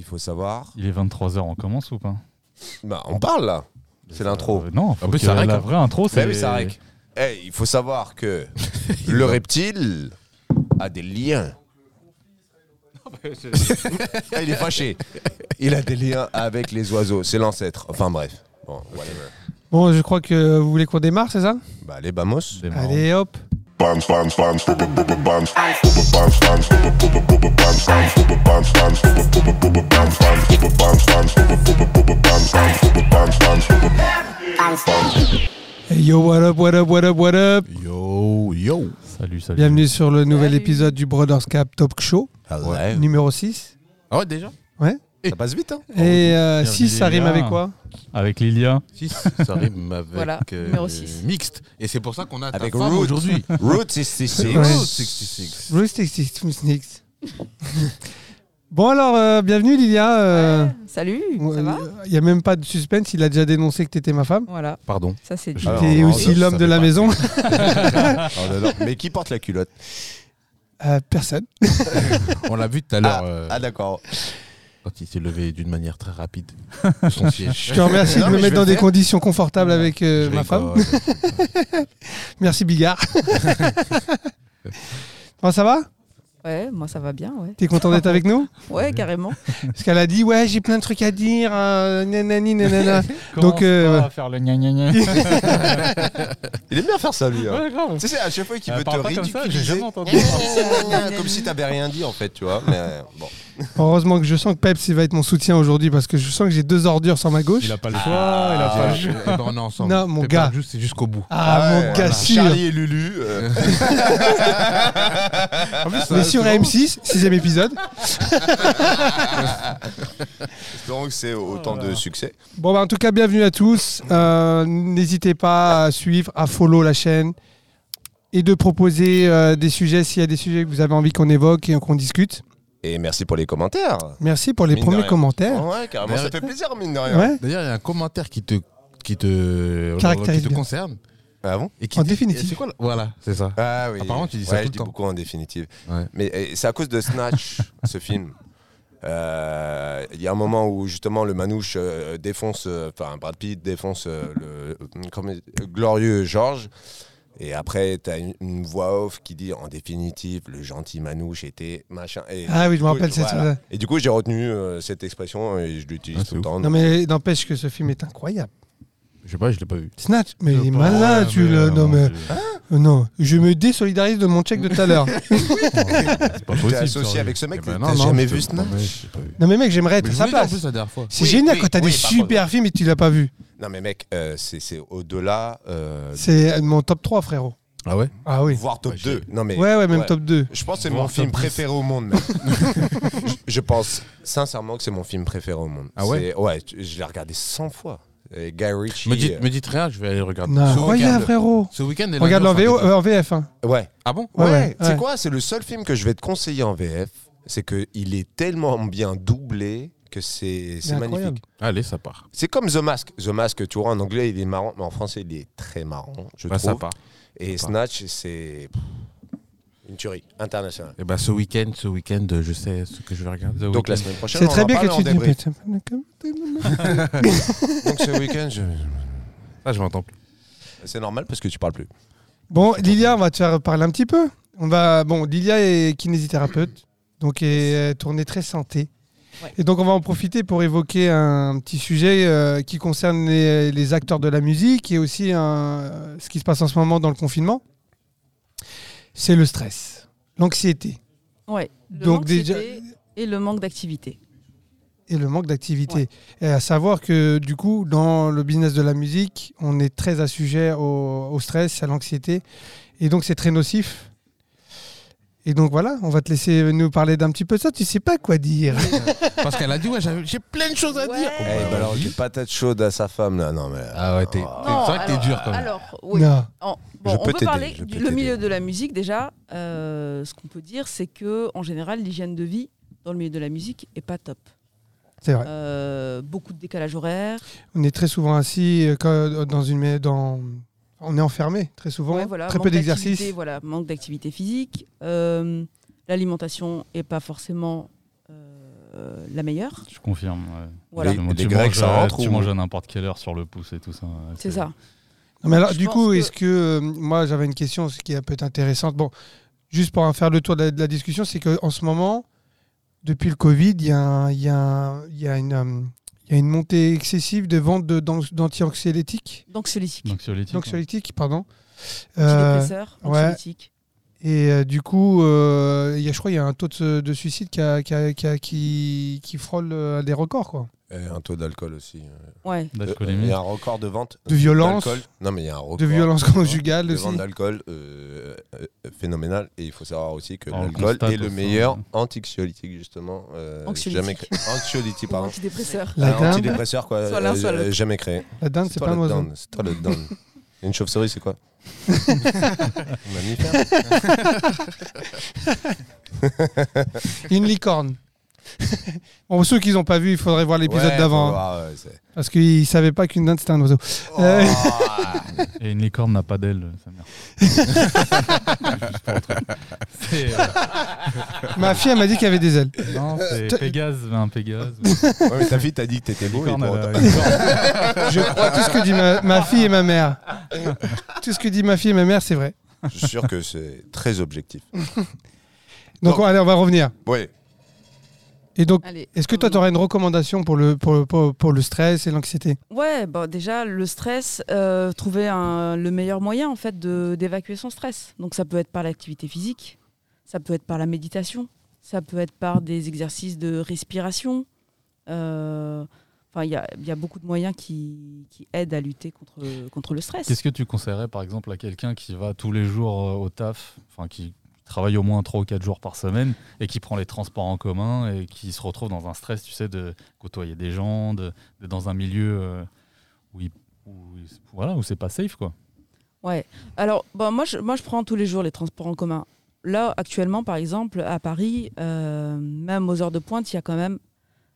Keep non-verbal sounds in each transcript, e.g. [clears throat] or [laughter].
faut savoir. Il est 23h, on commence ou pas Bah, on parle là. C'est l'intro. Euh, Non, faut plus, que ça rec, la hein. vraie intro, Bah c'est. oui, ça rec. Eh, il faut savoir [laughs] que le reptile a des liens. [laughs] Ah, il est fâché. Il a des liens avec les oiseaux. C'est l'ancêtre. Enfin bref. Bon, whatever. Bon, je crois que vous voulez qu'on démarre, c'est ça Bah, les bamos. Des marrons. Allez, hop Bounce, bounce, bounce, bounce, bounce, bounce, bounce, bounce, bounce, bounce, bounce, bounce, bounce, bounce, bounce, bounce, bounce, bounce, Hey, Yo, what up, what up, what up, what up Yo, yo. Salut, salut. Bienvenue sur le nouvel épisode du Brothers Cap Talk Show, Ouais. Oh, numéro 6. Ah ouais, déjà Ça passe vite, hein Et 6, ça rime Bien. avec quoi Avec Lilia. 6, ça [laughs] rime avec Voilà, euh, numéro six. mixte. Et c'est pour ça qu'on a ta Avec femme Root. aujourd'hui. Route 66. Ouais. Root 66. Roostic Sneaks. [laughs] Bon alors, euh, bienvenue Lilia. euh, Salut, ouais, ça va Il n'y a même pas de suspense, il a déjà dénoncé que t'étais ma femme. Voilà, Pardon. ça c'est dit. Alors, T'es on- aussi je l'homme de savais la pas. maison. Oh, non, non. Mais qui porte la culotte Euh, [laughs] personne. On l'a vu tout à l'heure euh, Ah, d'accord. quand il s'est levé d'une manière très rapide de son siège. Je te remercie Non, de me mais je mettre vais dans le des faire. conditions confortables avec euh, Je ma femme. rigole. [laughs] Merci Bigard. Bon, ça va Ouais, moi ça va bien, ouais. T'es content d'être avec nous Ouais, carrément. Parce qu'elle a dit ouais j'ai plein de trucs à dire euh, nanani nanana. Commence euh, pas à faire le gna gna Euh, gna. Il aime bien faire ça, lui. hein. Ouais, grave. Tu sais, à chaque fois qu'il Euh, veut te parle pas comme ça, j'ai ridiculiser. jamais entendu. Comme si t'avais rien dit, en fait, tu vois. Mais euh, bon. Heureusement que je sens que Peps il va être mon soutien aujourd'hui parce que je sens que j'ai deux ordures sur ma gauche. Il a pas le choix, il a pas le Ah, choix. eh ben, on est ensemble. Non, mon Pépère gars. Juste, c'est jusqu'au bout. Ah, Ouais, mon voilà. gars sûr. Charlie et Lulu. euh, Mais sur M6, sixième épisode. espérons que c'est autant de succès. Bon bah en tout cas bienvenue à tous. Euh, N'hésitez pas à suivre, à follow la chaîne et de proposer euh, des sujets s'il y a des sujets que vous avez envie qu'on évoque et qu'on discute. Et merci pour les commentaires. Merci pour les Mine de premiers rien. commentaires. Ouais, carrément, ça fait plaisir, mine de rien. Ouais. D'ailleurs, il y a un commentaire qui te, qui te, Caractérise qui te bien. concerne. Ah bon Et qui En dit- eh, définitive. c'est quoi le- Voilà, c'est ça. Ah oui. Apparemment, tu dis ça Ouais, tout je le dis temps. beaucoup en définitive. Ouais. Mais euh, c'est à cause de Snatch, [laughs] ce film. Euh, Il y a un moment où justement le manouche euh, défonce, euh, enfin Brad Pitt défonce euh, le euh, comment- euh, glorieux Georges. Et après, t'as une, une voix off qui dit en définitive, le gentil manouche était machin. Et, Ah oui je me du coup, rappelle cette voilà. Et du coup, j'ai retenu euh, cette expression et je l'utilise Ah, c'est tout le ouf. temps. Non mais n'empêche que ce film est incroyable. Je sais pas, je l'ai pas vu. Snatch, mais il est Ouais, malade mais, celui-là. euh, Non mais c'est- Euh, Non, je me désolidarise de mon check de tout [laughs] à l'heure. [laughs] C'est pas possible. associé sérieux. avec ce mec, Eh ben t'as non, non, jamais je te vu Snatch promets, je l'ai pas vu. non mais mec, j'aimerais être Mais à je sa vous l'ai dit en place. plus la dernière fois. C'est Oui, génial oui, quand t'as oui, bah, des par super films et tu l'as pas vu. Non mais mec, euh, c'est c'est au-delà, euh, C'est mon top 3 frérot. Ah ouais Ah oui. voire top Ouais, 2. Non mais, Ouais ouais, même ouais. top 2. Je pense que c'est Voire mon film top 10. préféré au monde. [laughs] mec. je, je pense sincèrement que c'est mon film préféré au monde. Ah ouais C'est- Ouais, tu- je l'ai regardé 100 fois. Et Guy Ritchie. me dites, euh, me dites rien, je vais aller regarder. Non, Ce week-end- incroyable frérot. Ce week-end, elle a Regarde dit, en, on s'en VO, débat. euh, en VF. hein. Ouais. Ah bon Ouais. Ouais, ouais, C'est ouais. quoi C'est le seul film que je vais te conseiller en VF. C'est qu'il est tellement bien doublé que c'est Il est c'est incroyable. magnifique. Allez, ça part. C'est comme The Mask. The Mask, tu vois, en anglais, il est marrant, mais en français, il est très marrant, je Bah, ça trouve. part. Et ça Snatch, c'est pff, une tuerie internationale. Et bah, ce week-end, ce week-end, je sais ce que je vais regarder. The Donc la Weeknd. semaine prochaine, C'est on très en bien parle que en tu [laughs] débrief. dis. Donc ce week-end, je- Ah, je m'entends plus. c'est normal parce que tu parles plus. Bon, Lilia, on va te faire parler un petit peu. On va, bon, Lilia est kinésithérapeute, donc est euh, tournée très santé. Ouais. Et donc on va en profiter pour évoquer un petit sujet euh, qui concerne les, les acteurs de la musique et aussi un- ce qui se passe en ce moment dans le confinement. C'est le stress, l'anxiété Ouais. Le Donc manque déjà- d'idées Et le manque d'activité. et le manque d'activité. Et à savoir que du coup, dans le business de la musique, on est très à sujet au, au stress, à l'anxiété. Et donc, c'est très nocif. Et donc voilà, on va te laisser nous parler d'un petit peu de ça. Tu sais pas quoi dire. Parce qu'elle a dit, ouais, j'avais- j'ai plein de choses à Ouais. dire. Eh, Eh bah, ben alors, vas-y. des patates chaudes à sa femme, là. Non, mais. Ah ouais, t'es. t'es- Non, C'est vrai que t'es alors- dur quand même. Alors, oui. Non. En- bon, Je on peux peut t'aider, parler je du peux le t'aider. milieu de la musique déjà. euh, ce qu'on peut dire, c'est que en général, l'hygiène de vie dans le milieu de la musique est pas top. C'est vrai. Euh, beaucoup de décalage horaire. On est très souvent assis euh, quand- dans une, dans, on est enfermé très souvent, Ouais, voilà, très peu manque d'exercice. d'activité, Voilà, manque d'activité physique. euh, L'alimentation est pas forcément euh, euh, la meilleure. Je confirme. ouais. Voilà. Les- Moi, tu Grecs, manges, ça euh, rentre Tu ou- manges à n'importe quelle heure sur le pouce et tout ça. ouais, C'est ça. Non, mais alors, Je du pense coup, que- est-ce que. euh, moi, j'avais une question, ce qui est peut-être intéressante. Bon, juste pour en faire le tour de la, de la discussion, c'est qu'en ce moment, depuis le Covid, il y, a un- il y a un- il y a une. euh, il y a une montée excessive de ventes de- d'an- d'anxiolytiques, Donc solétique. Donc sur les tics, ouais. anxiolytiques, pardon. Euh, Antidépresseur, ouais. anxiolytique. Et euh, du coup, euh, il y a, je crois qu'il y a un taux de, de suicide qui, a- qui, a- qui, a- qui- qui frôle euh, des records, quoi. Et eh, un taux d'alcool aussi. euh. Ouais. hein. Il D'alcoolémie. y a un record de vente. De violence. d'alcool. Non, mais il y a un record. De violence conjugale de aussi. vente d'alcool euh, euh, phénoménal. Et il faut savoir aussi que Ah, on l'alcool constate est le aussi, meilleur hein. ouais. anxiolytique, justement. euh, Anxiolytique. Jamais créé. Anxiolytique, Ou pardon. Antidépresseur. [laughs] La Un dinde, antidépresseur, quoi. Soit l'un, euh, soit l'autre. jamais créé. la dinde, c'est pas un le oiseau. down. C'est toi le down. [laughs] Une chauve-souris, c'est quoi Un mammifère Une [laughs] licorne. bon, ceux qui n'ont pas vu, il faudrait voir l'épisode Ouais, d'avant. faut hein, voir, ouais, c'est- parce qu'ils ne savaient pas qu'une dinde, c'était un oiseau. Euh, Oh Et une licorne n'a pas d'aile, euh, sa mère. Juste pour le truc. c'est euh, Ma fille, elle m'a dit qu'il y avait des ailes. non, T'as- c'est Pégase, un Pégase. Ouais, mais ta fille t'a dit que t'étais beau. et Licorne, toi, euh, elle a- t'as- Je crois tout ce que dit ma, ma fille et ma mère. Tout ce que dit ma fille et ma mère, c'est vrai. Je suis sûr que c'est très objectif. Donc, Non. allez, on va revenir. Ouais. Et donc, Allez. est-ce que toi, tu aurais une recommandation pour le, pour, le- pour- pour le stress et l'anxiété Ouais, bah, déjà, le stress, euh, trouver un- le meilleur moyen en fait de- d'évacuer son stress. Donc ça peut être par l'activité physique, ça peut être par la méditation, ça peut être par des exercices de respiration. Euh, Enfin, il y a, il y a beaucoup de moyens qui, qui aident à lutter contre, contre le stress. Qu'est-ce que tu conseillerais par exemple à quelqu'un qui va tous les jours euh, au taf, enfin qui travaille au moins 3 ou 4 jours par semaine et qui prend les transports en commun et qui se retrouve dans un stress, tu sais, de côtoyer des gens, de- d'être dans un milieu euh, où, il- où il- voilà, où c'est pas safe quoi. Ouais. Alors, bon, moi, je, moi, je prends tous les jours les transports en commun. Là, actuellement, par exemple, à Paris, euh, même aux heures de pointe, il y a quand même,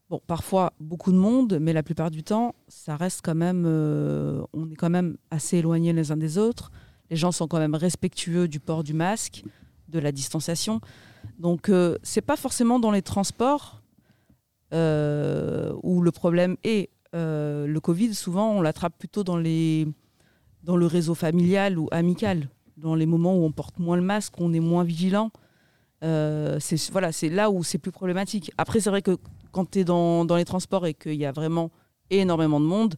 bon, parfois beaucoup de monde, mais la plupart du temps, ça reste quand même, euh, on est quand même assez éloignés les uns des autres. Les gens sont quand même respectueux du port du masque, de la distanciation. Donc, euh, c'est pas forcément dans les transports euh, où le problème est. Euh, le Covid, souvent, on l'attrape plutôt dans les dans le réseau familial ou amical, dans les moments où on porte moins le masque, on est moins vigilant. Euh, c'est voilà, c'est là où c'est plus problématique. Après, c'est vrai que quand tu es dans, dans les transports et qu'il y a vraiment énormément de monde,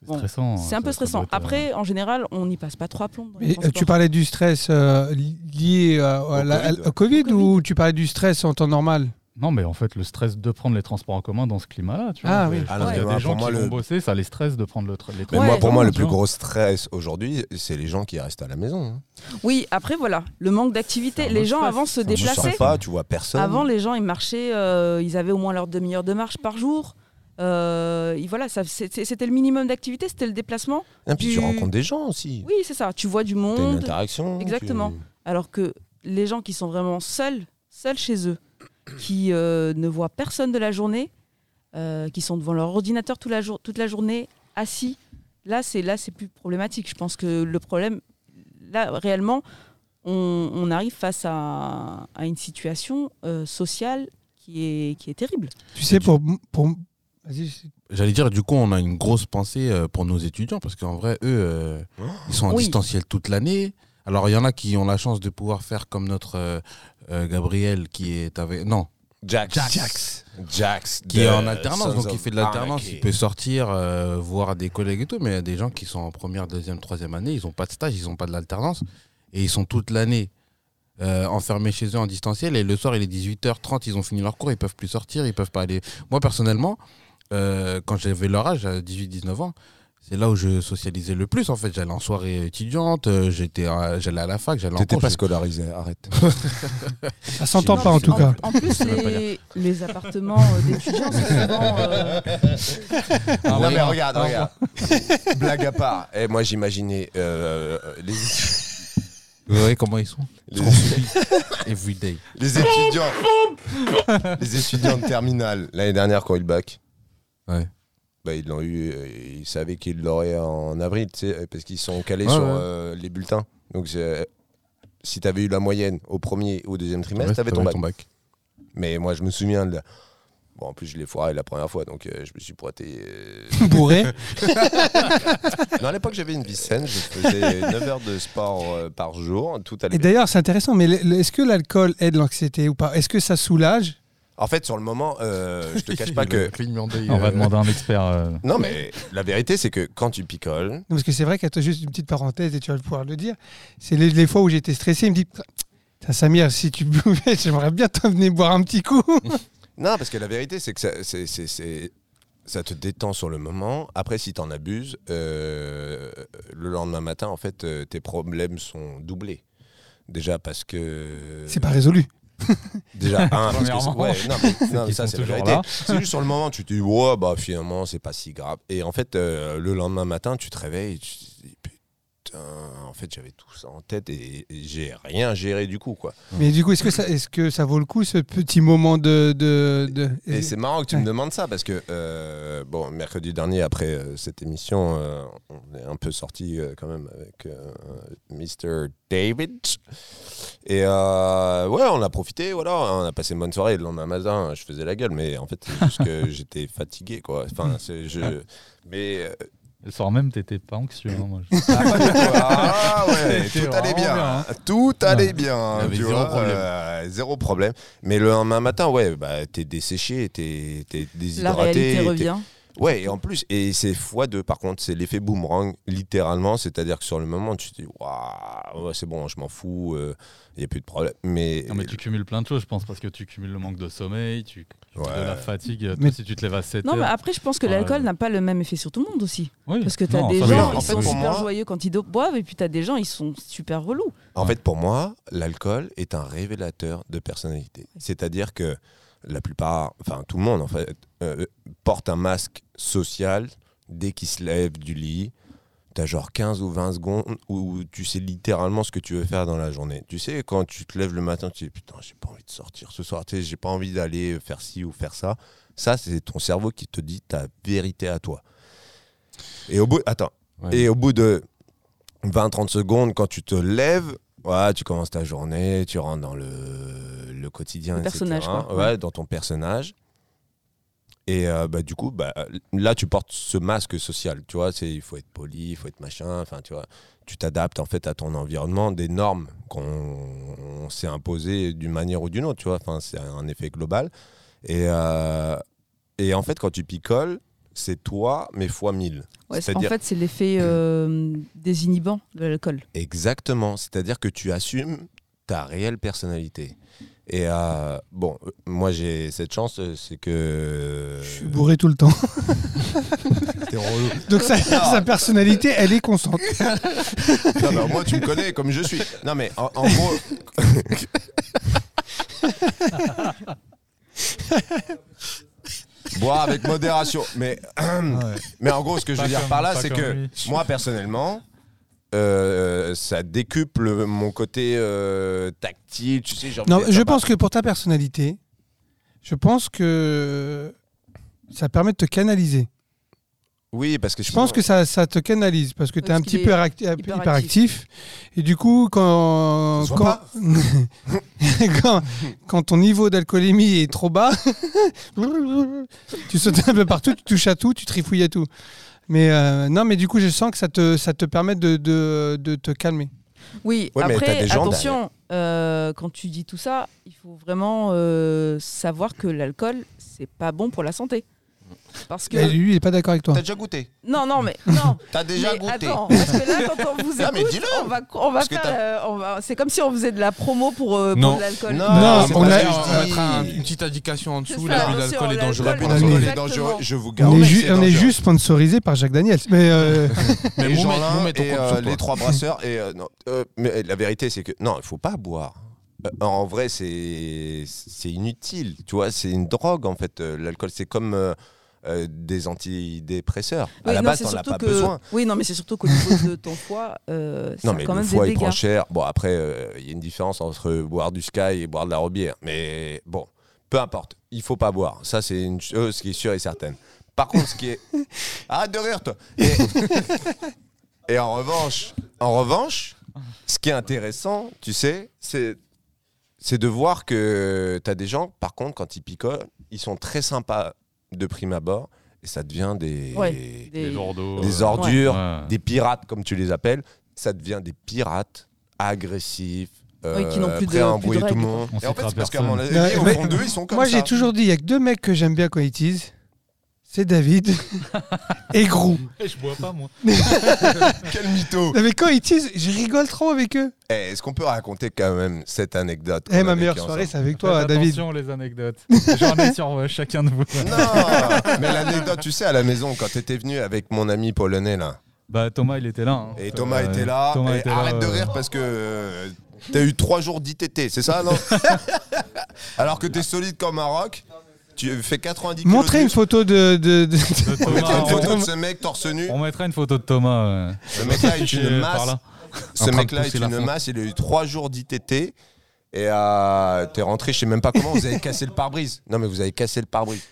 C'est Bon, stressant. hein, c'est un peu stressant. Après, en général, on n'y passe pas trois plombs. Dans les Et, euh, Tu transports. parlais du stress euh, li- lié euh, à la- à- Covid, ouais. au COVID Au ou tu parlais du stress en temps normal Non, mais en fait, le stress de prendre les transports en commun dans ce climat-là, tu vois. Ah oui. Je pense Ah non, qu'il y a mais des pour gens moi, qui le- vont bosser, ça les stresse de prendre le tra- les Mais transports. moi, pour moi, le tu plus vois. gros stress aujourd'hui, c'est les gens qui restent à la maison. hein. Oui, après, voilà, le manque d'activité. C'est un Les autre gens stress. avant se C'est un autre Tu Déplacé. sors déplaçaient. pas, tu vois personne. Avant, les gens, ils marchaient, euh, ils avaient au moins leur demi-heure de marche par jour. Euh, ils- voilà, ça- c'est- c'était le minimum d'activité, c'était le déplacement. Et puis tu tu- rencontres des gens aussi. Oui, c'est ça. Tu vois du T'as une monde. interaction. Exactement. tu- Alors que les gens qui sont vraiment seuls, seuls chez eux, qui euh, ne voient personne de la journée, euh, qui sont devant leur ordinateur toute la, jour- toute la journée, assis, là c'est là c'est plus problématique. Je pense que le problème, là réellement, on, on arrive face à, à une situation euh, sociale qui est, qui est terrible. Tu sais, pour. pour... Vas-y, je- J'allais dire, du coup, on a une grosse pensée euh, pour nos étudiants parce qu'en vrai, eux, euh, ils sont en Oui. distanciel toute l'année. Alors, il y en a qui ont la chance de pouvoir faire comme notre euh, euh, Gabriel qui est avec. Non, Jax. Jax. Jax. qui de est en alternance, Sons donc of il fait de l'alternance, Anarchy. il peut sortir, euh, voir des collègues et tout, mais il y a des gens qui sont en première, deuxième, troisième année, ils n'ont pas de stage, ils n'ont pas de l'alternance, et ils sont toute l'année euh, enfermés chez eux en distanciel, et le soir il est 18h30, ils ont fini leur cours, ils peuvent plus sortir, ils peuvent pas aller. Moi personnellement, euh, quand j'avais leur âge, à 18-19 ans, c'est là où je socialisais le plus en fait. J'allais en soirée étudiante, euh, j'étais, à- j'allais à la fac, j'allais en T'étais cours. pas je- scolarisé, arrête. Ça s'entend Non, pas en c'est- tout [laughs] cas. En plus, même pas les, les appartements euh, d'étudiants, c'est souvent, [laughs] euh, Ah non, ouais, mais non. regarde, [laughs] regarde. Blague à part. Eh, moi, j'imaginais euh, les, Vous voyez comment ils sont les- Every day. les étudiants. les étudiants de terminale, l'année dernière, quand ils le bac. Ouais. Bah, ils l'ont eu, euh, ils savaient qu'ils l'auraient en avril, tu sais, parce qu'ils sont calés Ouais, sur ouais. euh, les bulletins. Donc, c'est- euh, si t'avais eu la moyenne au premier ou au deuxième Ouais, trimestre, t'avais t'avais ton bac. ton bac. Mais moi, je me souviens de. Bon, en plus, je l'ai foiré la première fois, donc euh, je me suis pointé. [laughs] euh, bourré. Non, à l'époque, j'avais une vie saine. Je [laughs] faisais 9 heures de sport euh, par jour. Tout allait Et d'ailleurs, c'est intéressant, mais le- le- est-ce que l'alcool aide l'anxiété ou pas Est-ce que ça soulage En fait, sur le moment, euh, je te [laughs] cache pas que. On euh, va demander à un expert. euh, Non, mais la vérité, c'est que quand tu picoles, Non, Parce que c'est vrai qu'attends, juste une petite parenthèse, et tu vas pouvoir le dire, c'est les, les fois où j'étais stressé, il me dit Putain, Samir, si tu [laughs] buvais, j'aimerais bien t'en venir boire un petit coup. Euh, Non, parce que la vérité, c'est que ça, c'est- c'est- c'est- ça te détend sur le moment. Après, si t'en abuses, euh, le lendemain matin, en fait, euh, tes problèmes sont doublés. Déjà parce que. C'est pas résolu. Déjà, [laughs] un, parce que c'est- Premièrement. ouais, non, [laughs] mais, non, mais qui ça, sont c'est la toujours vérité. là. C'est juste sur le moment, tu te dis, ouais, bah finalement, c'est pas si grave. Et en fait, euh, le lendemain matin, tu te réveilles et tu te dis, putain, en fait, j'avais tout ça en tête et, et j'ai rien géré du coup, quoi. Mais du coup, est-ce que, ça- est-ce que ça vaut le coup ce petit moment de. de, de- Et c'est marrant que tu me Ouais. demandes ça parce que euh, bon mercredi dernier après euh, cette émission euh, on est un peu sorti euh, quand même avec euh, Mr David et euh, ouais on a profité voilà on a passé une bonne soirée le lendemain matin je faisais la gueule mais en fait c'est juste que j'étais fatigué quoi enfin c'est je mais euh, [laughs] Le soir même, t'étais pas anxieux. hein, moi, je- ah ouais, C'était tout allait vraiment bien. bien, hein. Tout allait Ouais. bien. Il y avait tu zéro vois, problème. euh, zéro problème. Mais le lendemain matin, ouais, bah, t'es desséché, t'es t'es La déshydraté. réalité t'es- revient. Ouais, et en plus, et c'est x2 par contre, c'est l'effet boomerang, littéralement. C'est-à-dire que sur le moment, tu te dis, waouh, ouais, c'est bon, je m'en fous, il n'y a plus de problème. Mais, Non, mais tu cumules plein de choses, je pense, parce que tu cumules le manque de sommeil, tu tu as Ouais. de la fatigue. Toi, Mais- si tu te lèves à 7 Non, mais heures. après, je pense que Ouais. l'alcool n'a pas le même effet sur tout le monde aussi. Oui. Parce que t'as Non, des ça, oui. gens, En ils fait, sont pour super moi- joyeux quand ils do- boivent, et puis t'as des gens, ils sont super relous. En fait, pour moi, l'alcool est un révélateur de personnalité. C'est-à-dire que la plupart, enfin tout le monde en fait, euh, porte un masque social dès qu'il se lève du lit. T'as genre 15 ou 20 secondes où tu sais littéralement ce que tu veux faire dans la journée. Tu sais, quand tu te lèves le matin, tu dis putain, j'ai pas envie de sortir ce soir, tu sais, j'ai pas envie d'aller faire ci ou faire ça. Ça, c'est ton cerveau qui te dit ta vérité à toi. Et au bout, attends, Ouais. et au bout de 20-30 secondes, quand tu te lèves, ouais, tu commences ta journée, tu rentres dans le, le quotidien, Le etc. personnage, quoi. Ouais, Ouais. dans ton personnage. Et euh, bah, du coup, bah, là, tu portes ce masque social. Tu vois, c'est il faut être poli, il faut être machin. Enfin, tu vois, tu t'adaptes en fait à ton environnement, des normes qu'on on s'est imposées d'une manière ou d'une autre. Tu vois, enfin, c'est un effet global. Et, euh, et en fait, quand tu picoles, c'est toi, mais fois 1000. Ouais, en C'est-à-dire- fait, c'est l'effet euh, désinhibant de l'alcool. Exactement, c'est-à-dire que tu assumes ta réelle personnalité. Et euh, bon, euh, moi j'ai cette chance, euh, c'est que. Je suis bourré tout le temps. [laughs] T'es relou. [laughs] Donc sa- sa personnalité, elle [laughs] est constante. Non, mais moi tu me connais comme je suis. Non mais en, en [laughs] gros. Boire avec modération. Mais, mais en gros, ce que je Pas veux dire comme- par là, pas c'est comme que lui. moi personnellement. euh, ça décuple mon côté euh, tactile, tu sais. j'ai envie Non, d'être je sympa. pense que pour ta personnalité, je pense que ça permet de te canaliser. Oui, parce que Je pense que ça, ça te canalise parce que tu es Parce un petit qu'il peu est hyperacti- hyperactif. hyperactif. Et du coup, quand, Ça se voit quand, [laughs] quand, quand ton niveau d'alcoolémie est trop bas, [laughs] tu sautes un peu partout, tu touches à tout, tu trifouilles à tout. Mais euh, non, mais du coup, je sens que ça te, ça te permet de, de, de te calmer. Oui, Ouais, mais t'as après, des gens attention, euh, quand tu dis tout ça, il faut vraiment euh, savoir que l'alcool, c'est pas bon pour la santé. Parce que. Et lui, il n'est pas d'accord avec toi. T'as déjà goûté Non, non, mais. Non, T'as [laughs] déjà mais goûté Attends, parce que là, quand on vous Ah, mais écoute, dis-le on va, on va Parce que faire. t'as- euh, on va- c'est comme si on faisait de la promo pour, euh, pour Non. de l'alcool. Non, Non, c'est on pas a- ça, on va mettre un- Oui. une petite indication en dessous, C'est ça, l'abus attention, d'alcool est l'alcool, dangereux. L'abus on d'alcool est- est dangereux, je vous on est, garantis. ju- c'est on est dangereux. juste sponsorisé par Jacques Daniels. Mais euh, Mais Et Moumet, Jeanlin Moumet, on et, compte euh, sur toi. les trois brasseurs. Et, euh, non, euh, mais la vérité, c'est que non, il faut pas boire. Euh, en vrai, c'est c'est inutile. Tu vois, c'est une drogue en fait. euh, L'alcool, c'est comme euh, euh, des antidépresseurs. à Oui, la non, base, c'est t'en as surtout pas que- besoin. Oui, non, mais c'est surtout qu'au niveau de ton foie, euh, ça Non, a mais quand le même foie, des il prend dégâts. cher. Bon, après, euh, il y a une différence entre boire du Sky et boire de la Robière. Mais bon, peu importe. Il faut pas boire. Ça, c'est une chose qui est sûre et certaine. Par contre, ce qui [laughs] est. Arrête de rire, toi Et, et [laughs] en revanche, en revanche, ce qui est intéressant, tu sais, c'est c'est de voir que tu as des gens, par contre, quand ils picolent, ils sont très sympas de prime abord et ça devient des, Ouais. Des ordos. des euh, ordures, ouais. des pirates, comme tu les appelles. Ça devient des pirates agressifs. euh, Oui, qui n'ont plus de- prêts à plus de embrouiller tout règles. le monde. Et On en fait, citera c'est parce qu'à personne. mon avis, Mais- au mais- fond d'eux, ils sont [laughs] comme Moi, ça. j'ai toujours dit, il y a que deux mecs que j'aime bien quand ils teasent. [laughs] C'est David et Grou. Eh, Je bois pas, moi. [laughs] Quel mytho [laughs] Non, Mais quand ils teasent, je rigole trop avec eux. Eh, Est-ce qu'on peut raconter quand même cette anecdote Eh, qu'on a ma meilleure vécue soirée, ensemble c'est avec toi, Faites David. Attention les anecdotes. [laughs] J'en ai sur euh, chacun de vous. [laughs] Non, mais l'anecdote, tu sais, à la maison, quand t'étais venu avec mon ami polonais là, Bah Thomas, il était là. hein. et Thomas Euh, était là, Thomas et était là, arrête de euh, rire parce que euh, t'as eu trois jours d'ITT, c'est ça, non [laughs] Alors que t'es solide comme un roc, tu fais 90 kilos Montrez de une muscle. photo de. de, de- de On mettra Thomas, une on- photo de ce mec torse nu. On mettra une photo de Thomas. euh, Ce [laughs] mec-là est qui une est par masse. là. En Ce train de mec-là est pousser la une fonte. masse. Il a eu trois jours d'ITT. Et euh, t'es rentré, je sais même pas comment, vous avez cassé le pare-brise. Non, mais vous avez cassé le pare-brise.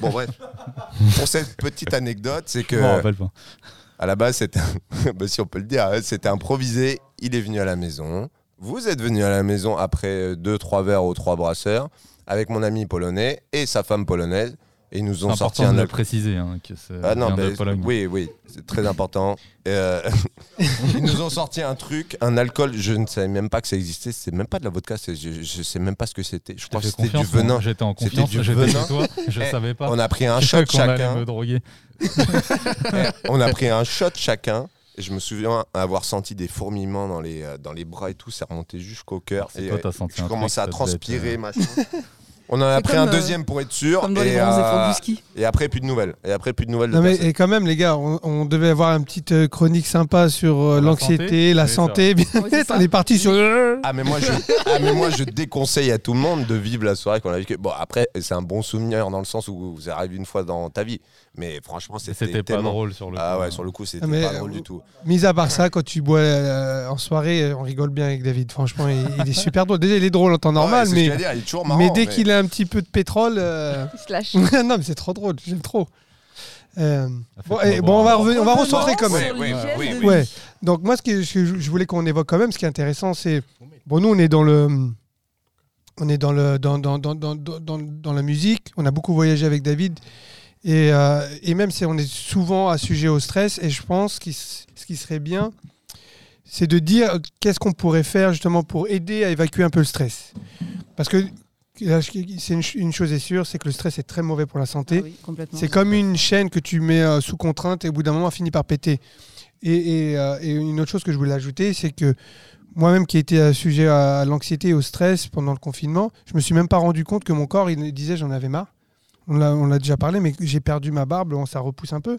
Bon, bref. Pour cette petite anecdote, c'est Je m'en que rappelle pas. à la base, c'était, [laughs] bah, si on peut le dire, hein, c'était improvisé. Il est venu à la maison. Vous êtes venu à la maison après euh, deux, trois verres aux trois brasseurs avec mon ami polonais et sa femme polonaise. Et ils nous C'est ont sorti important un de le alcool. préciser hein, que c'est Ah non, de bah, Pologne. oui, oui, c'est très important. Euh, [laughs] ils nous ont sorti un truc, un alcool, je ne savais même pas que ça existait, c'est même pas de la vodka, c'est- je ne sais même pas ce que c'était. Je T'as crois que fait c'était du confiance, venin. moi, J'étais en C'était confiance. du J'étais venin. chez toi. Je Eh, savais pas. On a pris un Je shot croyais qu'on allait chacun. me droguer. [laughs] On a pris un shot chacun. Et je me souviens avoir senti des fourmillements dans les, euh, dans les bras et tout, ça remontait jusqu'au cœur. C'est Et, toi, t'as euh, senti je un commençais à truc, ça devait transpirer, être, euh, machin. On en a C'est pris comme, un euh, deuxième pour être sûr. Comme dans les Et, bronzes euh, épreuves du [laughs] ski. et après, plus de nouvelles. Et après, plus de nouvelles. de Non, mais personnes. et quand même, les gars, on, on devait avoir une petite euh, chronique sympa sur La euh, l'anxiété, santé, la c'est santé, Oui, c'est bien-être. ça. on est parti sur. Ah mais, moi, je, ah, mais moi, je déconseille à tout le monde de vivre la soirée qu'on a vécue. Bon après c'est un bon souvenir dans le sens où vous arrive une fois dans ta vie, mais franchement C'était c'était pas tellement... drôle sur le. Ah coup, ouais hein. sur le coup c'était Ah, mais, pas drôle euh, du tout. [laughs] Mis à part ça, quand tu bois euh, en soirée, euh, on rigole bien avec David. Franchement, il, il est super drôle. Déjà, il est drôle en temps Ouais, normal, c'est ce que mais, j'allais dire, il est toujours marrant. mais dès qu'il a un petit peu de pétrole. euh, [laughs] Il se lâche. non, mais c'est trop drôle, j'aime trop. Euh, Ça fait bon, trop et- boire. bon, on va revenir, on va recentrer quand Sur même. Ouais, ouais, l'hygiène ouais, de ouais. vie. Ouais. Donc moi, ce que ce que je, je voulais qu'on évoque quand même, ce qui est intéressant, c'est bon, nous, on est dans le, on est dans le, dans, dans, dans, dans, dans- dans- dans la musique. On a beaucoup voyagé avec David. Et, euh, et même si on est souvent à sujet au stress, et je pense que ce qui serait bien, c'est de dire euh, qu'est-ce qu'on pourrait faire justement pour aider à évacuer un peu le stress. Parce que là, je- c'est une, ch- une chose est sûre, c'est que le stress est très mauvais pour la Ah santé. oui, complètement. C'est comme une chaîne que tu mets euh, sous contrainte et au bout d'un moment, elle finit par péter. Et, et, euh, et une autre chose que je voulais ajouter, c'est que moi-même qui étais euh, sujet à, à l'anxiété et au stress pendant le confinement, je me suis même pas rendu compte que mon corps, il disait j'en avais marre. On l'a on l'a déjà parlé, mais j'ai perdu ma barbe, bon, ça repousse un peu.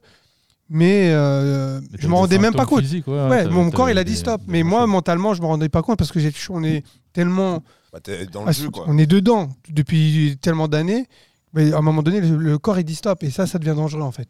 Mais euh, Mais t'as je me des rendais même pas symptômes compte. physiques, hein, Ouais, t'as- mon t'as corps, il a des- dit stop. des Mais moi, choses. mentalement, je me rendais pas compte parce que j'ai- on est tellement Bah, t'es dans ah, le jeu quoi. on est dedans depuis tellement d'années. Mais à un moment donné, le, le corps il dit stop et ça, ça devient dangereux en fait.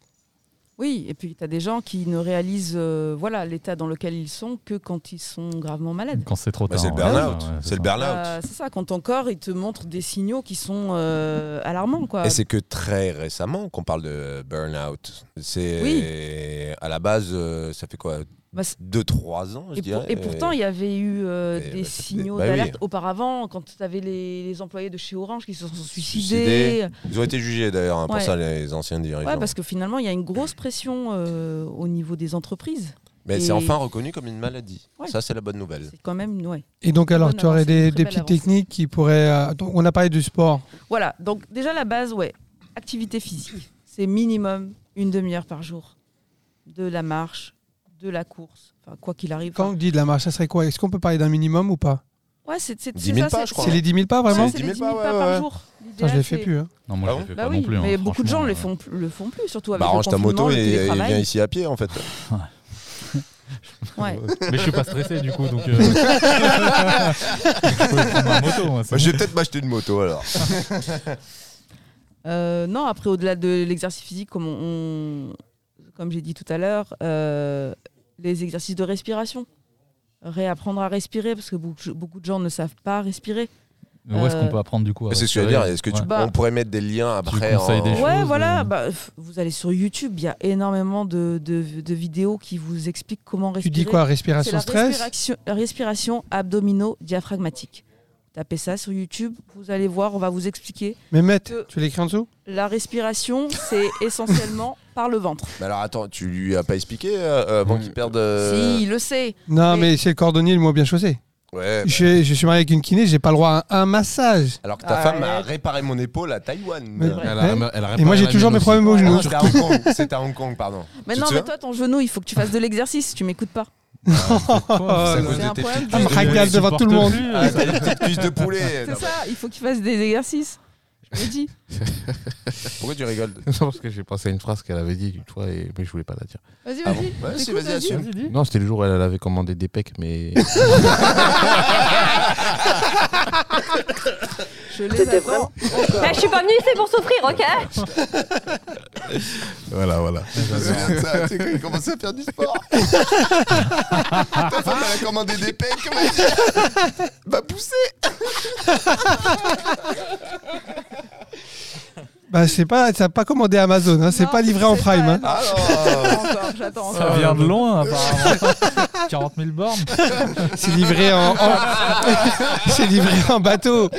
Oui, et puis tu as des gens qui ne réalisent euh, voilà l'état dans lequel ils sont que quand ils sont gravement malades. Quand c'est trop Bah, tard. c'est le ouais, burn-out. ouais, ouais, c'est le ça. burn-out. Euh, c'est ça, quand ton corps il te montre des signaux qui sont euh, alarmants quoi. Et c'est que très récemment qu'on parle de burn-out. C'est à la base euh, ça fait quoi Bah, c'est- 2-3 ans je Et, pour- dirais. et pourtant, il y avait eu euh, et des bah, ça- signaux bah oui. d'alerte auparavant, quand tu avais les, les employés de chez Orange qui se sont Suicidés. suicidés. Ils ont été jugés d'ailleurs hein, pour Ouais. ça les anciens dirigeants. Ouais, parce que finalement, il y a une grosse pression euh, au niveau des entreprises. Mais Et- c'est enfin reconnu comme une maladie. Ouais. Ça, c'est la bonne nouvelle. C'est quand même, ouais. Et donc, alors, bonne tu aurais avancée, des, une très des belle petites avancée. techniques qui pourraient. euh, donc, on a parlé du sport. Voilà, donc déjà la base, ouais, activité physique, c'est minimum une demi-heure par jour. De la marche, de la course, enfin quoi qu'il arrive. Quand on dit de la marche, ça serait quoi Est-ce qu'on peut parler d'un minimum ou pas Ouais, c'est c'est- 10 c'est 000 ça, pas, c'est- je crois. C'est les 10 000 pas vraiment Ouais, Je c'est C'est les 10 10 000 000 pas, pas ouais, ouais. par jour. Putain, je L'idéal, l'ai fait c'est- plus. hein. Non, moi, Ah je bon l'ai fait Bah pas oui, non plus. hein, mais beaucoup de gens franchement, le euh, font, le font plus, surtout avec Bah, le range ta confinement, moto le et, et télétravail. viens ici à pied, en fait. Ouais. Mais je suis pas stressé du coup, donc. euh, je peux prendre ma moto. moi, c'est Bah, je vais peut-être m'acheter une moto, alors. Euh, non, après, au-delà de l'exercice physique, comme, on, on- comme j'ai dit tout à l'heure, euh, les exercices de respiration. Réapprendre à respirer, parce que beaucoup, beaucoup de gens ne savent pas respirer. bon. Où est-ce qu'on Euh, peut apprendre du coup à C'est ce que je veux respirer dire. Est-ce que tu, Ouais. Bah. on pourrait mettre des liens après conseilles en- des choses. Ouais, choses, euh. voilà. bah, f- vous allez sur YouTube, il y a énormément de, de- de vidéos qui vous expliquent comment Tu respirer. dis quoi C'est Respiration la stress respiration, respiration abdominaux diaphragmatique. Tapez ça sur YouTube, vous allez voir, on va vous expliquer. Mais Matt, Que- tu l'écris en dessous La respiration, c'est essentiellement par le ventre. Mais alors attends, tu lui as pas expliqué euh, euh, Mm. avant qu'il perde. euh, Si, il le sait. Non, Mais- mais c'est le cordonnier le moins bien chaussé. Ouais. bah, Je, je suis marié avec une kiné, j'ai pas le droit à un massage. Alors que ta Ah, femme ouais. a réparé mon épaule à Taïwan. Mais- Euh, Elle Ouais. a- elle a réparé Et moi, j'ai la toujours mienne mes aussi. problèmes au ah, genou. C'était à Hong Kong. C'était à Hong Kong, [laughs] pardon. Mais Tu te non, mais souviens toi, ton genou, il faut que tu fasses de l'exercice. Tu m'écoutes pas. [laughs] Oh, C'est à là. cause C'est de un tes problème petites Ah, me cuisses de- ragale devant tout le monde. Ah, t'as les petites cuisses de poulet. C'est Non, ça, il faut qu'il fasse des exercices. Je l'ai dit. Pourquoi tu rigoles [laughs] Non, parce que j'ai pensé à une phrase qu'elle avait dit une fois, et... mais je voulais pas la dire. Vas-y, Ah vas-y. bon Ouais, si, J'écoute, vas-y, vas-y. assume. Hein Non, c'était le jour où elle avait commandé des pecs, mais. Je les attends. Eh, je suis pas venue ici pour souffrir, ok Eh, voilà, voilà. Je me souviens de ça, tu sais, quand il commençait à faire du [laughs] sport. Ta femme, elle a commandé des pecs, vas-y. Va pousser. Bah, c'est pas, ça a pas commandé Amazon, hein, c'est Non, pas livré en c'est prime. pas- hein. Ah J'attends non. encore, J'attends encore. Ça vient de loin, apparemment. 40 000 bornes. C'est livré en, en- [laughs] c'est livré en [laughs] bateau.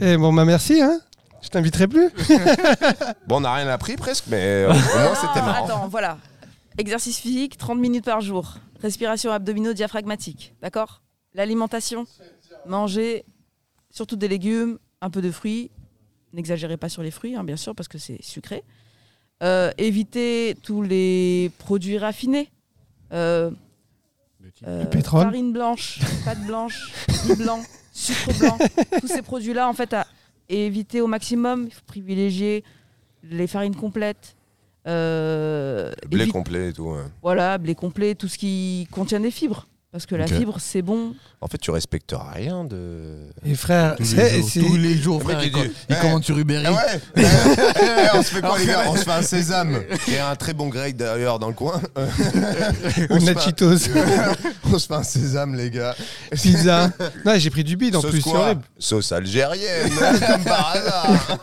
Eh bon, bah merci, hein. Je t'inviterai plus. Bon, on n'a rien appris presque, mais euh, au moins c'était Non, marrant. Attends, voilà. Exercice physique, 30 minutes par jour. Respiration abdominaux-diaphragmatique, d'accord L'alimentation, manger surtout des légumes, un peu de fruits. N'exagérez pas sur les fruits, hein, bien sûr, parce que c'est sucré. Euh, évitez tous les produits raffinés. Euh, euh, pétrole. Farine blanche, pâte blanche, riz blanc, sucre blanc. tous ces produits-là, en fait, à éviter au maximum. Il faut privilégier les farines complètes. euh, Le Blé évite- complet et tout. ouais. voilà, blé complet, tout ce qui contient des fibres. Parce que la Ok. fibre, c'est bon. En fait, tu respectes rien de. Et frère, c'est- c'est- les jours, Le mec, il dit, eh. sur Uber Eh Eats. [laughs] ouais, eh, eh, on se fait quoi les gars On se fait un sésame. Il y a un très bon grec d'ailleurs dans le [laughs] coin. ou On se fait un- Nachitos, [laughs] on se fait un sésame les gars. [laughs] pizza. Non, j'ai pris du bide en Sauce plus, c'est quoi horrible. Sauce algérienne, [laughs] comme par hasard.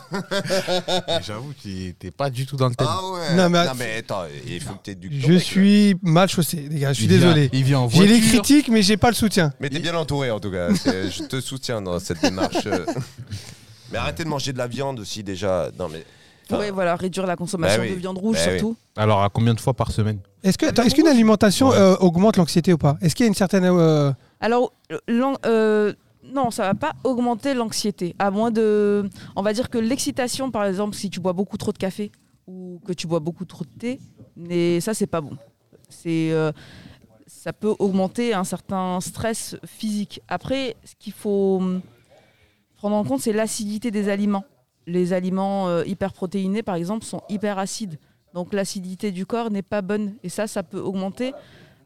J'avoue, tu t'es pas du tout dans le thème. Ah ouais. Non, mais- attends, il faut que t'aies du ton, Je mec. suis mal chaussé, les gars, je suis Il vient- désolé. Il vient en J'ai voiture. les critiques, mais j'ai pas le soutien. Mais t'es bien entouré en tout [laughs] cas. C'est- Je te soutiens dans cette démarche. mais arrêtez de manger de la viande aussi déjà. Non mais. Enfin, Ouais, voilà, réduire la consommation Bah oui. de viande rouge, Bah oui. surtout. Alors, à combien de fois par semaine Est-ce que, attends, est-ce qu'une alimentation euh, augmente l'anxiété ou pas Est-ce qu'il y a une certaine euh, Alors, l'an- euh, non, ça va pas augmenter l'anxiété. À moins de. On va dire que l'excitation, par exemple, si tu bois beaucoup trop de café ou que tu bois beaucoup trop de thé, mais ça, c'est pas bon. C'est. euh, ça peut augmenter un certain stress physique. Après, ce qu'il faut hum, prendre en compte, c'est l'acidité des aliments. Les aliments euh, hyperprotéinés, par exemple, sont hyper acides. Donc l'acidité du corps n'est pas bonne. Et ça, ça peut augmenter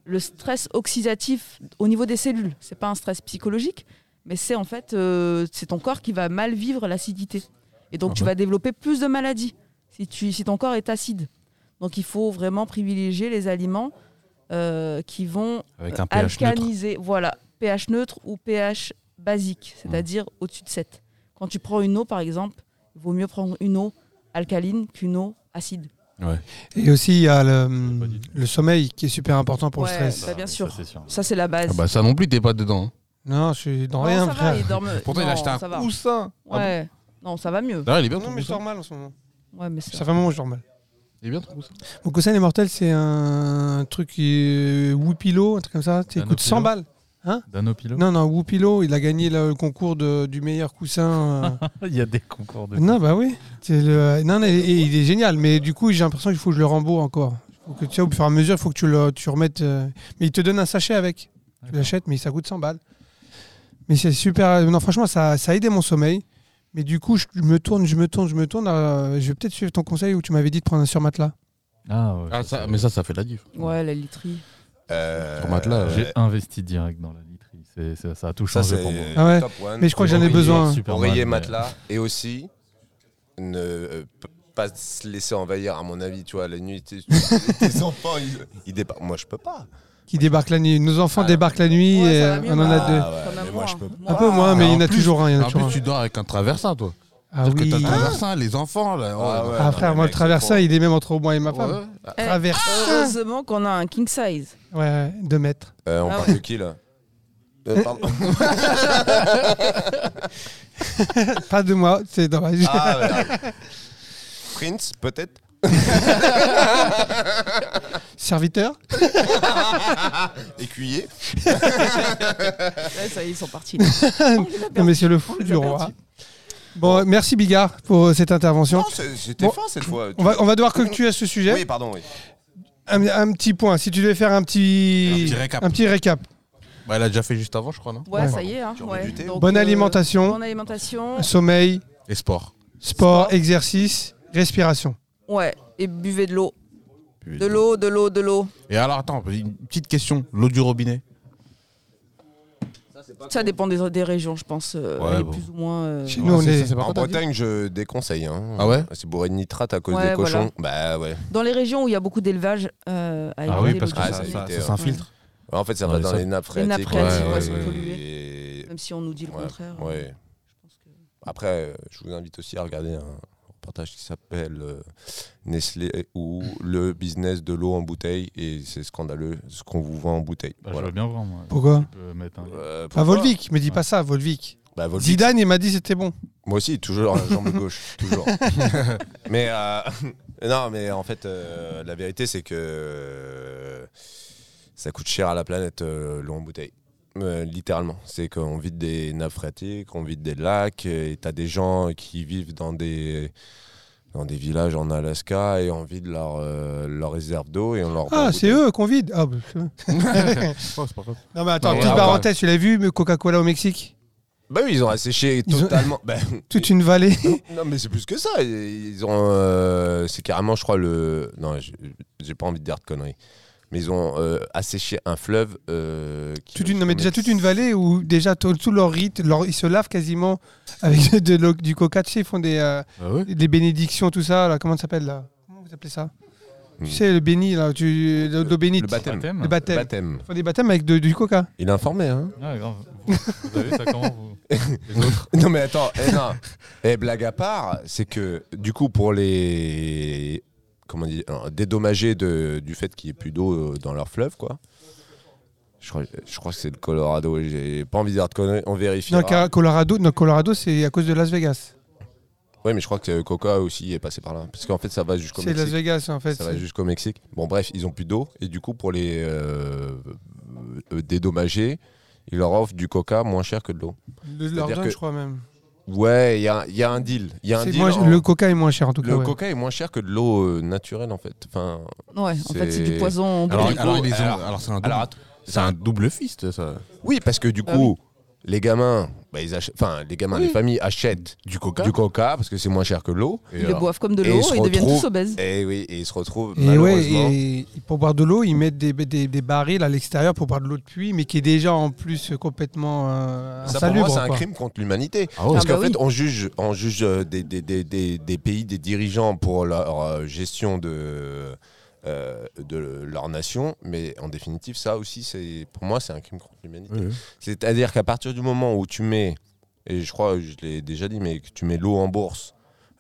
le stress oxydatif au niveau des cellules. C'est pas un stress psychologique, mais c'est en fait euh, c'est ton corps qui va mal vivre l'acidité. Et donc tu vas développer plus de maladies si tu si ton corps est acide. Donc il faut vraiment privilégier les aliments euh, qui vont Avec un pH neutre. alcaniser, voilà, pH neutre ou pH basique, c'est-à-dire Mmh. au-dessus de 7. Quand tu prends une eau par exemple, il vaut mieux prendre une eau alcaline qu'une eau acide. Et aussi, il y a le, pas du tout. le sommeil qui est super important pour Ouais, le stress. bah, bien sûr. c'est sûr. Ça c'est la base. Ah bah, ça non plus, t'es pas dedans. hein. Non, je suis dans Non, rien, ça va, frère. il dort- Pourtant, il a non, acheté ça un va. coussin. Ah bon Ouais. Non, ça va mieux. D'ailleurs, il est bien Non, ton mais je coussin. dors mal en ce moment. Ouais, mais Ça ça... fait un moment que je dors mal. Il est bien ton coussin. Mon coussin des mortels, c'est un truc qui est Whoopilo, un truc comme ça. Ça Un coûte 100 Opilo. balles. Danopilo. Non, non, Whoopilo, il a gagné le concours de- du meilleur coussin. euh. Il y a des concours de. non, bah oui. C'est le... Non, non, et- et il est génial, mais du coup, j'ai l'impression qu'il faut que je le rembourse encore. Faut que, tu sais, au fur et à mesure, il faut que tu le tu remettes. euh, Mais il te donne un sachet avec. Tu l'achètes, mais ça coûte 100 balles. Mais c'est super. Non, franchement, ça, ça a aidé mon sommeil. Mais du coup, je me tourne, je me tourne, je me tourne. euh, je vais peut-être suivre ton conseil où tu m'avais dit de prendre un surmatelas. Ah, ouais, ça, Ah, ça, c'est- mais ça, ça fait la diff. ouais, la literie. euh, Ton matelas, euh, J'ai investi direct dans la literie. C'est- ça- ça a tout ça changé c'est pour moi. Ah ouais. top one. Mais je crois que j'en ai Oreiller, besoin. hein. Superman, Oreiller, mais- matelas et aussi ne euh, p- pas se laisser envahir à mon avis tu vois la nuit tes, tes enfants ils, ils débarquent moi je peux pas Qui débarque la nuit. Nos enfants Ah, débarquent la nuit. Ouais, et, ça va euh, mieux, on en mais- a Ah, deux. ouais, Quand même mais moi, je peux Un peu moins, mais Ah, il y en a en plus- toujours un. Il y en a En toujours plus, un. tu dors avec un traversin, toi. Ah Parce que oui. t'as un traversin, les enfants, là. Oh, Ah, ouais. Ah, frère, moi, Ouais, le traversin, c'est il est même entre moi et ma ouais, femme. ouais. Ah, Eh, Traversin. Heureusement qu'on a un king size. Ouais, ouais, deux mètres. Euh, on Ah parle ouais. de qui là Euh, pardon. Pas de moi, c'est dommage. Ah, merde. Prince, peut-être Serviteur Écuyer Ouais, ça y est, ils [laughs] sont partis. Non, mais c'est le fou du roi. Bon, euh, merci Bigard pour euh, cette intervention. Non, c'est- c'était Bon, fin cette fois. On va, on va devoir conclure ce sujet. Oui, pardon, oui. Un, un petit point, si tu devais faire un petit, Un petit récap. un petit récap. Bah, elle a déjà fait juste avant, je crois, non Ouais, Ouais. ça y est. Hein, Tu aurais ouais. du thé Donc, Bonne euh, alimentation. Bonne alimentation. Sommeil, Et sport. sport, Sport. exercice, respiration. Ouais, et buvez de l'eau. De l'eau, de l'eau, de l'eau. Et alors, attends, une petite question. L'eau du robinet Ça dépend des, des régions, je pense. euh, Ouais, elle est bon. plus ou moins. euh, Chez nous, on c'est- est- ça, c'est pas En quoi, t'as dit Bretagne, je déconseille. hein. Ah ouais C'est bourré de nitrate à cause Ouais, des cochons. Bah ouais. Dans les régions où il y a beaucoup d'élevage, euh, à Ah oui, éviter parce l'eau que Ah, du ça, ça, robinet. ça- c'était, Ça s'infiltre. En fait, ça Ouais, va dans ça- les nappes Les nappes phréatiques. phréatiques, ouais, ouais, sont ouais, polluées. et- Même si on nous dit le ouais, contraire. euh, ouais. je pense que- Après, euh, je vous invite aussi à regarder un reportage qui s'appelle euh, Nestlé [clears throat] ou le business de l'eau en bouteille et c'est scandaleux ce qu'on vous vend en bouteille. Bah, Je voilà. veux bien voir, moi. Pourquoi Tu peux mettre un- Euh, À pourquoi Volvic, me dis Ouais. pas ça, Volvic. Bah, Volvic. Zidane, il m'a dit c'était bon. Moi aussi, toujours la jambe [laughs] gauche, toujours. mais euh, [laughs] non, mais en fait, euh, la vérité c'est que euh, ça coûte cher à la planète euh, l'eau en bouteille. Euh, littéralement, c'est qu'on vide des nappes phréatiques, on vide des lacs, et t'as des gens qui vivent dans des dans des villages en Alaska et on vide leur euh, leur réserve d'eau et on leur Ah, c'est eux qu'on vide. Ah, bah, c'est Ah, eux. [laughs] Oh, c'est pas grave. non, mais attends, Ouais, petite ouais. parenthèse, tu l'as vu, mais Coca-Cola au Mexique Bah oui, ils ont asséché Ils ont- totalement. [laughs] Bah, Toute une vallée. Non, mais c'est plus que ça. Ils ont, euh, c'est carrément, je crois, le. Non, j'ai- j'ai pas envie de dire de conneries. Mais ils ont euh, asséché un fleuve. euh, qui- [laughs] Toute une, non, mais déjà toute une vallée où déjà tout, tout leur rite, leur- ils se lavent quasiment avec [laughs] de, l'eau- du coca, tu sais, ils font des, euh, Ah ouais des bénédictions, tout ça, là, comment ça s'appelle là Comment vous appelez ça Hmm. Tu sais, le béni, là, tu, l'eau l'eau bénite. Le baptême. Baptême Le Le baptême. baptême. Ils font des baptêmes avec de- du coca. Il est informé, hein Ah, grave. Vous, vous avez ça comment, vous Les autres [laughs] Non, mais attends, eh, [laughs] non. Eh, blague à part, c'est que, du coup, pour les. Comment on dit alors, Dédommager de, du fait qu'il n'y ait plus d'eau euh, dans leur fleuve, quoi. Je crois, je crois que c'est le Colorado. J'ai pas envie de dire de conneries. On vérifie. Non, car Colorado, non, Colorado c'est à cause de Las Vegas. Ouais, mais je crois que Coca aussi est passé par là. Parce qu'en fait, ça va jusqu'au C'est Las Mexique. Vegas en fait. Ça va jusqu'au Mexique. Bon, bref, ils ont plus d'eau. Et du coup, pour les euh, euh, dédommager, ils leur offrent du coca moins cher que de l'eau. Le leur C'est-à-dire donne, que- je crois même. Ouais, il y a, il y a un deal. Il Y a un C'est deal moins- en- Le coca est moins cher en tout cas. le ouais. coca est moins cher que de l'eau euh, naturelle, en fait. Enfin, Ouais, en fait, c'est C'est- du poison. en Alors, bouteille. alors, coup, ils ont- alors- alors, c'est un alors, double. C'est un double fist, ça. oui, parce que du Ah coup, les gamins, bah, ils achètent- enfin, les gamins, les familles achètent Du coca. du coca parce que c'est moins cher que de l'eau. ils le boivent comme de et l'eau ils se et ils deviennent tous retrouvent- obèses. Et oui, et ils se retrouvent Et ouais, malheureusement. et pour boire de l'eau, ils mettent des, des- des barils à l'extérieur pour boire de l'eau de puits, mais qui est déjà en plus complètement euh, Ça, pour moi, insalubre, c'est un quoi. crime contre l'humanité. Ah ouais. Parce Ah bah qu'en oui. fait, on juge, on juge euh, des, des- des- des- des pays, des dirigeants pour leur euh, gestion de, euh, de leur nation, mais en définitive, ça aussi, c'est pour moi, c'est un crime contre l'humanité. Oui, oui. C'est-à-dire qu'à partir du moment où tu mets, et je crois, que je l'ai déjà dit, mais que tu mets l'eau en bourse,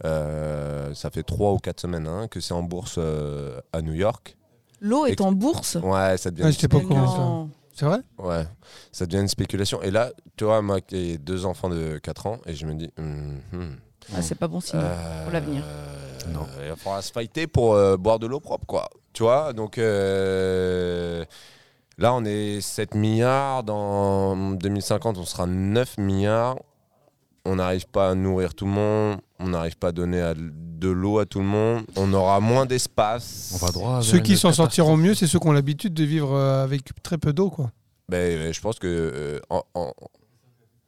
euh, ça fait 3 ou 4 semaines hein, que c'est en bourse euh, à New York. L'eau est Ex- en bourse. Ouais, ça devient Ouais, une je sais pas Mais comment ça. non. C'est vrai Ouais, ça devient une spéculation. Et là, tu vois, moi qui ai deux enfants de 4 ans, et je me dis, hum, hum, Ah, c'est pas bon signe. euh, pour l'avenir. euh, Non. Il va falloir se fighter pour euh, boire de l'eau propre, quoi. Tu vois, donc euh, là, on est 7 milliards. Dans 2050, on sera 9 milliards. On n'arrive pas à nourrir tout le monde. On n'arrive pas à donner à- de l'eau à tout le monde. On aura moins d'espace. On va droit. Ceux vers qui une s'en sortiront catastrophe. mieux, c'est ceux qui ont l'habitude de vivre euh, avec très peu d'eau, quoi. Ben, euh, je pense que euh, en, en-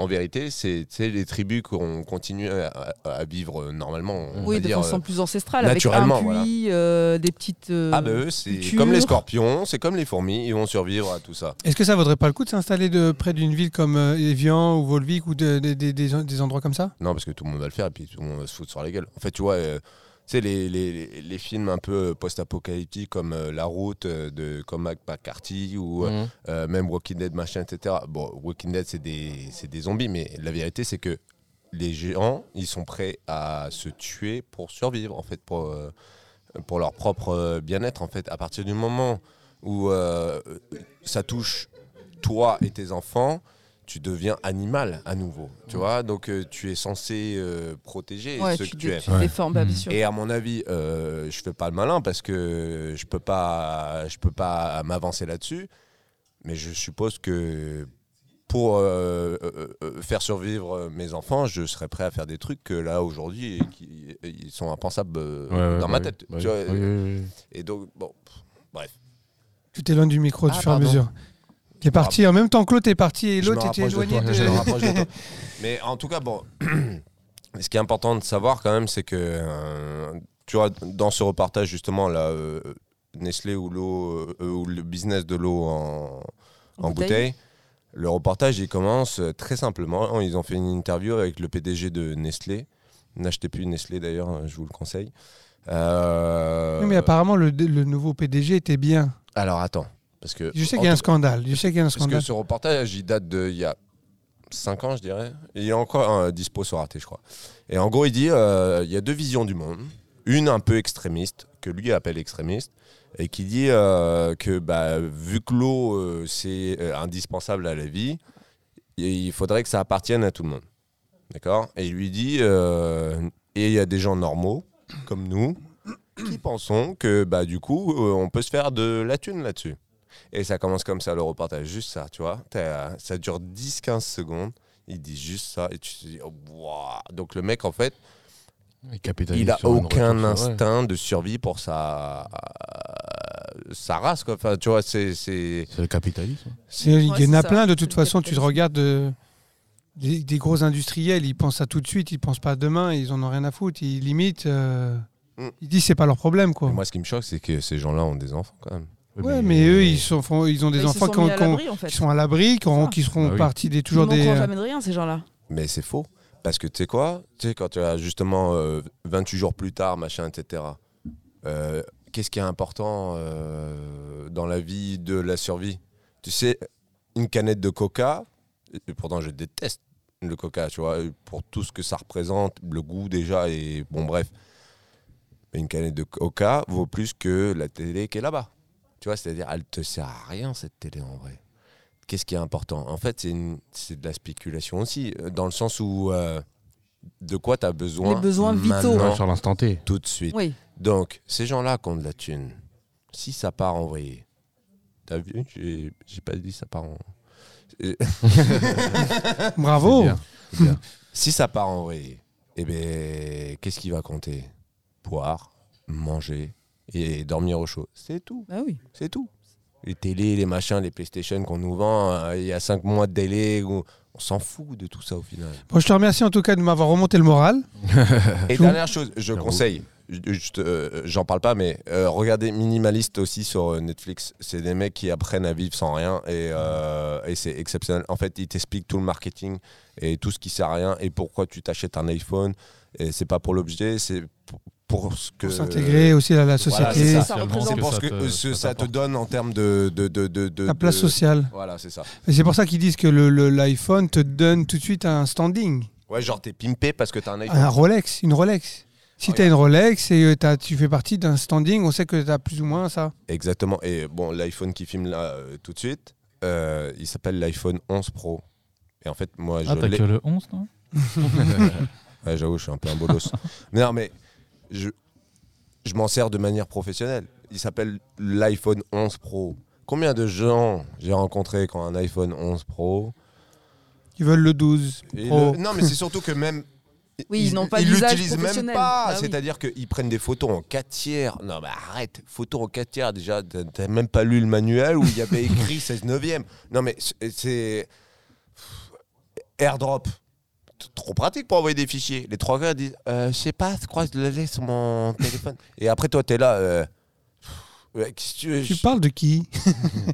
en vérité, c'est tu sais, les tribus qu'on continue à, à- à vivre euh, normalement. on Oui, va de dire, façon euh, plus ancestrale, avec un naturellement, puits, euh, des petites. euh, Ah ben eux, c'est culture. comme les scorpions, c'est comme les fourmis, ils vont survivre à tout ça. Est-ce que ça vaudrait pas le coup de s'installer de près d'une ville comme euh, Evian ou Volvic ou de- de- de- des- des endroits comme ça Non, parce que tout le monde va le faire et puis tout le monde va se foutre sur la gueule. En fait, tu vois, euh, tu sais, les, les- les- les films un peu euh, post-apocalyptiques comme euh, La Route, euh, de, comme Mac McCarthy ou euh, Mhm. euh, même Walking Dead, machin, etc. Bon, Walking Dead, c'est des, c'est des zombies, mais la vérité, c'est que les géants, ils sont prêts à se tuer pour survivre, en fait, pour, euh, pour leur propre euh, bien-être, en fait. À partir du moment où euh, ça touche toi et tes enfants, tu deviens animal à nouveau. Tu vois, donc euh, tu es censé euh, protéger Ouais, ceux tu, que te- tu aimes. tu te déformes, bah, bien Mm. sûr. Et à mon avis, euh, je fais pas le malin parce que je peux pas, je peux pas m'avancer là-dessus. Mais je suppose que pour euh, euh, euh, faire survivre mes enfants, je serais prêt à faire des trucs que là aujourd'hui qui ils sont impensables euh, dans ma bah tête. Tu vois, Et donc bon, Tu t'éloignes du micro au Ah, fur et à pardon. mesure. T'es parti, en même temps que l'autre est parti et Je me l'autre était rapproche de éloigné. toi, de- je me rapproche [laughs] de toi. Mais en tout cas, bon, [clears throat] ce qui est important de savoir quand même, c'est que, euh, tu vois, dans ce reportage justement, là, euh, Nestlé ou l'eau, euh, ou le business de l'eau en, en bouteille. Le reportage, il commence euh, très simplement. Ils ont fait une interview avec le PDG de Nestlé. N'achetez plus Nestlé d'ailleurs, euh, je vous le conseille. Euh, Oui, mais apparemment, le, le nouveau PDG était bien. Alors attends, parce que Je sais en qu'il y a un tout- scandale. Je sais qu'il y a un parce que scandale. ce reportage, il date d'il y a 5 ans, je dirais. Et il est encore euh, dispo sur Arte, je crois. Et en gros, il dit euh, il y a deux visions du monde. Une un peu extrémiste, que lui appelle extrémiste, et qui dit euh, que bah, vu que l'eau, euh, c'est euh, indispensable à la vie, et il faudrait que ça appartienne à tout le monde. D'accord Et il lui dit euh, et il y a des gens normaux, comme nous, qui pensons que bah, du coup, euh, on peut se faire de la thune là-dessus. Et ça commence comme ça, le reportage, juste ça, tu vois. T'as- Ça dure 10-15 secondes. Il dit juste ça et tu te dis, oh, waouh. Donc le mec, en fait, il a aucun instinct de survie pour sa, sa race, quoi. Enfin, tu vois, c'est. c'est- C'est le capitalisme. C'est- Il Ouais, y en a c'est ça. plein, de toute C'est façon, tu te capitalisme. regardes euh, des, des gros industriels, ils pensent à tout de suite, ils pensent pas à demain, ils en ont rien à foutre, ils limitent. euh, Mm. Ils disent c'est pas leur problème, Et quoi. Moi, ce qui me choque, c'est que ces gens-là ont des enfants, quand même. Ouais, mais eux, ils, sont, font- ils ont des Bah, ils se enfants sont qui, ont- mis à qui ont- l'abri, en fait. qui sont à l'abri, qui, ont- ça. qui seront Bah oui. partie des, toujours Ils des. manqueront euh, jamais de rien, ces gens-là. Mais c'est faux. Parce que tu sais quoi Tu sais, quand tu as justement euh, 28 jours plus tard, machin, etc., euh, qu'est-ce qui est important euh, dans la vie de la survie Tu sais, une canette de coca, et pourtant je déteste le coca, tu vois, pour tout ce que ça représente, le goût déjà, et bon, bref. Mais Une canette de coca vaut plus que la télé qui est là-bas. Tu vois, c'est-à-dire, elle te sert à rien, cette télé, en vrai qu'est-ce qui est important En fait, c'est une- c'est de la spéculation aussi, euh, dans le sens où euh, de quoi tu as besoin Les besoins vitaux. maintenant, Sur [laughs] l'instant T. tout de suite. Oui. Donc, ces gens-là qui ont de la thune, si ça part en vrille, t'as vu J'ai j'ai pas dit ça part en... Bravo! Si ça part en vrille, eh ben, qu'est-ce qui va compter Boire, manger et dormir au chaud. C'est tout. Bah oui. C'est tout. Les télés, les machins, les PlayStation qu'on nous vend, euh, il y a 5 mois de délai, on, on s'en fout de tout ça au final. Bon, je te remercie en tout cas de m'avoir remonté le moral. Et Tout. dernière chose, je La conseille, je- je te- euh, j'en parle pas, mais euh, regardez Minimaliste aussi sur euh, Netflix. C'est des mecs qui apprennent à vivre sans rien et, euh, et c'est exceptionnel. En fait, ils t'expliquent tout le marketing et tout ce qui sert à rien et pourquoi tu t'achètes un iPhone. Et c'est pas pour l'objet, c'est pour, pour ce que. Pour s'intégrer aussi à Voilà, la société, c'est Ça C'est représente pour ce que euh, ce- ça te donne en termes de. de, de, de- de- la place de- sociale. Voilà, c'est ça. Et c'est pour ça qu'ils disent que le- le- l'iPhone te donne tout de suite un standing, Ouais, genre t'es pimpé parce que t'as un iPhone. Ah, un Rolex, une Rolex. Si tu as une Rolex et euh, t'as- tu fais partie d'un standing, on sait que tu as plus ou moins ça. Exactement. Et bon, l'iPhone qui filme là euh, tout de suite, euh, il s'appelle l'iPhone 11 Pro. Et en fait, moi, je Ah, t'as l'ai. que le 11, non Ouais, J'avoue, je suis un peu un [laughs] bolos. mais non, mais je, je m'en sers de manière professionnelle. Il s'appelle l'iPhone 11 Pro. Combien de gens j'ai rencontrés quand un iPhone 11 Pro, Ils veulent le 12 et Pro. le- Non, mais c'est surtout que même. Oui, ils n'ont pas Ils d'usage l'utilisent même professionnel. pas. Bah oui. C'est-à-dire qu'ils prennent des photos en 4 tiers. Non, mais arrête. Photos en 4 tiers, déjà, t'as- t'as même pas lu le manuel où il y avait [laughs] écrit 16 neuvième. Non, mais c'est- c'est. Airdrop. T- Trop pratique pour envoyer des fichiers. Les trois gars disent euh, Je sais pas, je crois que je le laisse sur mon téléphone. Et après, toi, t'es là. euh, Ouais, qu'est-ce que tu veux Tu Je- parles de qui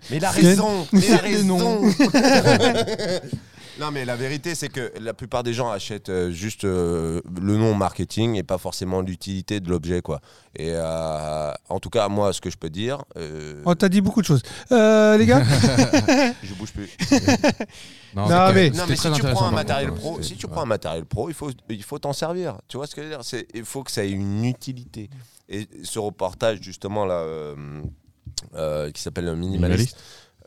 mais la Il y a- raison, mais la il y a des raison. [laughs] non, mais la vérité, c'est que la plupart des gens achètent euh, juste euh, le nom marketing et pas forcément l'utilité de l'objet, quoi. Et euh, en tout cas, moi, ce que je peux dire, euh, On t'a Oh, dit beaucoup de choses. Euh, les gars, je bouge plus. Non, mais- Non, mais si tu prends un matériel pro, si tu prends un matériel pro, il faut, il faut t'en servir. Tu vois ce que je veux dire C'est- Il faut que ça ait une utilité. Et ce reportage, justement, là, euh, euh, qui s'appelle Minimaliste.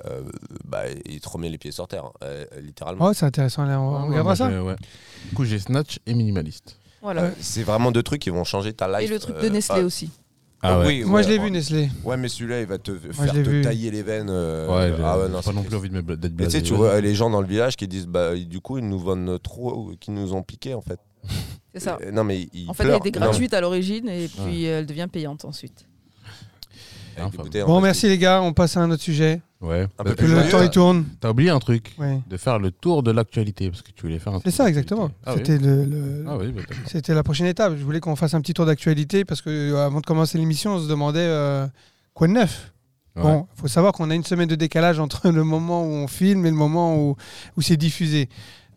euh, bah, il te remet les pieds sur terre, euh, littéralement. Oh, c'est intéressant. Là, Ah, on on regardera ça. Ouais. Du coup, j'ai Snatch et Minimaliste. Voilà. Ouais. C'est vraiment deux trucs qui vont changer ta Et life. le truc euh, de Nestlé ah, aussi. ah oui, Moi, ouais, je l'ai ouais. vu, Nestlé. Ouais, mais celui-là, il va te faire je l'ai te vu. tailler les veines. euh, Ouais, j'ai- ah ouais, j'ai non, pas c'est non triste. plus envie de me- d'être Mais tu sais, blasé. tu vois les gens dans le village qui disent bah du coup ils nous vendent trop, qui nous ont piqué en fait. C'est ça. Euh, Non mais ils En fait, elle pleurent. était Non, gratuite à l'origine et puis elle devient payante ensuite. mais avec des bouteilles, en Bon, fait, merci les gars. On passe à un autre sujet. Ouais. Un Bah, peu Que plus joyeux. hein. t'as- le temps il tourne. T'as oublié un truc Ouais. de faire le tour de l'actualité parce que tu voulais faire un C'est tour ça, d'actualité. exactement. Ah oui. C'était le- le- Ah oui, bah, d'accord. C'était la prochaine étape. Je voulais qu'on fasse un petit tour d'actualité parce que euh, avant de commencer l'émission, on se demandait euh, quoi de neuf. Ouais. Bon, il faut savoir qu'on a une semaine de décalage entre [laughs] le moment où on filme et le moment où, où c'est diffusé.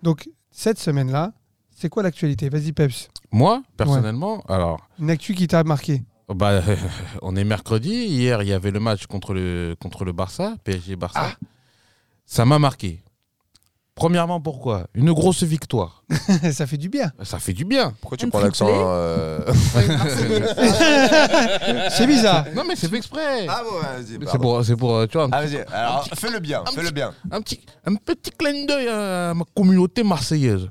Donc cette semaine-là, c'est quoi l'actualité Vas-y Peps, Moi, personnellement, alors, une actu qui t'a marqué. [laughs] bah, [laughs] on est mercredi. Hier, il y avait le match contre le, contre le Barça, Ah. PSG-Barça. Ça m'a marqué. Premièrement, pourquoi Une grosse victoire. Ça fait du bien. [laughs] Ça fait du bien. Pourquoi tu Un prends l'accent triplé. euh, [laughs] C'est bizarre. Non, mais c'est fait exprès. Ah bon, vas-y. Mais pardon. c'est pour, c'est pour, euh, tu vois, un, Ah vas-y. Alors fais le bien, un fais le petit- bien. Ah. un petit, un petit clin d'œil à ma communauté marseillaise.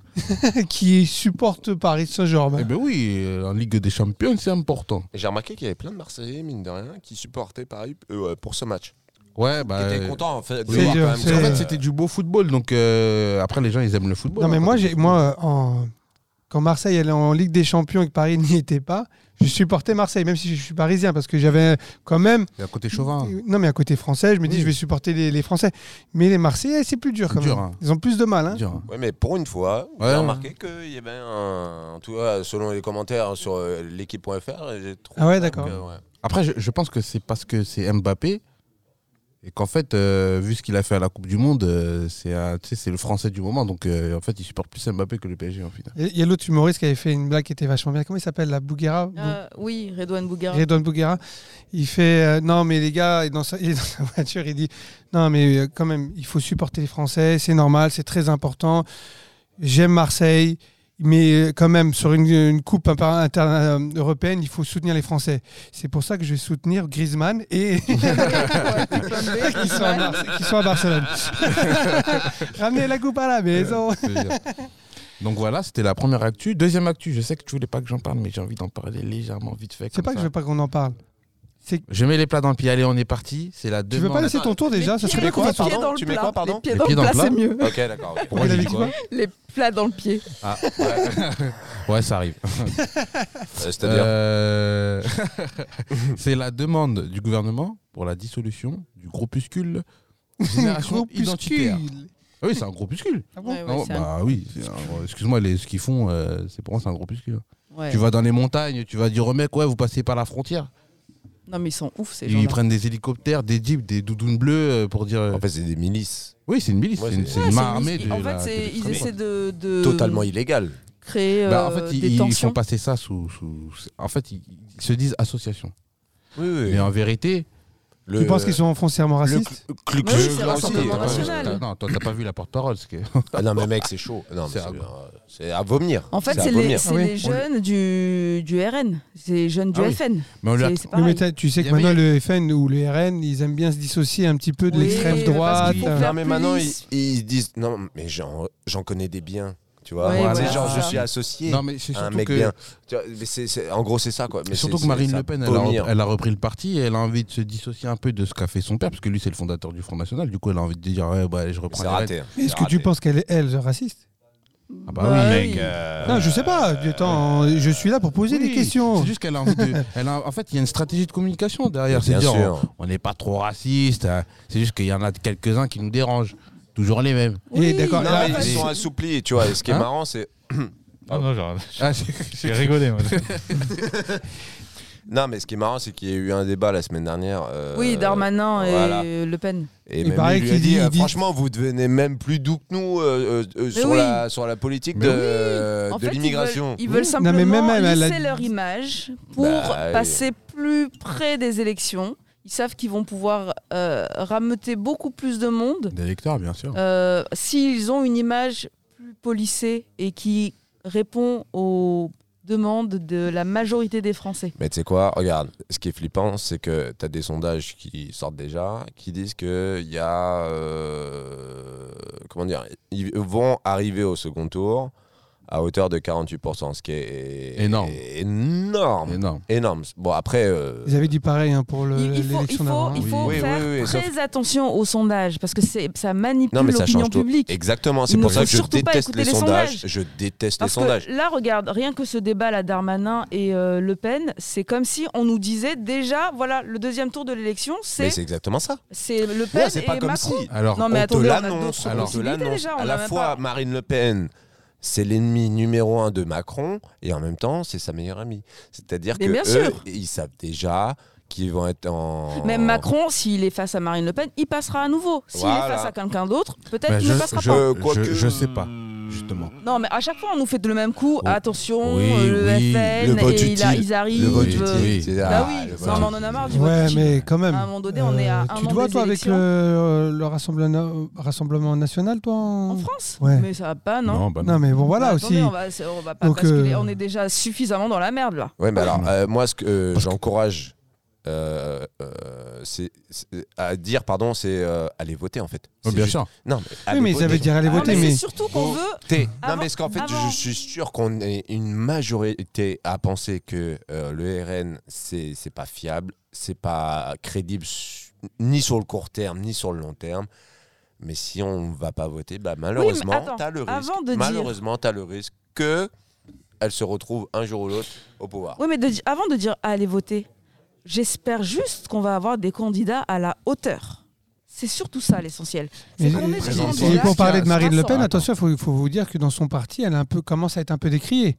qui supporte Paris Saint-Germain. Eh ben oui, euh, en Ligue des Champions, c'est important. J'ai remarqué qu'il y avait plein de Marseillais mine de rien qui supportaient Paris euh, pour ce match. Ouais, bah. Qui étaient euh, contents en fait. de C'est voir dur, quand même c'est- que- Parce qu'en fait, c'était du beau football. Donc, euh, après, les gens, ils aiment le football. Euh. Non mais hein, moi, quand j'ai, ils- moi euh, en- quand Marseille allait en Ligue des Champions et que Paris n'y était pas, je supportais Marseille, même si je suis parisien, parce que j'avais quand même C'est à côté chauvin. Euh, Non, mais à côté français, je me dis, Oui. je vais supporter les, les Français. Mais les Marseillais, c'est plus dur C'est quand dur, même. hein. Ils ont plus de mal. hein. Dur, hein. Ouais, mais pour une fois, Ouais. j'ai remarqué qu'il y avait un. En tout cas, selon les commentaires sur euh, l'équipe.fr, j'ai trouvé. Ah ouais, quand même d'accord. que, euh, ouais. Après, je, je pense que c'est parce que c'est Mbappé et qu'en fait, euh, vu ce qu'il a fait à la Coupe du Monde, euh, c'est un- tu sais, c'est le français du moment. Donc, euh, en fait, il supporte plus Mbappé que le PSG en final. Et Il y a l'autre humoriste qui avait fait une blague qui était vachement bien. Comment il s'appelle La Bouguera Bou- Euh, oui, Redouane Bougara. [laughs] Redouane Bouguera. Il fait euh, Non, mais les gars, et dans sa- [laughs] il est dans sa voiture, il dit Non, mais euh, quand même, il faut supporter les Français, c'est normal, c'est très important. J'aime Marseille, mais euh, quand même, sur une, une coupe inter- inter- euh, européenne, il faut soutenir les Français. C'est pour ça que je vais soutenir Griezmann et. [laughs] qui, sont à Marse- qui sont à Barcelone. [laughs] Ramenez la coupe à Euh, la maison. [laughs] Donc voilà, c'était la première actu. Deuxième actu, je sais que tu voulais pas que j'en parle, mais j'ai envie d'en parler légèrement vite fait. C'est pas que je veux pas qu'on en parle. je... mets les plats dans le pied. Allez, on est parti. C'est la Tu veux deuxième. pas laisser ton tour déjà Ça Les serait bien pieds- qu'on les fasse pieds pardon dans le Tu mets plat. quoi, pardon Les pieds Les dans pieds le dans le plat, c'est mieux. Ok, d'accord. ok. Il avait dit quoi Les plats dans le pied. Ouais, ça arrive. Euh, [laughs] C'est-à-dire. Euh, [laughs] c'est la demande du gouvernement pour la dissolution du groupuscule [laughs] Génération Identitaire. Groupuscule. Ah oui, c'est un groupuscule. Ah bon Ouais, Ah ouais, ouais, c'est un- bah oui, c'est un- excuse-moi, les- ce qu'ils font, euh, c'est pour moi, c'est un groupuscule. ouais. Tu vas dans les montagnes, tu vas dire aux mecs, ouais, vous passez par la frontière. Non, mais ils sont ouf ces Ils gens-là. prennent des hélicoptères, des jeeps, des doudounes bleues euh, pour dire. euh, En fait, c'est des milices. oui, c'est une milice, Ouais, c'est une, c'est- c'est une Ouais, Ah, c'est main une- armée de. En la- fait, c'est- de l'extrême ils droite. essaient de, de Totalement illégales. créer Bah, en euh, fait, ils, des ils tensions. font passer ça sous. sous- sous- en fait, ils, ils se disent association. Oui, oui. Mais en vérité, Le... Tu Euh, penses qu'ils sont foncièrement le racistes cl- clu- Mais oui, clu- c'est clu- Rassemblement aussi. hein. National. Attends, Non, toi, t'as pas vu la porte-parole. ce qui est- Ah non, mais mec, c'est chaud. Non, mais C'est c'est- à- euh, c'est à vomir. En fait, à c'est les, vomir. c'est Ah oui. les jeunes du, du RN, c'est les jeunes du Ah oui. FN. [laughs] Mais on lui a- C'est- Oui, c'est mais pareil. t'as- tu sais Il que y avait- maintenant, le FN ou le RN, ils aiment bien se dissocier un petit peu de Oui, l'extrême parce droite. qu'ils font euh, faire Non, mais plus maintenant, ils, lisse. ils disent Non, mais j'en j'en connais des biens. Tu vois, Ouais, Tu sais, voilà, genre, c'est je ça. suis associé. Non, mais c'est à un surtout mec que. bien. Tu vois, mais c'est- c'est- en gros, c'est ça, hein. quoi. Mais Et surtout c'est- que Marine c'est- Le Pen, ça elle a, vomir. elle a repris le parti et elle a envie de se dissocier un peu de ce qu'a fait son père, parce que lui, c'est le fondateur du Front National. Du coup, elle a envie de dire ouais, bah, je reprends C'est les rênes. raté. hein. Est-ce que tu penses qu'elle est, elle, raciste Ah bah oui, mec, Euh, Non, je sais pas. Du temps, je suis là pour poser Oui, des questions. C'est juste qu'elle a envie de. [laughs] elle a- en fait, il y a une stratégie de communication derrière. C'est Bien dire hein. sûr. on on n'est pas trop raciste, hein. c'est juste qu'il y en a quelques-uns qui nous dérangent. Toujours les mêmes. Eh, d'accord. Non, là, mais Ah, ils sont assouplis, tu vois. Et ce qui est Hein marrant, c'est. Ah non, genre, [laughs] Ah, c'est- j'ai rigolé. moi. Non, mais ce qui est marrant, c'est qu'il y a eu un débat la semaine dernière. euh, Oui, Darmanin et voilà. Le Pen. Et Il même paraît lui qu'il a dit, dit- euh, il dit- franchement, vous devenez même plus doux que nous euh, euh, euh, sur, oui. la, sur la politique Mais de, oui. euh, En de fait, ils l'immigration. veulent- Ils veulent Non, simplement mais même elle, elle a lisser dit- leur image pour Bah, oui. passer plus près des élections. Ils savent qu'ils vont pouvoir euh, rameuter beaucoup plus de monde Des lecteurs, bien sûr. euh, s'ils ont une image plus polissée et qui répond aux demande de la majorité des Français. Mais tu sais quoi, regarde, ce qui est flippant, c'est que tu as des sondages qui sortent déjà, qui disent qu'il y a. euh, comment dire Ils vont arriver au second tour à hauteur de 48%, ce qui est Énorme. Énorme. Énorme. Énorme. Bon, après. euh, Ils avaient dit pareil hein, pour le- Il, il faut, il l'élection faut- d'avant. hein. il faut Oui, oui, faire oui, oui, très attention aux sondages parce que c'est- ça manipule non, mais ça l'opinion change tout. publique. Exactement. C'est Il pour ne ça faut que je surtout pas déteste les écouter les sondages. sondages. Je déteste Parce les sondages. que là, regarde, rien que ce débat là Darmanin et euh, Le Pen, c'est comme si on nous disait déjà, voilà, le deuxième tour de l'élection, Mais c'est c'est exactement ça. c'est Le Pen Ouais, c'est et pas comme Macron. si. Alors, Non, mais on attendez, te on a l'annonce, d'autres on te possibilités l'annonce. déjà, on à en la a même fois, pas. Marine Le Pen, c'est l'ennemi numéro un de Macron, et en même temps, c'est sa meilleure amie. C'est-à-dire que Mais bien eux, sûr. ils savent déjà qu'ils vont être en. Même Macron, s'il est face à Marine Le Pen, il passera à nouveau. S'il Voilà. est face à quelqu'un d'autre, peut-être Bah, qu'il je- ne passera je- pas. Euh, quoique- je, je sais pas, justement. Non, mais à chaque fois, on nous fait de le même coup. Oh. Attention, Oui, euh, oui, le le FN, vote et il a- utile. ils arrivent. Le vote Oui, utile. euh, oui. C'est- Bah ah, oui, le ça, vote on utile. en a marre du vote Ouais, utile. mais quand même. Euh, À un moment donné, on est à un tu an dois, des toi, avec élections. le, le rassemblement, rassemblement national, toi en- En France Ouais. Mais ça va pas, non, bah Non, mais bon, voilà Bah, aussi. attendez, on va, c'est- on va pas Donc, basculer, euh, on est déjà suffisamment dans la merde, là. Ouais, mais alors, Ouais. euh, moi, ce que euh, Parce que- j'encourage euh, euh, c'est- c'est- à dire, pardon, c'est euh, aller voter, en fait. Oh, C'est bien juste- sûr. Non, mais Oui, allez mais ils voter. avaient dit aller Ah, Non, voter, mais mais. c'est surtout qu'on veut... Voter. non, Avant- mais parce qu'en fait, avant. je suis sûr qu'on est une majorité à penser que euh, le RN, c'est c'est pas fiable, c'est pas crédible su- ni sur le court terme, ni sur le long terme. Mais si on va pas voter, bah, malheureusement, attends, t'as le risque. avant de dire- malheureusement, t'as le risque que elle se retrouve un jour ou l'autre au pouvoir. Oui, mais de di- avant de dire ah, allez voter, j'espère juste qu'on va avoir des candidats à la hauteur. C'est surtout ça l'essentiel. C'est Mais- qu'on ait des Présente-toi. Et candidats pour parler de Marine Le Pen, Attends. attention, il faut, faut vous dire que dans son parti, elle a un peu, commence à être un peu décriée.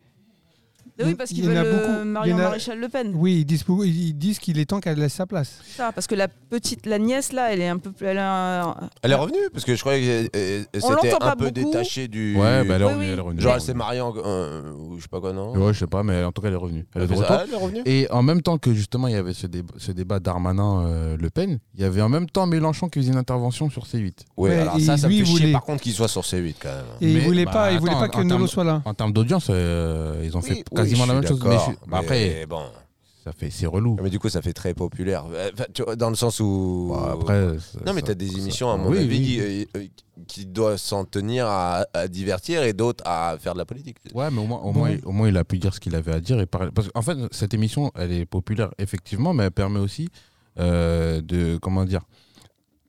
Oui, parce il qu'ils y en a veulent beaucoup. euh, Marion Il y en a- Maréchal Le Pen. Oui, ils disent, ils disent qu'il est temps qu'elle laisse sa place. Ça, parce que la petite, la nièce là, elle est un peu plus. Elle a un- Elle est revenue parce que je croyais que euh, euh, On c'était l'entend un pas peu beaucoup. détaché du. Ouais, bah elle est Oui, revenue. oui. Elle est revenue. Genre, c'est Marianne euh, ou je sais pas quoi, non Ouais, je sais pas, mais en tout cas, elle est revenue. Elle est de Elle fait ça, retour. elle est revenue Et en même temps que justement il y avait ce, déb- ce débat Darmanin-Le Pen, il y avait en même temps Mélenchon qui faisait une intervention sur C8. Ouais, Ouais, alors et ça, ça me lui, fait il chier voulait- par contre qu'il soit sur C8 quand même. Et Mais, il voulait bah, pas, il voulait attends, pas que en Nolo termes- soit là. En termes d'audience, euh, ils ont Oui, fait oui, quasiment je la suis même chose. Mais, d'accord, je- bah, après, mais bon. ça fait, c'est relou. Mais du coup, ça fait très populaire. Euh, enfin, tu vois, Dans le sens où. Bah, après, ça- non, mais ça- t'as des ça- émissions, à mon Oui, avis, oui. qui, euh, euh, qui doivent s'en tenir à, à divertir et d'autres à faire de la politique. Ouais, mais au moins, au, Bon. moins, au moins, il a pu dire ce qu'il avait à dire. Et parler. Parce qu'en fait, cette émission, elle est populaire, effectivement, mais elle permet aussi euh, de, comment dire,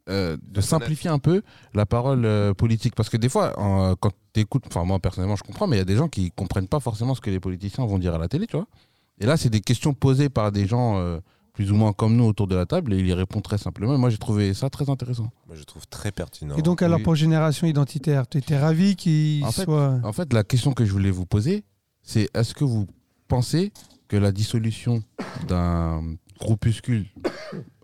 euh, de simplifier un peu la parole euh, politique. Parce que des fois, en- quand tu écoutes, enfin, moi personnellement, je comprends, mais il y a des gens qui comprennent pas forcément ce que les politiciens vont dire à la télé, tu vois. Et là, c'est des questions posées par des gens euh, plus ou moins comme nous autour de la table, et il y répond très simplement. Et moi, j'ai trouvé ça très intéressant. Moi, je trouve très pertinent. Et donc, alors, oui. pour Génération Identitaire, tu étais ravi qu'il En fait, soit. En fait, la question que je voulais vous poser, c'est est-ce que vous pensez que la dissolution d'un groupuscule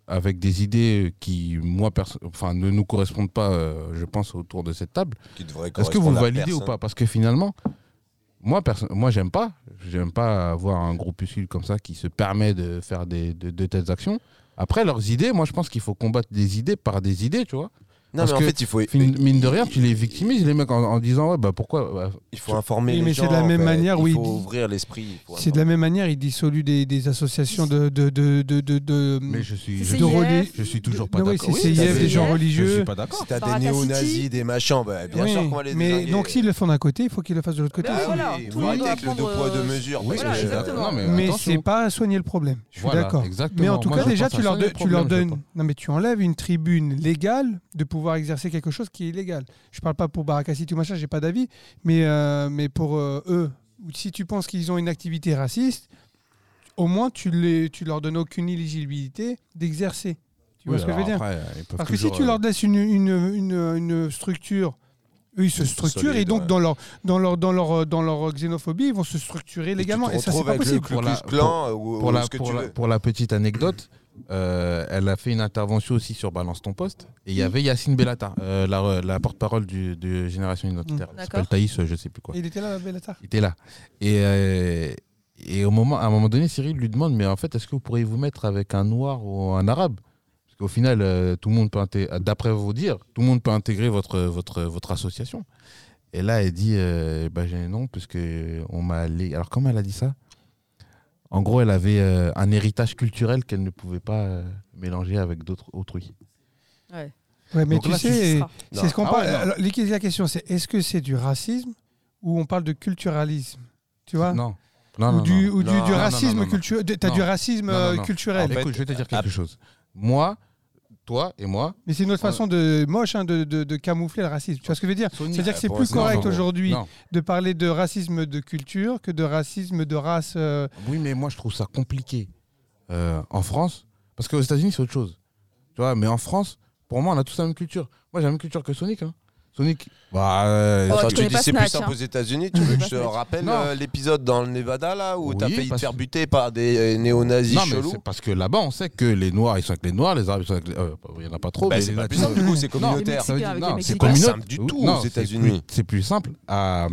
avec des idées qui, moi, perso- enfin, ne nous correspondent pas, euh, je pense, autour de cette table, Qui devrait est-ce que vous correspondre à validez personne. ou pas Parce que finalement, moi, perso- moi j'aime pas. J'aime pas avoir un groupuscule comme ça qui se permet de faire des, de, de telles actions. Après, leurs idées, moi, je pense qu'il faut combattre des idées par des idées, tu vois. Non, Parce mais en que fait, il faut, Fin- Mine de rien, tu les victimises, les mecs, en, en disant, ouais, bah pourquoi bah, il faut informer Oui, les mais gens. c'est de la en même fait. manière, il oui, faut il- ouvrir l'esprit. pour C'est de la même manière, il dissolue des, des associations de, de, de, de, de, de- Mais je suis, de je, C'est hier. reli- je suis toujours pas Non, oui, d'accord. c'est Oui, CIF, t'as des fait- gens je suis religieux. pas informer. Si d'accord. t'as des Paracas néo-nazis, City. des machins, bah, bien Oui, sûr qu'on va les Mais désinguer. donc, s'ils le font d'un côté, il faut qu'ils le fassent de l'autre côté. Bah, aussi. voilà, tout le monde arrêtez doit avec le deux apprendre, poids, deux euh, mesures. Oui, parce Voilà, que- Non, exactement. mais Mais attention. c'est pas soigner le problème. Je suis Voilà, d'accord. exactement. Mais en tout Moi, cas, je déjà, tu pense à leur, ça, don- les tu leur problèmes, je donnes. Non, mais tu enlèves une tribune légale de pouvoir exercer quelque chose qui est illégal. Je parle pas pour Barakassi, tout machin, j'ai pas d'avis. Mais, euh, mais pour euh, eux, ou si tu penses qu'ils ont une activité raciste, au moins, tu, les, tu leur donnes aucune éligibilité d'exercer. Tu vois Oui, ce que je veux alors dire après, ils peuvent Parce que si toujours, tu euh, leur laisses une, une, une- une structure, eux, ils se Une structurent et solide, donc ouais. dans leur, dans, leur, dans, leur, dans leur xénophobie, ils vont se structurer légalement. Et ça, c'est pas possible. Pour la- la clan ou pour ou la, ce que pour tu la- veux. pour la petite anecdote, euh, elle a fait une intervention aussi sur Balance ton poste. Et il y avait Yacine Bellata, euh, la, re- la porte-parole du- de Génération Identitaire. Elle s'appelle D'accord. Thaïs, euh, je sais plus quoi. Et Il était là, Bellatar. Il était là. Et, euh, et au moment, à un moment donné, Cyril lui demande Mais en fait, est-ce que vous pourriez vous mettre avec un noir ou un arabe Parce qu'au final, euh, tout le monde peut, inté- d'après vous dire, tout le monde peut intégrer votre, votre, votre association. Et là, elle dit euh, bah, J'ai un nom, parce que on m'a. lé- Alors, comment elle a dit ça En gros, elle avait euh, un héritage culturel qu'elle ne pouvait pas euh, mélanger avec d'autres autrui. Ouais. Ouais, mais Donc tu là, tu sais, seras. c'est ce qu'on Ah parle. ouais, non. Alors, la- la question, c'est est-ce que c'est du racisme ou on parle de culturalisme Tu vois Non. Non, Ou non, du, non. ou du, Non, non, du non, racisme non, non. culturel. T'as Non. du racisme Non, non, euh, non. culturel. En fait, Écoute, je vais te dire ah, quelque chose. Moi, toi et moi, Mais c'est une autre Ouais. façon de moche hein, de, de- de camoufler le racisme. Tu vois ce que je veux dire Sony- C'est-à-dire que euh, c'est pour plus l'instant, correct non. aujourd'hui non. de parler de racisme de culture que de racisme de race. euh, Oui, mais moi, je trouve ça compliqué euh, en France. Parce qu'aux États-Unis, c'est autre chose. Tu vois, mais en France, pour moi, on a tous la même culture. Moi, j'ai la même culture que Sonic. hein. Sonic. Bah, euh, Oh, Attends, tu tu connais dis pas c'est plus Snatch, simple hein. aux États-Unis. Tu veux que je te Non. rappelle Non. euh, l'épisode dans le Nevada là où Oui, t'as failli te parce- faire buter par des euh, néo-nazis non, mais chelous c'est parce que là-bas, on sait que les Noirs, ils sont avec les Noirs, les Arabes, ils sont avec les. euh, Il n'y en a pas trop. Bah, mais c'est les pas plus Latinos- simple du coup, c'est Non, communautaire. ça veut Mexicains dire- avec non, les c'est Mexicains. pas communautaire. simple du Oui, tout non, aux c'est plus- États-Unis. C'est plus simple à,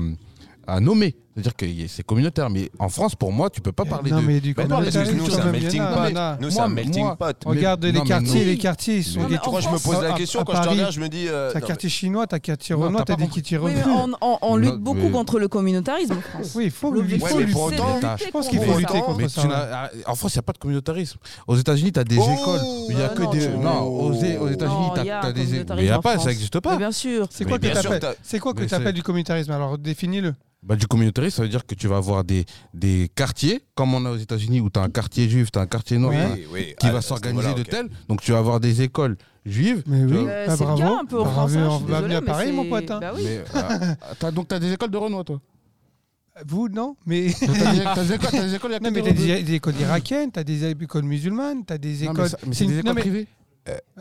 à nommer. C'est-à-dire que y- c'est communautaire. Mais en France, pour moi, tu peux pas parler non, de. Bah, mais du Mais Eh, non, parce que communautarisme, nous, c'est quand un même, melting il y en a, pot. il y en a. Nous, c'est un Moi, melting moi- pot. Mais- Regarde les non, mais quartiers, nous- les quartiers, ils sont Non, des mais Moi, je en me France, pose la à- question à quand je te Paris, regarde, je me dis. euh, T'as non, quartier chinois, t'as quartier Non, renois, t'as t'as pas des compris. qui tirent Oui, au mais cul. on, on- on Non, lutte beaucoup mais- contre le communautarisme en France. Oui, il faut, il L'objectif, faut Ouais, mais lutter. pour c'est autant- de lutter je pense contre qu'il faut ça. lutter contre Mais ça, tu ouais. n'as- euh, en France, il n'y a pas de communautarisme. Aux États-Unis, tu as des Oh écoles. mais Il n'y a Ah que non, des. tu- Non, aux, aux États-unis, Non, tu il y a as, un des écoles. communautarisme Mais il n'y a en pas, France. ça n'existe Mais pas. bien sûr. C'est Mais quoi que bien sûr, t'appelles t'as- C'est quoi que mais c'est- t'appelles du communautarisme Alors définis-le. Bah, du communautarisme, ça veut dire que tu vas avoir des, des quartiers, comme on a aux États-Unis, où tu as un quartier juif, tu as un quartier noir, hein, Oui, oui. qui Ah, va à ce s'organiser niveau-là, de ok. tel. Donc tu vas avoir des écoles juives. Mais tu oui, vois. Euh, bah, c'est le bravo. cas un peu en France. Bravo, hein, je on suis va désolée, venir à mais Paris, c'est- mon pote, hein. Bah oui. Mais, euh, t'as- donc tu as des écoles de Renoir, toi. Vous, non Mais. Tu as, des t'as des écoles, t'as des écoles, il y a que Non, mais des t'as Renois. des, des écoles irakiennes, t'as des écoles musulmanes, t'as des Non, écoles. mais ça- mais c'est une- des non, écoles mais- privées.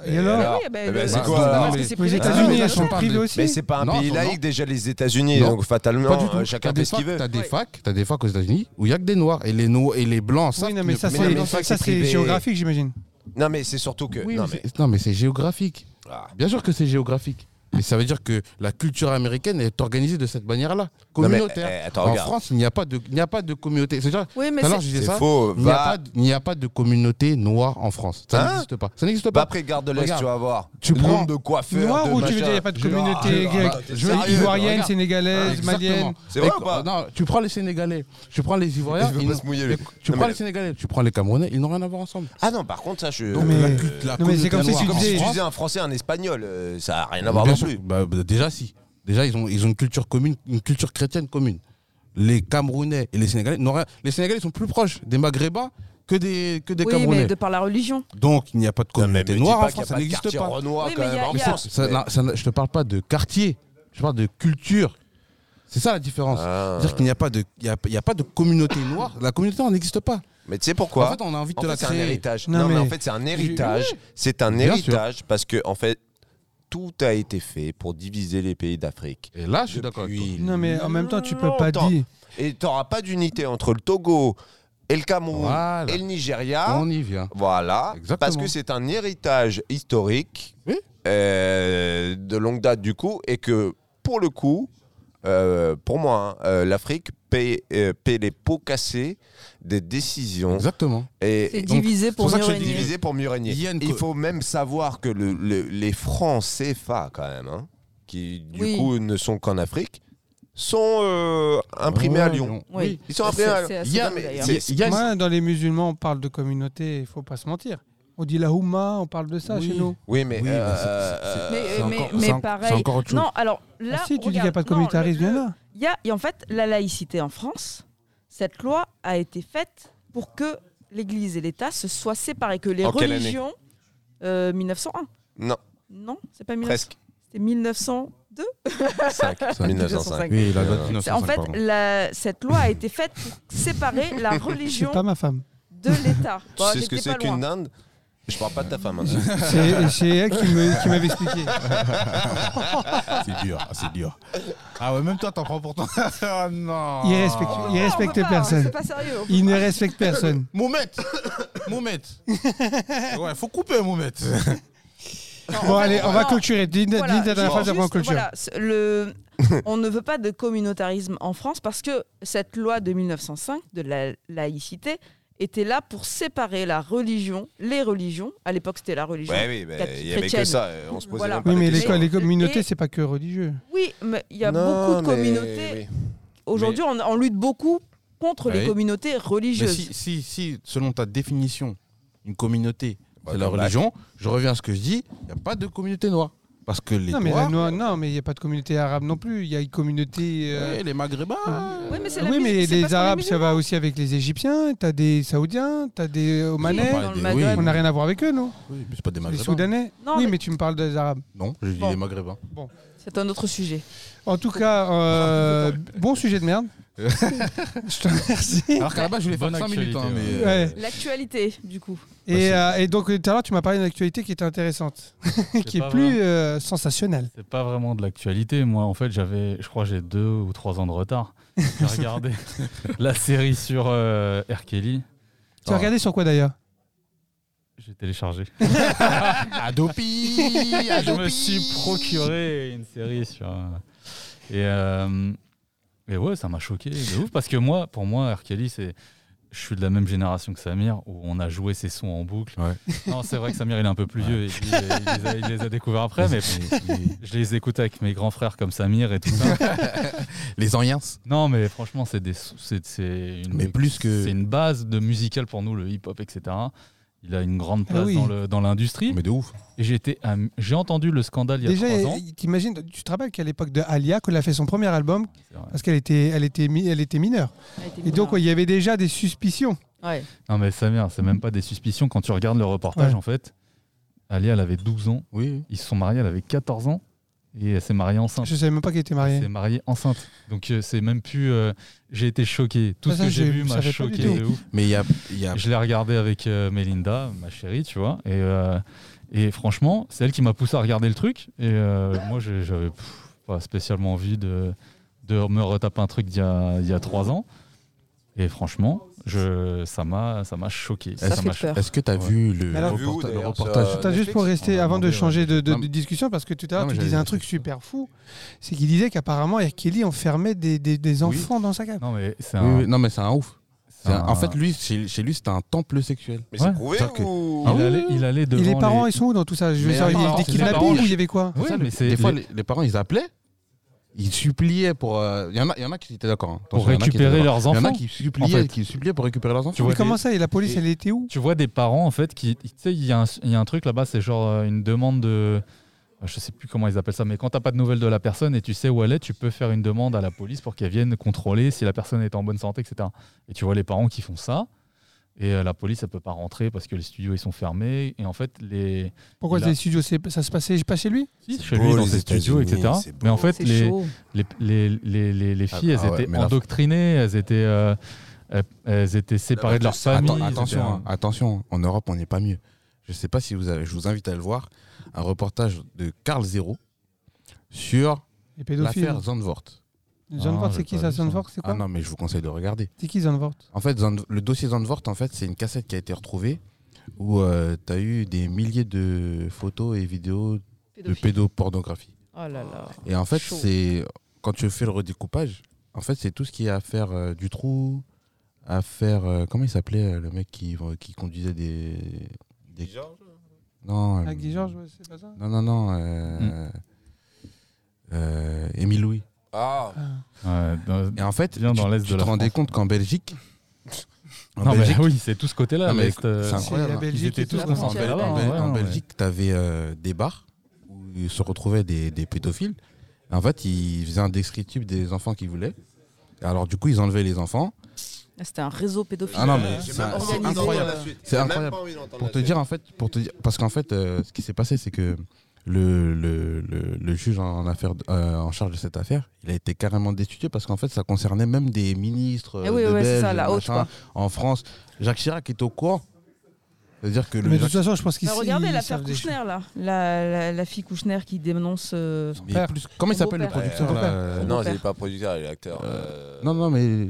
Et alors Alors, Oui, bah, eh ben, le- c'est bah, quoi non, alors mais- Parce que c'est aux privé. États-Unis, mais là, elles sont on parle privées de- aussi. Mais c'est pas un Non, pays non. laïque déjà les États-Unis, Non. donc Pas du fatalement tout. euh, T'as chacun des fait ce qu'il facs- veut. T'as des Ouais. facs, t'as des facs aux États-Unis où il y a que des noirs et les noirs et les blancs. savent Oui, non, qu'ils mais ne- ça, mais c'est- non, mais ça, ça, c'est c'est privé. géographique, j'imagine. Non mais c'est surtout que Oui, non mais mais c'est- non, mais c'est géographique. Ah. Bien sûr que c'est Bah, géographique. Mais ça veut dire que la culture américaine est organisée de cette manière-là, Non, mais, communautaire. eh, attends, en regarde. France, il n'y a pas de, il n'y a pas de communauté. C'est genre, Oui, mais tout à l'heure, c'est- je disais c'est ça. faux. Il n'y a, pas Va, de- il n'y a pas de communauté noire en France. Ça Hein n'existe pas. Ça n'existe va pas. après garde de l'Est, Regarde. tu vas voir. Tu Le prends- nombre de coiffeurs Noir de ou tu veux dire, il n'y a machin. pas de Je- communauté Ah, grecque bah, t'es Je- sérieux, Ivoirienne, regarde. sénégalaise, Exactement. malienne. C'est vrai Et- ou pas Non, tu prends les Sénégalais, tu prends les Ivoiriens, Il veut ils pas n'ont- se mouiller, lui. tu Non, prends mais- les Sénégalais, tu prends les Camerounais, ils n'ont rien à voir ensemble. Ah non, par contre ça je Donc, mais- euh, la cult- la non, mais c'est communauté comme si noire tu en comme si disais- tu France- disais un français, un espagnol, euh, ça a rien à voir Bien non plus. sûr. Bah, bah, déjà, si. Déjà, ils ont, ils ont une culture commune, une culture chrétienne commune. Les Camerounais et les Sénégalais n'ont rien. Les Sénégalais sont plus proches des Maghrébins que des, que des Oui, mais Camerounais. de par la religion. Donc, il n'y a pas de Mais communauté me dis noire pas en qu'il y a France, ça pas de n'existe quartier pas. Renoir, Oui, quand mais il y même a- en il y a- France. Ça, là, ça, je te parle pas de quartier, je parle de culture. C'est ça la différence. Ah. C'est-à-dire qu'il n'y a, pas de- il y a, il y a pas de communauté noire. La communauté noire n'existe pas. Mais tu sais pourquoi en fait, on a envie de En te fait, la c'est un créer. héritage. Non, Non, mais, mais- en fait, c'est un héritage. C'est un Bien sûr. héritage parce que, en fait, tout a été fait pour diviser les pays d'Afrique. Et là, je suis d'accord avec toi. Depuis Non, mais en même temps, tu peux pas longtemps. dire. Et t'auras pas d'unité entre le Togo et le Cameroun Voilà. et le Nigeria. On y vient. Voilà. Exactement. Parce que c'est un héritage historique Oui. euh, de longue date, du coup, et que pour le coup, euh, pour moi, hein, euh, l'Afrique paie, euh, paie les pots cassés des décisions. Exactement. Et, C'est et- donc, divisé pour ça que mieux je C'est Régner. régner. divisé pour mieux régner. Il y a une Il co- faut même savoir que le- le- les francs CFA, quand même, hein, qui du Oui. coup ne sont qu'en Afrique, sont euh, imprimés à Ouais, Lyon. Oui. Ils sont C'est- imprimés à c'est Lyon. assez Il y a- dingue, d'ailleurs. c'est- Il y a une- Moi, dans les musulmans, on parle de communauté, il faut pas se mentir. On dit la Houma, on parle de ça Oui. chez nous. Oui, mais. Oui, mais euh, c'est- c'est- euh, Mais, C'est mais- encore- mais c'est en- pareil. c'est encore autre chose. Non, alors là. Ah si, tu dis qu'il n'y a regarde, pas de non, communautarisme, le- bien là. Il y a, et en fait, la laïcité en France, cette loi a été faite pour que l'Église et l'État se soient séparés, que les En quelle année religions. euh, 1901. non, Non, c'est pas 1900. presque. C'était 1902. [laughs] 5. 1905. Oui, la loi de Euh, 1905, En fait, pardon. la- cette loi a été faite pour séparer [laughs] la C'est religion pas ma femme. de l'État. Tu Bon, sais ce que j'étais c'est pas qu'une loin. dinde Je parle pas de ta femme. [laughs] hein. C'est c'est elle qui me- qui m'avait expliqué. euh, C'est dur, ah, [coughs] c'est dur. Ah ouais, même toi, t'en prends pour toi. oh non. Irrespectueux. Il Non, on respecte peut pas, personne. C'est pas sérieux. on peut Il pas. ne respecte personne. Moumet [coughs] Moumet [coughs] Ouais, faut couper Moumet [coughs] Bon, allez, on va Non. clôturer. Dis dis Voilà, ta dernière phrase, juste- après on clôture. voilà, ce- le, on ne veut pas de communautarisme en France parce que cette loi de 1905 de la laïcité était là pour séparer la religion, les religions. À l'époque, c'était la religion. Ouais, oui, bah, Quatre il y avait que chrétiennes. ça. euh, On se posait Voilà. même pas Oui, la mais les, question. co- les communautés, Et- c'est pas que religieux. Oui, mais il y a Non, beaucoup de mais communautés. oui. Aujourd'hui, on, on lutte beaucoup contre Oui. les communautés Mais religieuses. si, si, si, selon ta définition, une communauté, Bah, c'est la comme religion, je reviens à ce que je dis, il n'y a pas de communauté noire. Parce que les Non, mais la Noirs, noix- non, mais il n'y a pas de communauté arabe non plus. Il y a une communauté. euh, ouais, les Maghrébins, euh, Oui, mais c'est la Ah. oui, musique, mais c'est parce les qu'on est Arabes, ça musulmans. va aussi avec les Égyptiens, t'as des Saoudiens, t'as des Omanais. Oui, dans le Oui, Maghreb. On n'a rien à voir avec eux, non oui, mais c'est pas des Les Maghrébins. Soudanais Non, Oui, mais- mais tu me parles des Arabes. Non, je dis Bon. les Maghrébins. C'est un autre sujet. En tout [laughs] cas, euh, bon sujet de merde. Je te remercie. Alors qu'à la base, je voulais faire Bonne 5 minutes. hein, actualité, mais, ouais. euh, L'actualité, du coup. Et, euh, et donc, tout à l'heure, tu m'as parlé d'une actualité qui était intéressante, [laughs] qui est pas plus euh, sensationnelle. C'est pas vraiment de l'actualité. Moi, en fait, j'avais, je crois, que j'ai deux ou trois ans de retard. J'ai regardé la série sur euh, R. Kelly. Tu as Ah. regardé sur quoi d'ailleurs J'ai [laughs] téléchargé. Adopi je me suis procuré une série sur. euh, Et, euh, et ouais, ça m'a choqué de ouf parce que moi, pour moi, R. Kelly, c'est. Je suis de la même génération que Samir, où on a joué ses sons en boucle. Ouais. [laughs] Non, c'est vrai que Samir, il est un peu plus vieux, et puis, euh, il, les a, il les a découverts après, [laughs] mais je les écoute avec mes grands frères comme Samir et tout ça. Les Anciens. Non, mais franchement, c'est des, sou- c'est, c'est une, Mais plus que- c'est une base de musical pour nous, le hip-hop, etc. Il a une grande place Ah oui. dans, le, dans l'industrie. Mais de ouf. Et j'étais, am- j'ai entendu le scandale il y a Déjà, trois ans. il- t'imagines, tu te rappelles qu'à l'époque de Alia, quand elle a fait son premier album, C'est vrai. parce qu'elle était, elle était, mi- elle était mineure. Et donc, ouais, il y avait déjà des suspicions. Ouais. Non, mais Samir, c'est même pas des suspicions. Quand tu regardes le reportage, Mm. Ouais. en fait, Ali, elle avait 12 ans. Oui. Ils se sont mariés, elle avait 14 ans. Et elle s'est mariée enceinte. Je savais même pas qu'elle était mariée. Elle s'est mariée enceinte. Donc, euh, c'est même plus. euh, j'ai été choqué. Tout Ah, ce ça, que j'ai j'ai- vu ça m'a fait pas choqué du tout. de ouf. Mais il y a, il y a- Je l'ai regardé avec euh, Melinda, ma chérie, tu vois. Et, euh, et franchement, c'est elle qui m'a poussé à regarder le truc. Et euh, moi, j'ai- j'avais pff, pas spécialement envie de, de me retaper un truc d'il y a, il y a trois ans. Et franchement, je, ça m'a ça m'a choqué. Ça, fait m'a choqué. peur. Est-ce que tu as Ouais. vu le, Mais alors- reporta- Vu où, le d'ailleurs, reportage ça- Attends, juste pour rester, on a avant de demandé, changer de, de- Non, de mais- discussion, parce que tout à Non, l'heure, mais tu j'avais disais un des truc trucs. super fou. C'est qu'il disait qu'apparemment, R. Kelly enfermait des, des- des enfants dans sa cave. Non, mais euh, c'est Oui, un. oui, Non, mais c'est un ouf. c'est C'est un- un- En fait, lui, chez, chez lui, c'était un temple sexuel. Mais Ouais. c'est prouvé C'est-à-dire que- ou. il, allait, il allait devant. Et les parents, les- ils sont où dans tout ça Je veux Mais dire, Il y a attends, eu des c'est les kidnappings parents. ou il y avait quoi Oui, mais c'est Des fois, les- les, les parents, ils appelaient, ils suppliaient pour. euh, Il y, en a- il y en a qui étaient d'accord. hein. Pour Attention, il y en a qui étaient récupérer d'accord. leurs Il y en a enfants. qui suppliaient, En fait. qui suppliaient pour récupérer leurs enfants. Tu vois Mais comment des- ça Et la police, Et- elle était où tu vois des parents en fait qui tu sais il y, a un- il y a un truc là-bas c'est genre euh, une demande de je sais plus comment ils appellent ça mais quand t'as pas de nouvelles de la personne et tu sais où elle est tu peux faire une demande à la police pour qu'elle vienne contrôler si la personne est en bonne santé etc et tu vois les parents qui font ça et euh, la police elle peut pas rentrer parce que les studios ils sont fermés et en fait les Pourquoi Là. les studios, c'est- ça se passait pas chez lui si, C'est chez beau, lui dans les ses studios États-Unis, etc c'est beau. mais en fait C'est les, chaud. les, les, les, les- les filles Ah, ah elles ouais, étaient mais la- endoctrinées elles étaient euh, elles, elles étaient séparées de leur Attends, famille Atten- etc. attention, hein, attention, en Europe, on n'est pas mieux. Je sais pas si vous avez, je vous invite à le voir, un reportage de Carl Zero sur Les pédophiles. l'affaire Zandvoort. John Ah, Ford, j'ai c'est qui pas ça vu ça. John Ford, c'est Ah quoi non, Euh, mais je vous conseille de regarder. C'est qui John Ford En fait, Zand- le dossier Zandvoort, en fait, c'est une cassette qui a été retrouvée où tu as eu des milliers de photos et vidéos de pédopornographie. Oh là là. Et en fait, Chaud. c'est quand tu fais le redécoupage, en fait, c'est tout ce qui est affaire euh, du trou, affaire euh, comment il s'appelait euh, le mec qui qui conduisait des, des... non, euh, Ah, Guy Georges, ouais, Mm. c'est pas ça non non non euh, euh, Émile Louis. Ah, Ouais, dans- Et en fait, Bien tu, dans l'est tu de te la rendais France. compte [laughs] qu'en Belgique, en Non, mais Belgique, [laughs] oui, c'est tout ce côté-là. Non, mais l'Est, euh, c'est C'est la incroyable. Belgique. Ils étaient et tous tout. dans son frontière. là-bas, En, hein, Bel- ouais, en ouais. Belgique, tu avais des bars où il se retrouvaient des, des pédophiles. En fait, ils faisaient un descriptif des enfants qu'ils voulaient. Alors, du coup, ils enlevaient les enfants. C'était un réseau pédophile. Ah non, mais j'ai c'est même pas c'est envie d'entendre incroyable. la euh, suite. C'est J'ai même incroyable. pas envie d'entendre Pour la te suite. dire, en fait, pour te dire, parce qu'en fait, euh, ce qui s'est passé, c'est que le, le, le, le juge en, affaire, de- euh, en charge de cette affaire, il a été carrément destitué parce qu'en fait, ça concernait même des ministres. Eh euh, oui, de ouais, c'est Belges, ça, la haute, machin, En France, Jacques Chirac est au courant. C'est-à-dire que le. Mais de Jacques- toute façon, je pense qu'ils Bah, regardez ils l'affaire savent des choses. Kouchner, là. La, la, la fille Kouchner qui dénonce. euh, Mais père. plus- Comment il Son s'appelle le beau-père. producteur Ouais, là son euh, Non, il père. est pas producteur, il est acteur. euh, Non, non, mais.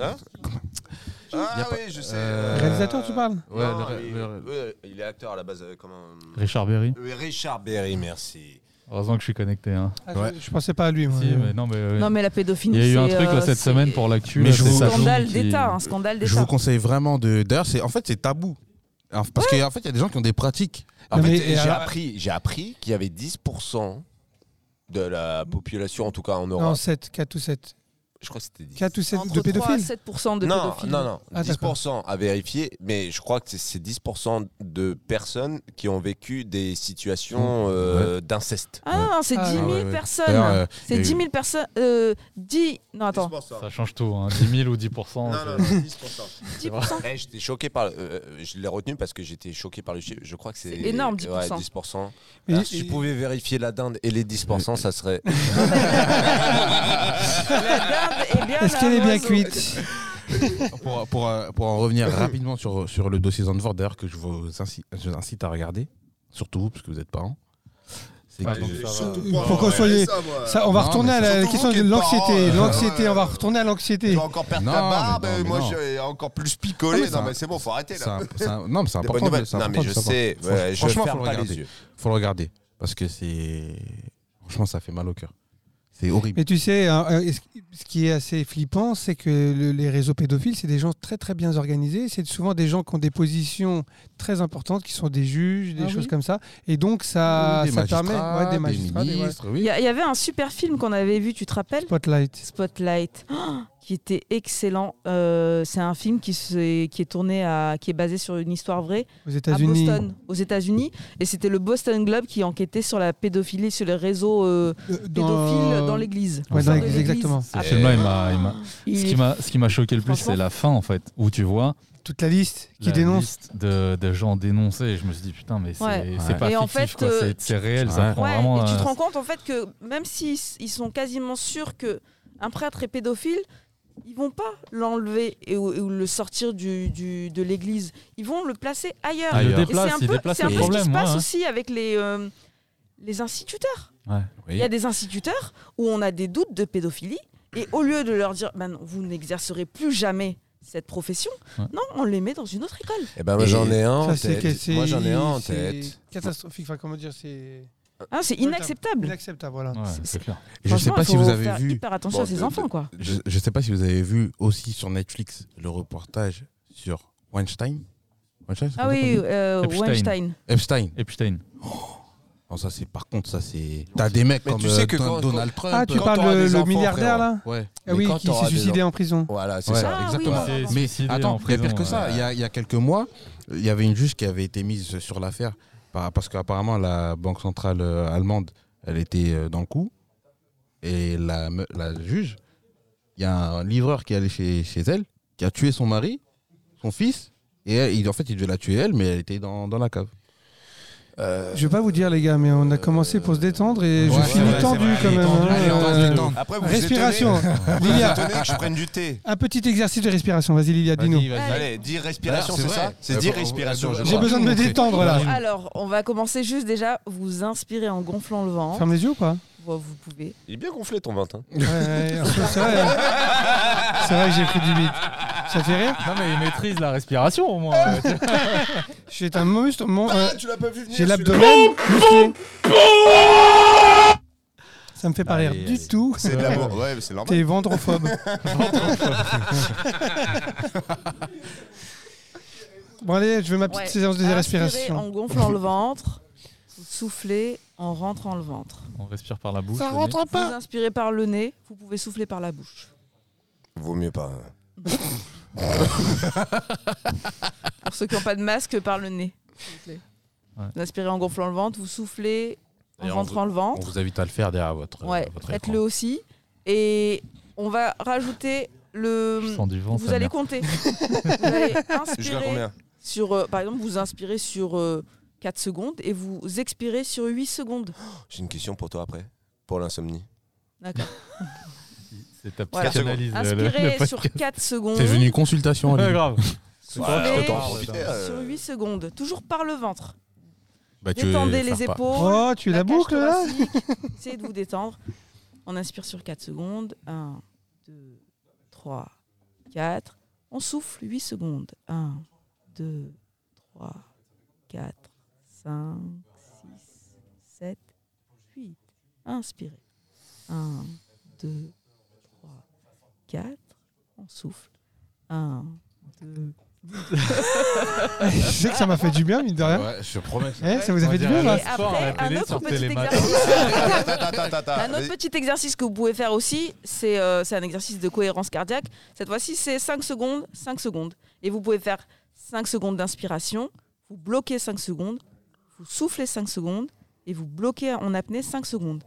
Hein Comment- y a Ah pas- oui, je sais. Euh, Réalisateur, tu parles Ouais, Ouais, le ré- le- il, ouais, il est acteur à la base. euh, comment Richard Berry. Euh, Richard Berry, merci. Heureusement que je suis connecté. hein. Ah, Ouais. Je, je pensais pas à lui. moi. Si, mais non, mais, euh, Non, mais la il pédophilie. y a eu un c'est, truc là, euh, cette c'est semaine pour l'actu. là, Mais je c'est vous- sa Un scandale jambe qui- d'État, hein. un scandale Je vous d'État. conseille vraiment de. D'ailleurs, c'est en fait c'est tabou. En- Parce qu'en fait, il y a des gens qui ont des pratiques. En Non, fait, mais- et j'ai alors- appris, j'ai appris qu'il y avait 10% de la population, en tout cas en Europe. Non, 7, 4 ou 7. je crois que c'était 10. 4 ou 7 Entre de 3 à pédophiles 7% de non, pédophiles. non, non, Ah, 10% à vérifier, mais je crois que c'est- c'est 10% de personnes qui ont vécu des Mmh. situations euh, d'inceste. Ah non, non, c'est Ah, 10 000 ouais, ouais. personnes. D'ailleurs, euh, il c'est y a 10 eu- 000 personnes. euh, 10. Non, attends. Ça change tout. Hein. 10 000 ou 10 Non, non, c'est- 10%. 10 Eh, j'étais choqué par. euh, je l'ai retenu parce que j'étais choqué par le chiffre. Je crois que c'est. C'est énorme, 10%. Ouais, 10%. Et- Ah, Alors, si et- je pouvais vérifier la dinde et les 10%, ça serait. Est-ce qu'elle est bien cuite pour, pour, euh, pour en revenir rapidement sur, sur le dossier Zandvoort, d'ailleurs, que je vous, incite, je vous incite à regarder, surtout vous, parce que vous êtes parents. C'est Ah, que- donc ça va. Faut qu'on soit- ça, On va Non, retourner mais à la surtout question vous qui de êtes l'anxiété. parents, euh, L'anxiété, euh, on va retourner à Tu l'anxiété. vas encore perdre Non, ta mais barbe, non, mais moi non. je vais encore plus Ah, picoler. mais c'est non, un- mais c'est bon, faut arrêter c'est là. un- c'est un- non, mais c'est Des bonnes important. de- nouvelles. c'est Non, important mais de je savoir. sais, Franch- Eh, ouais, je franchement, ferme faut pas le les regarder. yeux. faut le regarder. Parce que c'est. Franchement, ça fait mal au cœur. C'est horrible. Mais tu sais, hein, euh, et ce qui- ce qui est assez flippant, c'est que le- les réseaux pédophiles, c'est des gens très très bien organisés. C'est souvent des gens qui ont des positions très importantes, qui sont des juges, des Ah oui. choses comme ça. Et donc ça, Des Ah, ça permet magistrats, ouais, des magistrats, des, ouais. ministres, Il oui. y, a- il y avait un super film qu'on avait vu, tu te rappelles Spotlight. Spotlight, oh, qui était excellent. Euh, c'est un film qui, se- qui est tourné à, qui est basé sur une histoire vraie Aux à États-Unis. Boston, aux États-Unis, et c'était le Boston Globe qui enquêtait sur la pédophilie, sur les réseaux euh, Euh, pédophiles dans l'église. Ouais, dans Au sein de l'église, exactement. Ce Ah, film-là, il m'a- il m'a- il ce est qui m'a- ce qui m'a choqué le plus, Franchement. c'est la fin, en fait, où tu vois Toute la liste qui la dénonce. liste de, de gens dénoncés. Et je me suis dit, putain, mais c'est Ouais. c'est pas Et en fictif, fait, quoi. euh, C'est- c'est réel. Ouais. Ça prend Ouais, vraiment. et tu te euh, rends compte en fait que même s'ils ils sont quasiment sûrs que un prêtre est pédophile, ils vont pas l'enlever et, ou ou le sortir du, du- de l'église. Ils vont le placer ailleurs. Ah, il le Et déplace, c'est il un peu, déplace c'est un le peu ce qui problème, se passe ouais, hein. aussi avec les, euh, les instituteurs. Ouais. Oui. Il y a des instituteurs où on a des doutes de pédophilie et au lieu de leur dire bah non, vous n'exercerez plus jamais cette profession, Ouais. non, on les met dans une autre école. Eh ben, moi j'en ai un en Ça, c'est- tête. c'est- Moi j'en ai un en c'est tête. Catastrophique. Enfin, comment dire, c'est Hein, c'est inacceptable. inacceptable. Voilà. Ouais, C'est- c'est clair. Et je sais Franchement, pas il si vous faut avez faire vu. hyper attention Bon, à ses de- de- enfants quoi. Je, je sais pas si vous avez vu aussi sur Netflix le reportage sur Weinstein. Weinstein, c'est Ah comme ça qu'on oui, dit euh, Epstein. Weinstein. Epstein. Et putain, Non, ça c'est par contre, ça c'est. T'as des mecs Mais comme tu sais euh, que Don- quand- Donald Trump. Ah, tu Quand parles t'auras le, des le enfants, milliardaire frérot. là Ouais. Ah Mais oui, quand qui t'auras s'est des suicidé en prison. Voilà, c'est Ouais, ça. Ah, exactement. oui, C'est mais suicidé en attends, il y a prison, pire que ça. ouais. Il y a- il y, a quelques mois, il y avait une juge qui avait été mise sur l'affaire par- parce qu'apparemment la banque centrale euh, allemande, elle était euh, dans le coup. Et la, me- la juge, il y a un livreur qui est allé chez, chez elle, qui a tué son mari, son fils. Et elle- il- en fait, il devait la tuer elle, mais elle était dans, dans la cave. Euh, Je vais pas vous dire les gars, mais on a commencé pour se détendre et je Ouais, finis c'est vrai, tendu c'est quand vrai, elle est même. tendue, hein. elle est tendue, Euh, elle est tendue. Après, vous vous Respiration. [laughs] étonnez- vous vous Lilia, étonnez que je prenne du thé. un petit exercice de respiration. Vas-y Lilia, dis-nous. Allez, 10 respirations, c'est D'ailleurs, c'est ça C'est vrai. 10 J'ai respirations, je besoin J'ai crois. besoin de me détendre là. Alors, on va commencer juste déjà. Vous inspirez en gonflant le ventre. Ferme les yeux ou pas Vous, vous pouvez. Il est bien gonflé ton ventre. hein. Ouais, ouais, [laughs] C'est vrai, hein. C'est vrai que j'ai pris du vide. Ça te fait rire Non, mais il maîtrise la respiration au Ah. moins. J'ai un monstre. mon- euh, Ah, tu l'as pas vu venir. j'ai celui-là. l'abdomen musclé. Ça me fait pas Allez, rire allez. du tout. C'est de l'amour. Ouais, mais c'est normal. T'es vendrophobe. [laughs] bon allez, je veux ma petite Ouais. séance de Inspirez respiration. en gonflant le ventre. Vous soufflez en rentrant le ventre. On respire par la bouche. le nez. Vous inspirez par le nez. Vous pouvez souffler par la bouche. Vaut mieux pas. Pour ceux qui n'ont pas de masque, par le nez. s'il vous plaît. Ouais. Vous inspirez en gonflant le ventre. Vous soufflez en D'ailleurs, on rentrant le On ventre. vous invite à le faire derrière votre, Ouais, votre écran. faites-le aussi. Et on va rajouter le. Je sens du vent. Euh, Vous sa allez mère. [laughs] compter. vous allez Jusqu'à inspirer combien sur, euh, par exemple, vous inspirez sur euh, 4 secondes et vous expirez sur 8 secondes. J'ai une question pour toi après. Pour l'insomnie. D'accord. C'est ta Voilà. psychanalyse. le- le- Inspirez le sur podcast. 4 secondes. C'est venu une consultation. Ouais, Olivier. grave. Soufflez Voilà, autant en profiter, euh. sur 8 secondes, toujours par le ventre. Bah, tu veux Détendez les faire pas. épaules. Oh, tu la la cage boucle là thoracique. Essayez de vous détendre. On inspire sur 4 secondes. 1, 2, 3, 4. On souffle 8 secondes. 1, 2, 3, 4, 5, 6, 7, 8. suite. Inspirez. 1, 2, 3, 4. On souffle. 1, 2. [laughs] Je sais que ça m'a fait du bien, mine de rien. Ouais, je te promets. que ça- Eh, ça vous a On fait du dirait bien, la là Et sport à la après, un télé autre sur petit Télématin. exercice. Un autre Attends, petit exercice que vous pouvez faire aussi, c'est euh, c'est un exercice de cohérence cardiaque. Cette fois-ci, c'est 5 secondes, 5 secondes. Et vous pouvez faire 5 secondes d'inspiration, vous bloquez 5 secondes, vous soufflez 5 secondes et vous bloquez en apnée 5 secondes.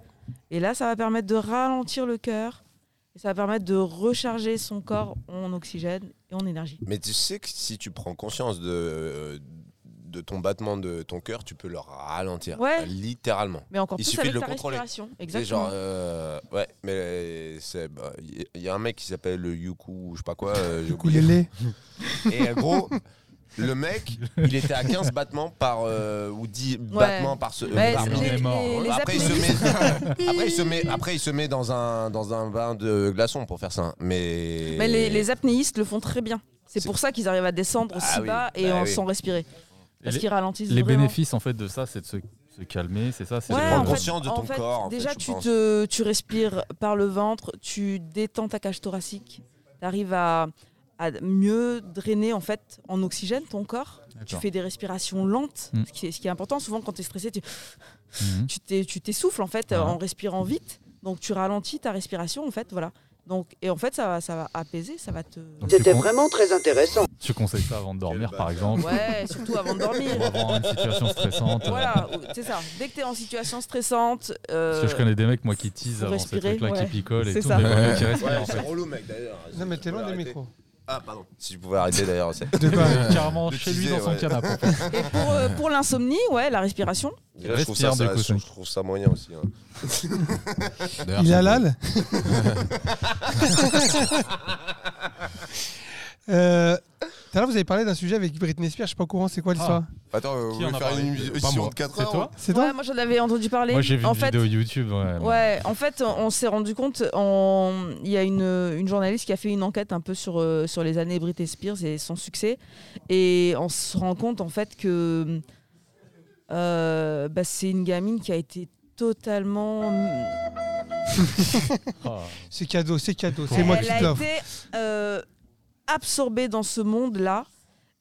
Et là, ça va permettre de ralentir le cœur et ça va permettre de recharger son corps en oxygène et en énergie. Mais tu sais que si tu prends conscience de, de ton battement de ton cœur, tu peux le ralentir. Ouais. Littéralement. Mais encore Il plus suffit de avec le la contrôler. respiration. C'est Exactement. genre, euh, ouais, mais c'est. bah, Il y a un mec qui s'appelle le Yuku, je sais pas quoi. euh, j'ai oublié. Ukulélé. Et euh, gros, le mec, il était à 15 battements par. euh, ou 10 battements par. Se, euh, Ouais, par c'est- minute. est mort. Après, il se apnéistes- [laughs] met, après, il se met, après, il se met dans un, dans un bain de glaçons pour faire ça. hein. Mais. Mais les, les apnéistes le font très bien. C'est C'est- pour ça qu'ils arrivent à descendre Ah si oui, bas et bah en- oui. sans respirer. Parce les- qu'ils ralentissent. Les vraiment. bénéfices en fait de ça, c'est de se, se calmer, c'est ça, c'est hein. Ouais, de prendre en fait, conscience de en ton fait, corps, en déjà, fait, je tu, pense. te, tu respires par le ventre, tu détends ta cage thoracique, tu arrives à, à mieux drainer en fait en oxygène ton corps. Tu D'accord. fais des respirations lentes, Mm. ce, qui est, ce qui est important. Souvent, quand tu es stressé, tu Mhm. tu t'es- tu t'essouffles en fait Ouais. euh, en respirant vite. Donc tu ralentis ta respiration en fait, voilà. Donc, et en fait, ça va, ça va apaiser, ça va te. Donc, tu C'était con- vraiment très intéressant. Tu conseilles ça avant de dormir, Quel par exemple, Ouais, surtout avant de dormir. pour avoir une situation stressante. euh, Voilà, ou- c'est ça. Dès que t'es en situation stressante, euh, Parce que je connais des mecs, moi, qui teasent faut avant ces respirer, trucs-là, ouais. qui picolent et C'est tout, ça. mais moi, qui Ouais, respire, en c'est fait. relou, mec, d'ailleurs. Non, mais t'es loin des Arrêtez. micros. Ah, pardon. Si je pouvais arrêter, d'ailleurs. c'est- De quoi Carrément Le chez lui teaser, dans son ouais. canapé. et pour, euh, pour l'insomnie, ouais, la respiration. Déjà, je, trouve Respire, ça, ça- du coup, je trouve ça moyen aussi. hein. D'ailleurs, Il ça- a [laughs] l'âle Euh, Tout à l'heure, vous avez parlé d'un sujet avec Britney Spears. Je suis pas au courant, c'est Ah. quoi l'histoire Attends, vous en voulez a faire parlé une Pas émission de 4 C'est heures toi C'est Ouais, toi moi j'en avais entendu parler. Moi, j'ai vu en une fait, vidéo YouTube. Ouais, Ouais, en fait, on s'est rendu compte. en- Il y a une, une journaliste qui a fait une enquête un peu sur, euh, sur les années Britney Spears et son succès. Et on se rend compte en fait que euh, bah, c'est une gamine qui a été totalement Ah. C'est cadeau, c'est cadeau. C'est moi elle qui a te l'offre. été euh, absorbée dans ce monde-là.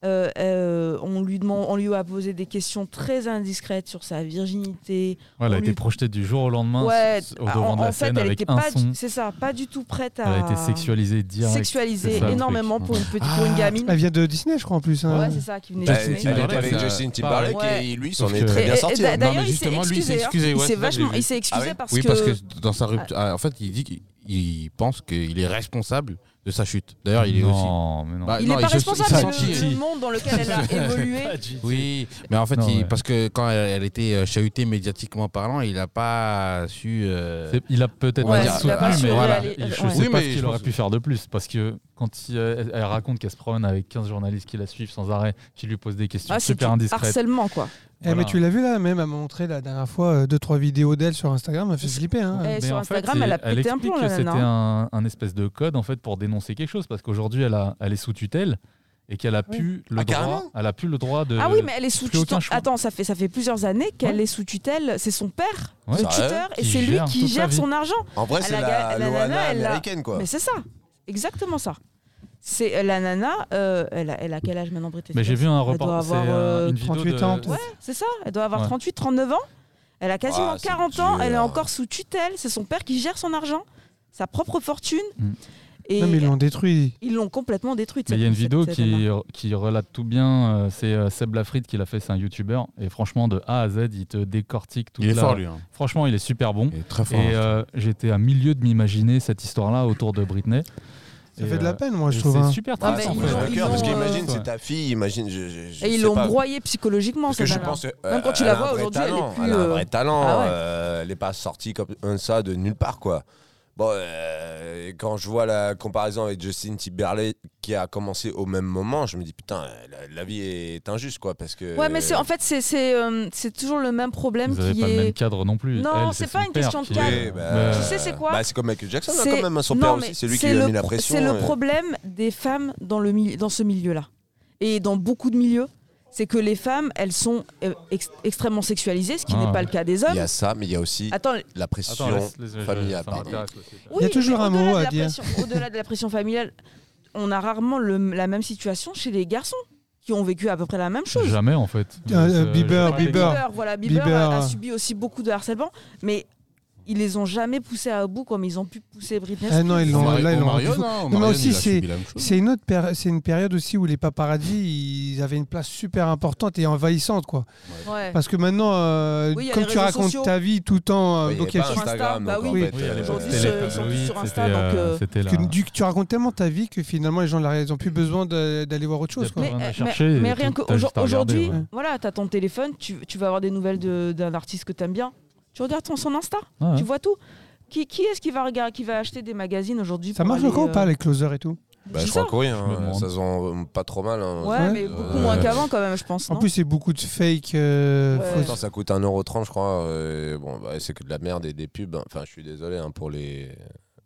Euh, euh, on lui demande, on lui a posé des questions très indiscrètes sur sa virginité. Ouais, elle a On été lui- projetée du jour au lendemain ouais, s- au devant en, de la en fait, scène elle avec était un pas, son. du- c'est ça, pas du tout prête à. Elle a été sexualisée direct. Euh, sexualisée C'est ça, le énormément truc. pour une petite, pour une gamine. Elle vient de Disney, je crois, en plus. hein. Ouais, c'est ça qui venait Bah, de Elle Disney. était avec Ouais. Justin Timberlake Ouais. et lui, il Sauf s'en que- est très Et- bien et sorti. d'a- hein. D'ailleurs, mais il s'est justement, lui, il excusé. s'est hein. excusé, ouais, Il c'est s'est ça que j'ai vachement, vu. il s'est excusé parce oui, que. parce que dans sa rupture, ah, en fait, il dit qu'il il pense qu'il est responsable de sa chute. D'ailleurs, il est aussi. Non, mais non. Bah, il non, n'est pas se- responsable, euh, s'est mais senti- le, le monde dans lequel elle a évolué. Oui, mais en fait, Non, il- ouais. parce que quand elle, elle était euh, chahutée médiatiquement parlant, il n'a pas su. euh, C'est- Il a peut-être Ouais, pas il a pas soutenu, su mais aller- voilà, aller- il- je ouais. sais Oui, pas mais ce je qu'il aurait pense- pu faire de plus. Parce que quand il- elle, elle raconte qu'elle se promène avec 15 journalistes qui la suivent sans arrêt, qui lui posent des questions Ah, c'est du super indiscrètes. harcèlement, quoi. Eh, mais Voilà. tu l'as vu là, même à montré la dernière fois 2-3 vidéos d'elle sur Instagram, elle fait C'est- flipper. Hein. Eh, Mais sur en fait, Instagram, elle a pété un explique plomb, que la c'était nana. hein. un, un espèce de code en fait pour dénoncer quelque chose parce qu'aujourd'hui elle, a- elle est sous tutelle et qu'elle a Oui. plus le Ah, droit. carrément Elle a plus le droit de. Ah oui, mais elle est sous Euh, plus aucun tutelle. choix. Attends, ça fait, ça fait plusieurs années qu'elle Ouais. est sous tutelle. C'est son père, Ouais. le Sérieux tuteur, et Qui c'est lui gère qui toute sa gère vie. son argent. En vrai, Elle c'est a la ga- la nana, Loana elle l'a- américaine, quoi. Mais c'est ça, exactement ça. C'est euh, la nana, euh, elle, a, elle a quel âge maintenant, Britney Mais j'ai Spears vu un Elle doit report, c'est avoir, euh, euh, une vidéo 38 de- ans, peut-être. C'est ça, elle doit avoir Ouais. 38, 39 ans. Elle a quasiment Ah, c'est 40 ans, dur. elle est encore sous tutelle. C'est son père qui gère son argent, sa propre fortune. Mm. Et Non, mais ils l'ont détruit. ils l'ont complètement détruite. Mais il y a cette- une vidéo cette- cette qui, nana. qui relate tout bien. euh, C'est euh, Seb Lafrite qui l'a fait, c'est un youtubeur. Et franchement, de A à Z, il te décortique tout. Il est fort, lui. hein. Franchement, il est super bon. Il est très fort. Et hein. euh, j'étais à milieu de m'imaginer cette histoire-là autour de Britney. Ça Et, fait de la euh, peine, moi, et je trouve. C'est hein. super Ah, mais ça triste, en me ils fait fait. l'ont- mal au cœur, ils parce l'ont, qu'imagine, euh, c'est ta fille, imagine. je- je- je Et sais ils l'ont pas. broyée psychologiquement, Parce que cette je nana. pense. euh, Même quand tu la elle a un vois vrai aujourd'hui, elle est talent, plus, Elle a un euh, vrai talent. ah ouais. euh, Elle n'est pas sortie comme ça de nulle part, quoi. Bon, euh, et quand je vois la comparaison avec Justin Timberlake qui a commencé au même moment, je me dis putain, la, la vie est injuste, quoi, parce que. Ouais, mais c'est, en fait, c'est, c'est, euh, c'est toujours le même problème Vous n'avez qui pas le même Euh, est. cadre non plus. Non, Elle, c'est son pas une père question de qui- cadre. Oui, bah, Mais- euh, Tu sais, c'est quoi bah, c'est comme Michael Jackson, hein, C'est- quand même, hein, son non, père mais aussi, c'est lui qui lui le a mis la pro- pression. C'est le euh. problème des femmes dans, le mili- dans ce milieu-là. Et dans beaucoup de milieux. c'est que les femmes, elles sont euh, ex- extrêmement sexualisées, ce qui Ah, n'est pas ouais. le cas des Il hommes. y a ça, mais il y a aussi Attends, la pression Attends, laisse- laisse- je- familiale. ça pardon. m'intéresse aussi, ça. oui, Il y a toujours mais un au-delà mot de à la dire. pression- Au-delà de la pression familiale, on a rarement le- la même situation chez les garçons qui ont vécu à peu près la même chose. Jamais en fait. Euh, Mais euh, c'est- Bieber, j'ai pas les- Bieber. voilà, Bieber, Bieber, a, a euh. subi aussi beaucoup de harcèlement, mais ils les ont jamais poussés à bout comme ils ont pu pousser Britney Ah Spears. non, ils l'ont- là, ils l'ont rendu fou. non, mais aussi, c'est- C'est une autre péri- c'est une période aussi où les paparazzis, ils avaient une place super importante et envahissante quoi. Ouais. Parce que maintenant, euh, Oui, il y a comme les tu réseaux racontes sociaux. ta vie tout le temps, euh, Il y donc avait il y a pas sur Insta, Instagram, bah donc en oui. fait, Oui, à euh, l'époque, aujourd'hui, c'était sur- les surtout tabloïds, sur Insta, c'était, donc, euh, c'était que la- du- tu racontes tellement ta vie que finalement les gens la- ils ont plus besoin de- d'aller voir autre chose. Pas Quoi. Mais, besoin de euh, chercher, mais- et mais tout, rien que t'as juste à regarder, aujourd'hui, ouais. voilà, t'as ton téléphone, tu, tu vas avoir des nouvelles de- d'un artiste que t'aimes bien. Tu regardes ton, son Insta, Ouais, tu ouais. vois tout. Qui, qui est-ce qui va regarder, qui va acheter des magazines aujourd'hui Ça pour marche aller, encore ou euh, pas les closers et tout bah, c'est je ça. crois que oui, hein, Je me demande. ça se vend pas trop mal. hein. Ouais, Ouais. mais beaucoup Euh, moins qu'avant quand même, je pense. En non plus, c'est beaucoup de fake. euh, Ouais. fausses- Attends, ça coûte 1,30€, je crois. euh, et bon, bah, c'est que de la merde et des pubs. hein. Enfin, je suis désolé hein, pour les.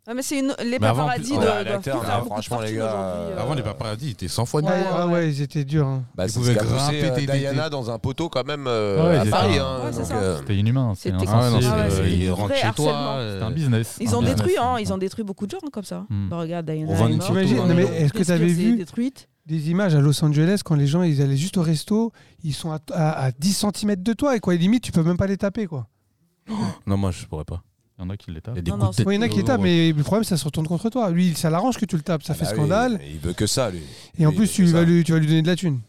Ouais, mais c'est une- les Mais avant, paparazzi plus- de- Ouais, à la doivent terre, faire là, beaucoup de franchement, bah, les fortune gars, aujourd'hui, euh. euh, Avant, les paparazzi, ils étaient 100 fois Ouais, mieux. Ouais, ah ouais. ouais, ils étaient durs. hein. Bah, Ils c'est ce qui a pouvaient poussé grimper euh, des- Diana des- dans un poteau quand même euh, Ouais, à c'est Paris. ça. hein, Ouais, c'est donc, ça. euh, C'était inhumain. C'est C'était Ah ouais, non, insensible, c'est- Ah ouais, euh, c'était il- ils du rentrent vrai chez toi. harcèlement. euh, c'est un business. Ils ont un détruit, business. hein, ils ont détruit beaucoup de gens comme ça. Hmm. Bah, regarde, Diana. On vend est une morte, photo, Britney hein. Non, mais Spears est-ce que t'avais s'est vu détruite. Des images à Los Angeles quand les gens ils allaient juste au resto, ils sont à, à- à 10 cm de toi et quoi, et limite tu peux même pas les taper quoi. Non, moi, je pourrais pas. Il y en a qui les Il y tapent. a des Non, coups non, de c'est- tête. Oui, il y en a qui les tapent, mais le problème ça se retourne contre toi. Lui, ça l'arrange que tu le tapes, ça ah fait bah oui, scandale Il veut que ça, lui. et en oui, plus c'est tu vas, ça. lui, tu vas lui donner de la thune.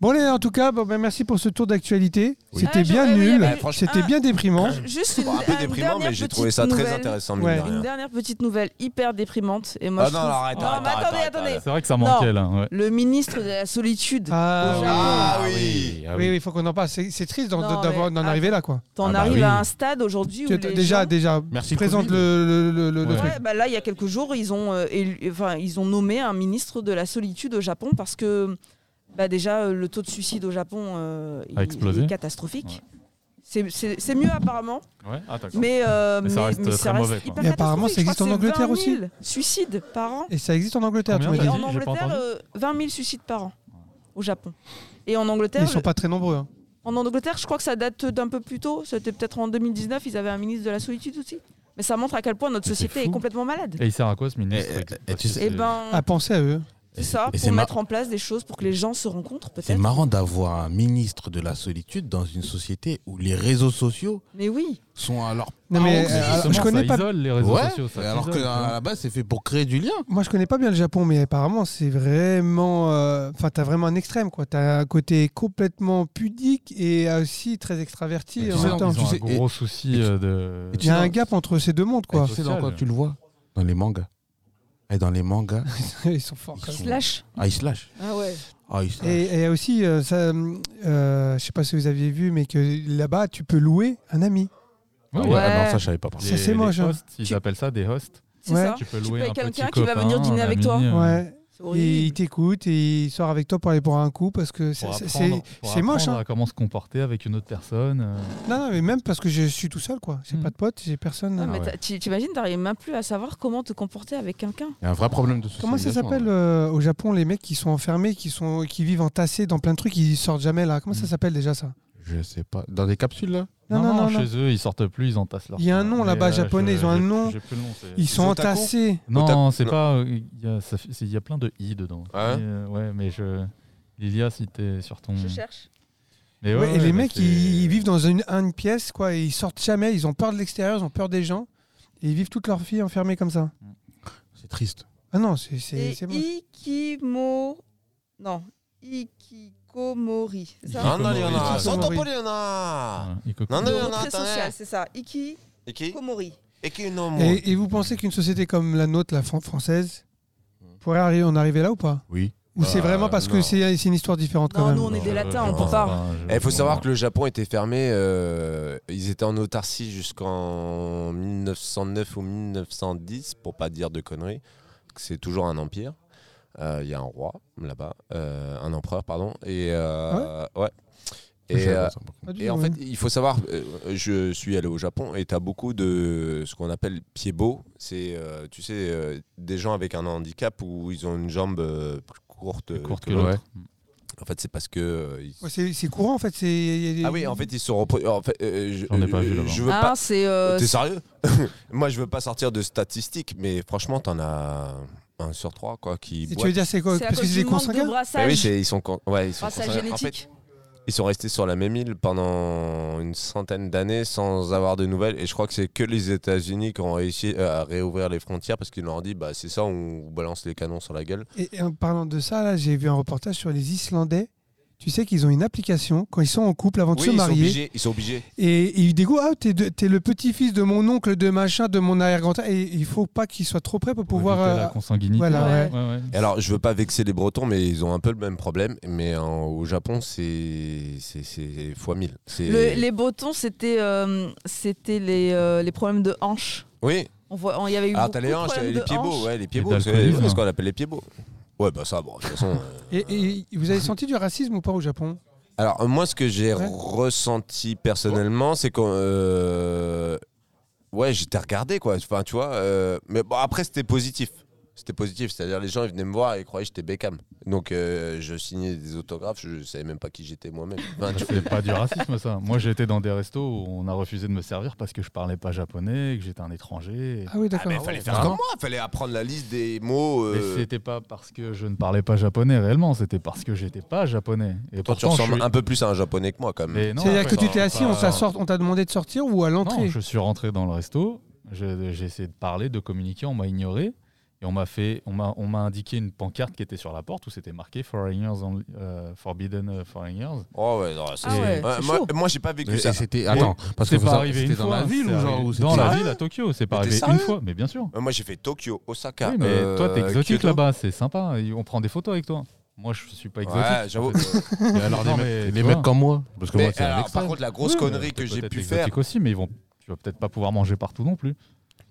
Bon, allez, en tout cas, bon, ben, merci pour ce tour d'actualité. Oui. C'était Ah, bien j'aurais- oui, il y nul, avait- c'était Ah. bien déprimant. Juste une, Bon, un peu Ah, une déprimant, dernière mais j'ai petite trouvé ça nouvelle. très intéressant, mine Ouais. de Une rien. dernière petite nouvelle hyper déprimante. Et moi, Ah je non, trouve- alors, arrête, Non, arrête, mais arrête, attendez, arrête, attendez. arrête. C'est vrai que ça manquait là. ouais. Le ministre de la solitude. Ah, Ah Au Japon. oui oui, oui, il faut qu'on en parle. C'est c'est triste d'en Non, d'avoir- mais- d'en arriver là quoi. T'en Ah bah arrives oui. à un stade aujourd'hui où Tu- les déjà, gens- déjà, Merci, présente Covid. le, le, le- le Ouais. truc. Ouais, bah là, il y a quelques jours, ils ont, euh, élu- enfin, ils ont nommé un ministre de la solitude au Japon parce que bah, déjà, euh, le taux de suicide au Japon euh, il- A explosé. il est catastrophique. C'est- C'est c'est mieux apparemment, Ouais, ah, d'accord. mais, euh, Mais ça reste très mauvais, quoi. hyper Mais apparemment, ça catastrophique. existe Je crois en que c'est Angleterre 20 000 Suicides par an. Et ça existe en Angleterre, tu Combien m'as dit. Et Vas-y, en j'ai pas Angleterre, entendu. euh, 20 000 suicides par an au Japon. Et en Ils Angleterre, sont pas très nombreux. hein. en Angleterre, je crois que ça date d'un peu plus tôt. C'était peut-être en 2019. Ils avaient un ministre de la solitude aussi. Mais ça montre à quel point notre Mais c'est société est, fou. complètement malade. Et il sert à quoi ce ministre Et- Parce et- et tu que sais- Et c'est- ben, À penser à eux. C'est ça, Et pour mar- mettre en place des choses pour que les gens se rencontrent C'est peut-être. marrant d'avoir un ministre de la solitude dans une société où les réseaux sociaux Mais oui, sont alors. Non, mais, euh, Ah, Justement, je connais ça pas- isole les réseaux ouais, sociaux. ça hein. alors t'isole, que tu vois. à euh, la base, c'est fait pour créer du lien. Moi, je connais pas bien le Japon, mais apparemment, c'est vraiment. euh, Enfin, t'as vraiment un extrême, quoi. T'as un côté complètement pudique et aussi très extraverti Et en tu sais, même temps. Bah, Ils ont sais, un gros souci et tu- euh, de. et tu Il y a sais, un gap entre ces deux mondes, quoi. Et tu sais dans Social. quoi tu le vois Dans les mangas. Et dans les mangas, [laughs] Ils sont forts. quand Ils même. sont- slash. ah, ils se lâchent. Ah ouais. Ah, ils se lâchent. Et il y a aussi, euh, ça, euh, je sais pas si vous aviez vu, mais que là-bas, tu peux louer un ami. Ah Oui. ouais, ah Ouais. non, ça, je savais pas. par Les- contre. Ça, c'est les moche, hein. hosts, Ils Tu- appellent ça des hosts. C'est Ouais. ça. Tu peux Tu louer payes un petit quelqu'un qui va copain, venir dîner un avec ami, toi. euh, Ouais. C'est Et il horrible. t'écoute et il sort avec toi pour aller boire un coup parce que c'est- pour c'est apprendre- c'est- pour c'est moche. apprendre hein. à Comment se comporter avec une autre personne. euh. Non, non, mais même parce que je suis tout seul, quoi. J'ai Mm. pas de potes, j'ai personne. Non, mais Ah ouais. t'as- tu- T'imagines, t'arrives même plus à savoir comment te comporter avec quelqu'un. Il y a un vrai problème de Comment ça socialisation, hein. s'appelle là. euh, au Japon les mecs qui sont enfermés, qui sont, qui vivent entassés dans plein de trucs, ils sortent jamais là. Hmm. Comment ça Mm. s'appelle déjà ça Je sais pas. Dans des capsules, là Non, non, non. non. Chez eux, ils sortent plus, ils entassent leur. Il y a un corps. nom Mais, là-bas euh, japonais, je- ils ont un j'ai- nom. j'ai plus le nom, c'est- Ils sont Ils sont otaku entassés. Non, Otaku. c'est Non. pas. euh, Il y, a- ça fait- c'est- il y a plein de i dedans. Ah ouais Mais, euh, ouais, mais je. Lilia, si t'es sur ton. Je cherche. Mais Ouais, ouais, et les bah, mecs, c'est- ils, ils vivent dans une, une pièce, quoi. Et ils sortent jamais. Ils ont peur de l'extérieur, ils ont peur des gens. Et ils vivent toute leur vie enfermés comme ça. C'est triste. Ah non, c'est- c'est C'est c'est moche. Ikimo. Non, Ikikomori. C'est ça Ah Non, non, il y en a. Ils sont Sentons morts. pas, il y en a. Ouais, ils copient. Ah. Non, non, Le il y en a. retrait attendez. social, c'est ça. Et qui Ikikomori. Et qui non, moi. Et, et vous pensez qu'une société comme la nôtre, la fran- française, pourrait arriver, en arriver là ou pas Oui. Ou c'est Euh, vraiment parce que Hmm. non. c'est c'est une histoire différente quand Non, même nous, on est Je- des latins, je on peut pense pas. je- Il Eh, faut savoir que le Japon était fermé. euh, ils étaient en autarcie jusqu'en 1909 ou 1910, pour pas dire de conneries. C'est toujours un empire. Euh, Il y a un roi là-bas, euh, un empereur, pardon. Et euh, ouais. Je Et, savais euh, pas ça, par contre. Pas du et en tout, hein. fait, ouais. il faut savoir, euh, je suis allé au Japon et tu as beaucoup de ce qu'on appelle pieds beaux. C'est, euh, tu sais, euh, des gens avec un handicap où ils ont une jambe euh, plus courte, Plus courte que que l'autre. Ouais. En fait, c'est parce que. euh, ils- Ouais, c'est c'est courant en fait. c'est- il y a des- Ah oui, en fait, ils se reproduisent. En fait, euh, je, J'en ai pas vu euh, là-bas. Je veux Ah, pas. c'est. euh, T'es sérieux [laughs] Moi, je veux pas sortir de statistiques, mais franchement, t'en as un sur trois quoi qui. Et tu boit. veux dire c'est quoi c'est à Parce que cause c'est du des manque de consanguins Bah oui, brassage, c'est- ils sont, con- ouais, ils sont brassage consanguins. En fait, Ah, génétique. ils sont restés sur la même île pendant une centaine d'années sans avoir de nouvelles. Et je crois que c'est que les États-Unis qui ont réussi euh, à réouvrir les frontières parce qu'ils leur ont dit bah, c'est ça, on vous balance les canons sur la gueule. Et en parlant de ça, là, j'ai vu un reportage sur les Islandais. Tu sais qu'ils ont une application quand ils sont en couple avant de oui, se ils sont marier. obligés. Ils sont obligés. Et, et ils dégoûtent, ah, t'es, de- t'es le petit-fils de mon oncle, de machin, de mon arrière-grand-père. Et il faut pas qu'il soit trop près pour pouvoir. éviter la euh, consanguinité. voilà, ouais. Ouais, ouais. Et Alors, je veux pas vexer les Bretons, mais ils ont un peu le même problème. Mais en- au Japon, c'est c'est- c'est fois 1000. C'est- Le- les botons, c'était euh, c'était les, euh, les problèmes de hanches. Oui, On voit, on- il y avait eu ah, beaucoup t'as de les hanches, problèmes les de pieds beaux, hanches. ouais, les pieds Et beaux, c'est d'alcoolisme. c'est ce qu'on appelle les pieds beaux. Ouais, bah ça, bon, de toute façon. euh, et, et vous avez senti du racisme ou pas au Japon Alors euh, moi, ce que j'ai Ouais. ressenti personnellement, c'est que ouais, j'étais regardé quoi. Enfin, tu vois. euh, Mais bon, après, c'était positif. C'était positif, c'est-à-dire les gens ils venaient me voir et ils croyaient que j'étais Beckham. Donc euh, je signais des autographes, je savais même pas qui j'étais moi-même. Enfin, tu- Bah, C'est pas du racisme ça. Moi j'ai été dans des restos où on a refusé de me servir parce que je parlais pas japonais, que j'étais un étranger. Euh. Ah oui, d'accord. mais fallait faire vraiment. comme moi, fallait apprendre la liste des mots. Hein Mais euh, c'était pas parce que je ne parlais pas japonais réellement, c'était parce que j'étais pas japonais. Et Toi, tu pourtant, je ressembles suis- un peu plus à un japonais que moi quand même. Mais non, C'est-à-dire après, que tu t'es ça- assis, on, ça- t'a sort- on t'a demandé de sortir ou à Non, l'entrée je suis rentré dans le resto, je- j'ai essayé de parler, de communiquer, on m'a ignoré. Et on m'a fait, on m'a, on m'a indiqué une pancarte qui était sur la porte où c'était marqué Foreigners only- euh, Forbidden Foreigners. Oh ouais, non, c'est- Ah ouais, Ouais, c'est moi, chaud. moi j'ai pas vécu ça. Et c'était. Attends, parce que C'est faut pas savoir- arrivé une c'était dans fois. hein, la ville c'est ou genre arrivé- où dans c'était- la Ah ville à Tokyo, c'est pas Mais arrivé t'es une sérieux fois, mais bien sûr. Euh, Moi j'ai fait Tokyo, Osaka. Oui, mais toi t'es euh, exotique Kyoto. là-bas, c'est sympa. et On prend des photos avec toi. Moi je suis pas exotique. Ouais, j'avoue. [laughs] Et alors, Non, les mecs- mais tu les vois. mecs comme moi. Parce que Mais moi, c'est euh, alors, [laughs] avec ça. par contre, la grosse Ouais, connerie t'es que j'ai peut-être pu exotique faire, aussi, mais ils vont, tu vas peut-être pas pouvoir manger partout non plus.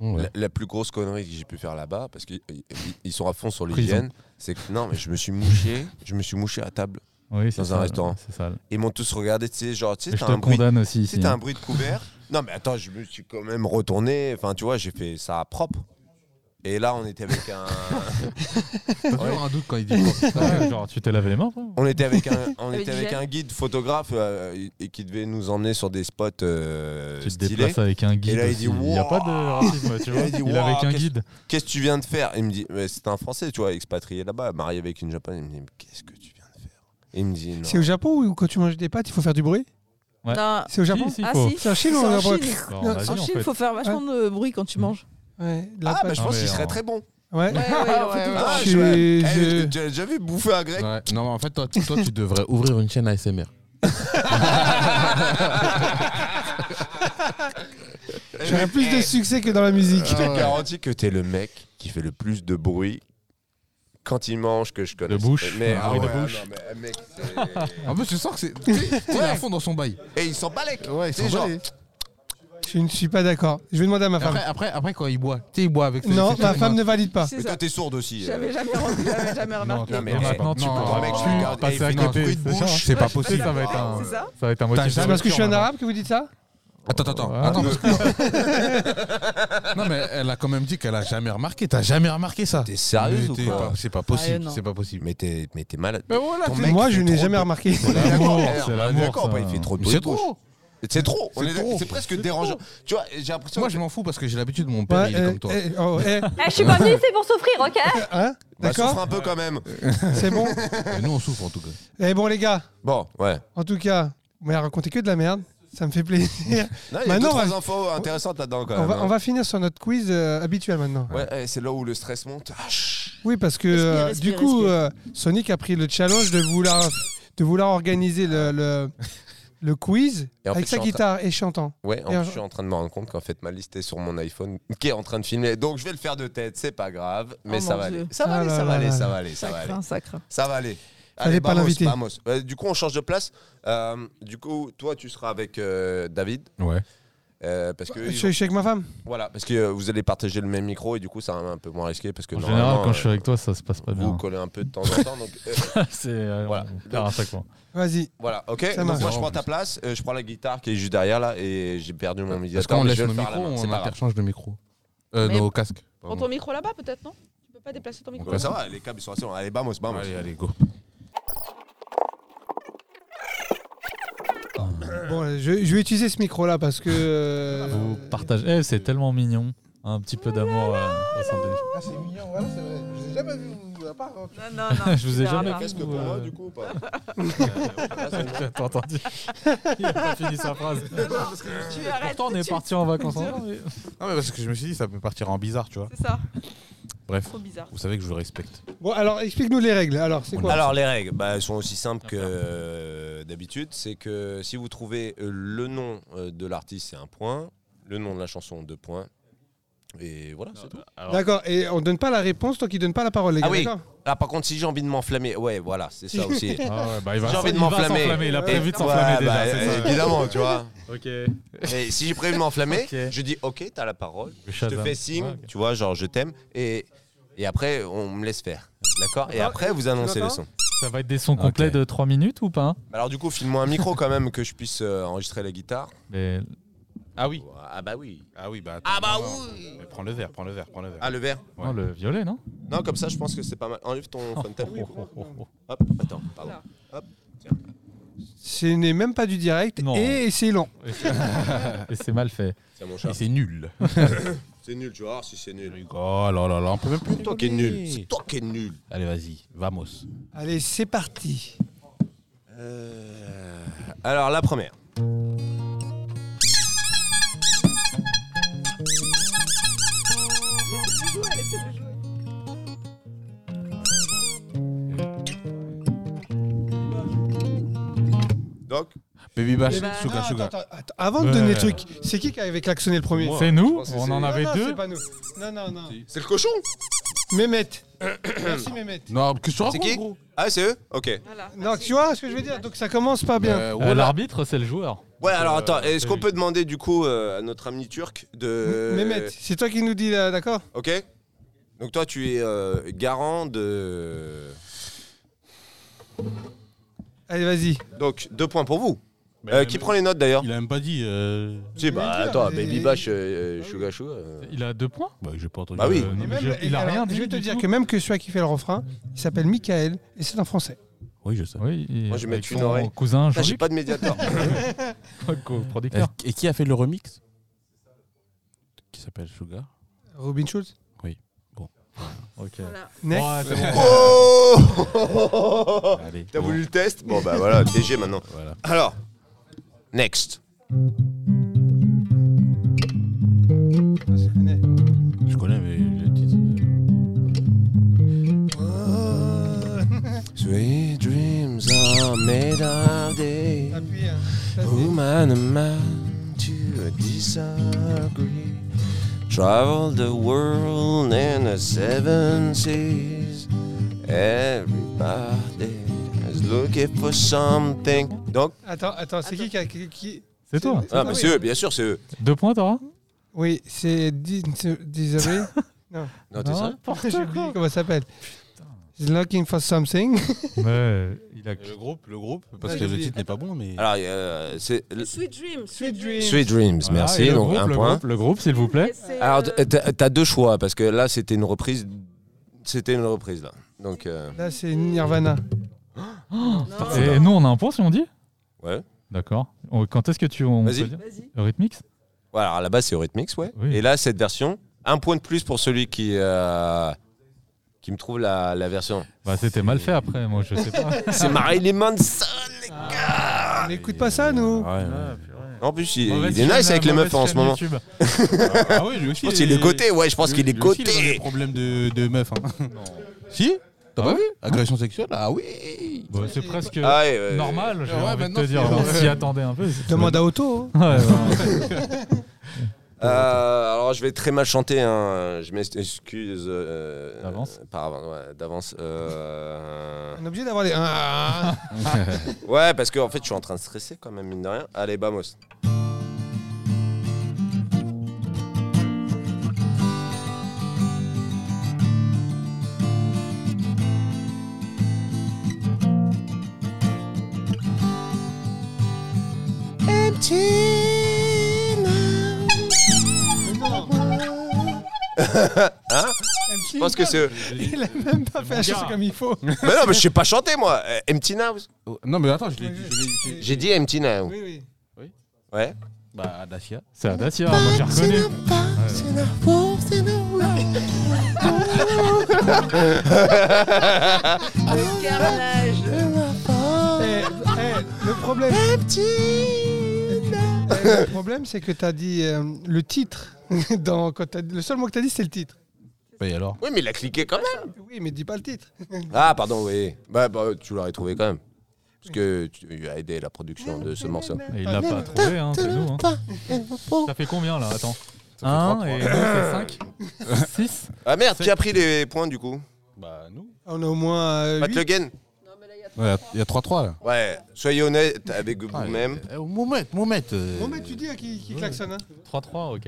la, Ouais. la plus grosse connerie que j'ai pu faire là-bas, parce qu'ils ils- ils sont à fond sur Prison. l'hygiène, c'est que non, mais je me suis mouché, je me suis mouché à table. Oui, c'est Dans un ça, restaurant. C'est ça. Ils m'ont tous regardé, tu sais, genre, tu sais, Et je t'as te un bruit, condamne aussi tu sais, ici. t'as un hein. bruit de couvert. Non, mais attends, je me suis quand même retourné. Enfin, tu vois, j'ai fait ça à propre. Et là, on était avec [laughs] un, J'ai toujours un doute quand il dit. Ouais, [laughs] genre, tu t'es lavé les mains quoi. on était avec un, on Avec était du avec gel. un guide photographe euh, et- et qui devait nous emmener sur des spots euh, Tu te stylés. déplaces avec un guide. Et là, il dit, aussi. il n'y a Wouah pas de racisme, tu Et vois. là, [laughs] il il dit, est Wouah, avec un qu'est-ce- guide. qu'est-ce que tu viens de faire Il me dit, mais c'est un Français, tu vois, expatrié là-bas, marié avec une Japonaise. Il me dit, mais qu'est-ce que tu viens de faire Il me dit, non. C'est au Japon ou quand tu manges des pâtes, il faut faire du bruit Ouais. Non. C'est au Japon Si, si, Ah, faut. si. C'est en Chine C'est ou en en Japon Chine. Bah, en Non, Asie, En en Chine, fait. il faut faire vachement de bruit quand tu manges. Ouais, de la Ah, pâte. bah je Ah, pense mais qu'il serait en- très bon. Ouais. Ouais, ouais, ouais, ouais. Ah, Je- je... Eh, je- tu- Tu as déjà vu bouffer un grec Ouais. Non, mais en fait, toi, tu- toi, tu devrais ouvrir une chaîne ASMR. J'aurais plus Eh. de succès que dans la musique. Je te Euh, garantis que t'es le mec qui fait le plus de bruit quand il mange que je connais. bouche, Mais, un ah bruit de ouais, bouche. non, mais, mec, c'est- En plus, tu sens que c'est. tu sais, Il est à fond dans son bail. Et il s'en balèque. Ouais, il C'est s'en genre- bat. Je ne suis pas d'accord. Je vais demander à ma femme. Après, après, après, quand il boit, tu sais, il boit avec. ses- non, ses ma trucs, femme moi. ne valide pas. C'est Ah, Mais ça. toi, t'es sourde aussi. euh. J'avais jamais, j'avais jamais Non, remarqué. Non, mais- non, maintenant, tu non, pourras mec, plus tu regardes, passer eh, à il fait un côté. bruit de C'est ça. bouche. C'est pas Tu sais, possible. Ça va être C'est ça un, ça va être un motif. Putain, de C'est parce que je suis un rupture, arabe que vous dites ça Attends, attends, Ouais. attends. [laughs] non, mais elle a quand même dit qu'elle a jamais remarqué. T'as jamais remarqué ça T'es sérieuse Mais ou t'es quoi pas- C'est pas Ah, possible. non. C'est pas possible. Mais t'es mais t'es malade. Mais voilà, Ton c'est- mec Moi, fait je n'ai trop jamais de- remarqué. On est d'accord, l'amour, eh, c'est on est l'amour, d'accord, ça. bah, il fait trop de Mais bruit C'est de bouche. trop. C'est trop. on C'est est d'accord, trop. C'est presque C'est dérangeant. Tu vois, j'ai l'impression. Moi, que- je m'en fous parce que j'ai l'habitude de mon père, Ouais, il est eh, comme toi. eh, oh, eh, Eh, je suis pas venue ici pour souffrir, ok Eh, hein [laughs] Bah, souffre D'accord un peu quand même. C'est [laughs] bon Mais Nous, on souffre en tout cas. Eh bon, les gars, Bon, ouais. en tout cas, vous m'avez raconté que de la merde. Ça me [laughs] fait plaisir. Non, il y a Maintenant, deux, on trois va- infos intéressantes là-dedans quand On même. va, hein. on va finir sur notre quiz euh, habituel maintenant. Ouais, eh, c'est là où le stress monte. Ah, chut. Oui, parce que Respire, euh, respire, du coup, respire. euh, Sonic a pris le challenge de vouloir, de vouloir organiser le, le, le quiz Et en avec fait, sa je suis en guitare et chantant. Ouais, en Et plus, un- je suis en train de me rendre compte qu'en fait, ma liste est sur mon iPhone qui est en train de filmer. Donc, je vais le faire de tête, c'est pas grave, mais Oh ça mon va Dieu. aller. Ça va Ah aller, là ça va là aller, là ça là. va aller, ça va aller. Sacre, sacre. Ça va aller. Fallait pas vamos, l'inviter. vamos. Euh, du coup, on change de place. Euh, du coup, toi, tu seras avec euh, David. Ouais. euh, parce que Je je suis avec ma femme. voilà, parce que euh, vous allez partager le même micro et du coup, c'est un peu moins risqué parce que En général, normalement, quand je suis euh, avec toi, ça se passe pas vous bien. collez un peu de temps en temps. Donc, euh, [laughs] [laughs] C'est euh, Voilà. on perd à chaque fois. Vas-y. Voilà, ok. Ça Donc marche. moi je En prends ta plus. place, euh, je prends la guitare qui est juste derrière là et j'ai perdu mon Parce médiateur. qu'on mais laisse je vais nos le faire à la micros, main, c'est on pas grave. interchange de micros. Euh, Mais- nos casques. Prends ton micro là-bas, peut-être, Bah, non Tu peux pas déplacer ton micro Ouais, ça va, les câbles ils sont assez longs. Allez, vamos, vamos. Allez, allez, go. Bon, euh, je, je vais utiliser ce micro-là parce que. euh, Vous partagez. Eh, c'est tellement mignon. Un petit peu d'amour euh, au sein de- Ah, c'est mignon, voilà, c'est vrai. Je l'ai jamais vu, vous, à part. hein. Non, non, [laughs] non. Je vous ai jamais Qu'est-ce que pour moi, du coup ou pas J'ai pas entendu. Il a pas fini [laughs] sa phrase. Tu arrêtes. Pourtant, on est tu- parti en vacances ensemble. mais- Non, mais parce que je me suis dit, ça peut partir en bizarre, tu vois. C'est ça. Bref. Trop bizarre. Vous savez que je le respecte. Bon, alors explique-nous les règles. Alors, c'est On quoi Alors les règles, bah, elles sont aussi simples que euh, d'habitude. C'est que si vous trouvez euh, le nom euh, de l'artiste, c'est un point. Le nom de la chanson, deux points. Et voilà, c'est tout. D'accord, et on donne pas la réponse tant qu'ils donnent pas la parole, les gars. Ah oui. d'accord Ah, par contre, si j'ai envie de m'enflammer, ouais, voilà, c'est ça aussi. Ah ouais, bah, il va J'ai envie de il va m'enflammer. s'enflammer, Il a Et- prévu de Ouais, s'enflammer bah, déjà. c'est ça. euh, évidemment, tu [laughs] vois. Ok. Et si j'ai prévu de m'enflammer, Ok. je dis ok, t'as la parole. Je te Shazam. fais signe, Ouais, ok. tu vois, genre je t'aime. Et, et après, on me laisse faire. D'accord Et Ah, après, vous annoncez le son. Ça va être des sons complets de 3 minutes ou pas hein Bah Alors, du coup, file-moi un micro quand même que je puisse euh, enregistrer la guitare. Mais Ah oui. Ah, bah oui. Ah oui, bah. Ah, bah oui. Prends le verre, prends le verre, prends le verre. Ah, le verre non, le violet, non Non, comme ça, je pense que c'est pas mal. Enlève [laughs] ton frontal. Oh, oh, oh, oh. Hop, attends, pardon. Ce n'est même pas du direct Non. et c'est long. Et c'est mal fait. C'est à mon chat. Et c'est nul. C'est nul, tu vois, si c'est nul. Oh là là là, on peut même plus. C'est toi qui es nul. C'est toi qui es nul. Allez, vas-y, vamos. Allez, c'est parti. Euh, Alors, la première. Donc, Baby Bash, Eh ben, Suga Ah, Suga. attends, attends, attends. Avant de Ouais. donner le truc, c'est qui qui avait klaxonné le premier C'est nous pense que On c'est- Ah en Non, avait non, deux. c'est pas nous. Non, non, non. c'est le cochon Mehmet. Merci Mehmet. Non, que tu C'est racontes, qui gros Ah, c'est eux Ok. Voilà. Non, tu vois ce que je veux dire Donc ça commence pas bien. Euh, Euh, voilà. L'arbitre, c'est le joueur. Ouais, alors attends, c'est est-ce qu'on lui. peut demander du coup euh, à notre ami turc de. Mehmet, c'est toi qui nous dis là, d'accord Ok Donc toi, tu es euh, garant de. Allez, vas-y. Donc, deux points pour vous. Mais Euh, il a qui même- prend les notes d'ailleurs Il a même pas dit. euh, Si, bah Mais bien, attends, mais- Baby Bash, euh, Ah Suga Shu, euh. Il a deux points Bah, j'ai pas entendu. Bah oui. non, Euh, mais Et même- je- Il et a alors, rien dit. Je vais te du dire tout. que même que celui qui fait le refrain, il s'appelle Michael et c'est un français. Oui, je sais. Oui, il- Moi, je vais avec mettre une son oreille. Ah, cousin Putain, J'ai Jean-Luc, pas de [laughs] médiateur. producteur. Et qui a fait le remix Qui s'appelle Suga Robin Schulz. Ok. Voilà. Next. Ouais, c'est bon. oh Allez. T'as bon, voulu le test Bon bah voilà, TG maintenant. Voilà. Alors, next. Je connais, mais le titre. euh, Oh. Sweet dreams are made of day. Appuie, hein. Ça, Bah c'est- Woman and man to disagree. Travel the world in the seven seas. Everybody is looking for something. Donc, Attends, attends, c'est qui qui, a- qui- qui- C'est toi. ah, oui. bah, c'est eux, bien sûr, c'est eux. Deux points, hein Dora Oui, c'est Dis- [laughs] Disney. Non, Ah, t'es ça J'ai oublié comment ça s'appelle. He's looking for something. Ouais, il a... Le groupe, le groupe, Ouais, parce que j'ai le oublié. titre n'est pas bon, mais. Alors, euh, c'est le- Sweet Dream. Sweet Dream. Sweet Dreams, Voilà, et merci, le donc groupe, un le point. Groupe, le groupe, s'il vous plaît. Alors, t- euh, t'as t'as deux choix, parce que là, c'était une reprise. C'était une reprise, là. Donc, euh, Là, c'est Nirvana. Et nous, on a un point si on dit ouais. D'accord. On- Quand est-ce que tu. on Vas-y. peut dire Vas-y. Rhythmix Voilà, alors, à la base, c'est Eurythmics, ouais. Oui. Et là, cette version, un point de plus pour celui qui, euh, qui me trouve la, la [laughs] version. Bah, c'était mal fait après, moi, je sais pas. c'est Marilyn Manson, les gars On n'écoute pas ça, Ah, nous. Ouais, Ah ouais. Bah, En plus, il, Mauvaise il est chaîne, nice avec les mauvaise meufs en ce chaîne moment. YouTube. Ah oui, lui aussi. Je pense qu'il est coté, ouais, je pense qu'il est Lui aussi, il a des coté. problèmes de, de meuf. Hein. [laughs] Si T'as Ah pas ouais vu Agression sexuelle Ah oui Bon, Bah, c'est presque Ah ouais, ouais, ouais. normal, j'ai Ouais, envie de maintenant, te dire. c'est- On s'y attendait un peu. c'est- Demande à Otto. hein. Ouais, ouais. Euh, alors, je vais très mal chanter, hein. je m'excuse. euh, D'avance Par avance, ouais, d'avance. euh, On est obligé d'avoir les. Ah. [laughs] Ouais, parce que en fait, je suis en train de stresser quand même, mine de rien. Allez, vamos. Hein? Je pense que c'est eux. Il a même pas fait la chanson comme il faut. Mais non, mais je sais pas chanter, moi. Euh, Empty Now. Oh, Non, mais attends, je l'ai dit. je l'ai dit. J'ai dit Empty Now. Oui, oui. Ouais. Bah, Dacia. C'est un Dacia, moi j'ai reconnu. carnage Eh, le problème. Eh, le problème, c'est que tu as dit euh, le titre. [laughs] Dans, quand t'as- le seul mot que tu as dit, c'est le titre. Bah, et alors Oui, mais il a cliqué quand même. Oui, mais dis pas le titre. Ah, pardon, oui. Bah, bah, tu l'aurais trouvé quand même. Parce que tu as aidé la production de ce morceau. Et il l'a pas trouvé, hein, c'est nous. Hein. Ça fait combien là Attends. Ça fait trois 1 et points. 2, [laughs] ça fait 5 6 Ah merde, qui a pris les points du coup Bah, nous. On a au moins euh, Pat huit. Le Guen Il y a 3-3 là. Ouais, soyez honnête avec vous-même. Eh, oh, Mohamed, Mohamed. euh, Bon, mais tu dis hein, qui, qui Ouais. klaxonne. hein. 3-3, ok.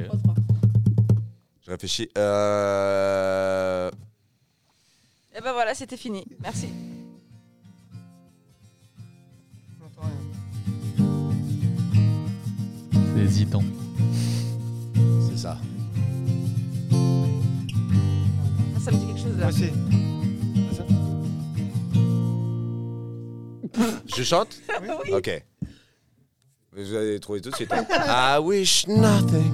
Je réfléchis. Euh... Et ben voilà, c'était fini. Merci. C'est hésitant. C'est ça. Ah, Ça me dit quelque chose là. Moi, c'est- Je chante Oui. Ok. Vous allez trouver tout de suite. hein. I wish nothing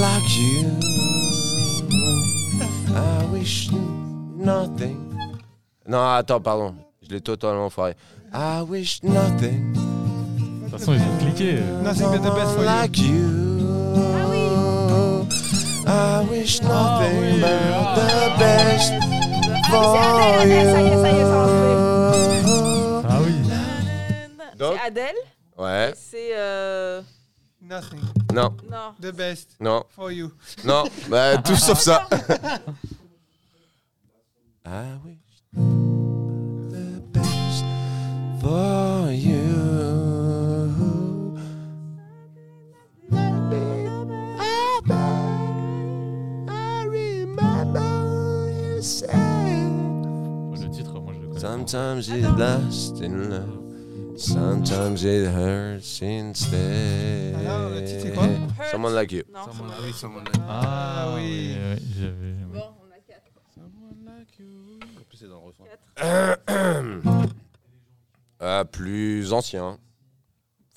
like you. I wish nothing. Non, attends, pardon. Je l'ai totalement foiré. I wish nothing. De toute façon, ils ont cliqué. Nothing but the best for you. like you. Ah oui. I wish nothing oui. but the best for Ah, mais c'est Adèle, Adèle, ça y est, ça y est, ça you. Ah oui. Donc, C'est Adèle. ouais. et C'est euh... Nothing. Non, non. The best non, for you. non. Bah, tout sauf ça. I wish the best for you. I remember you said. Le titre, moi je le connais. pas. Sometimes it's lost in love. Sometimes it hurts instead. Alors, le titre, c'est quoi Someone like you. Non. Someone like- c'est moi. someone Ah oui. oui, j'avais- oui. Bon, on a quatre. like you. En plus, c'est dans le refrain. Ah, plus ancien.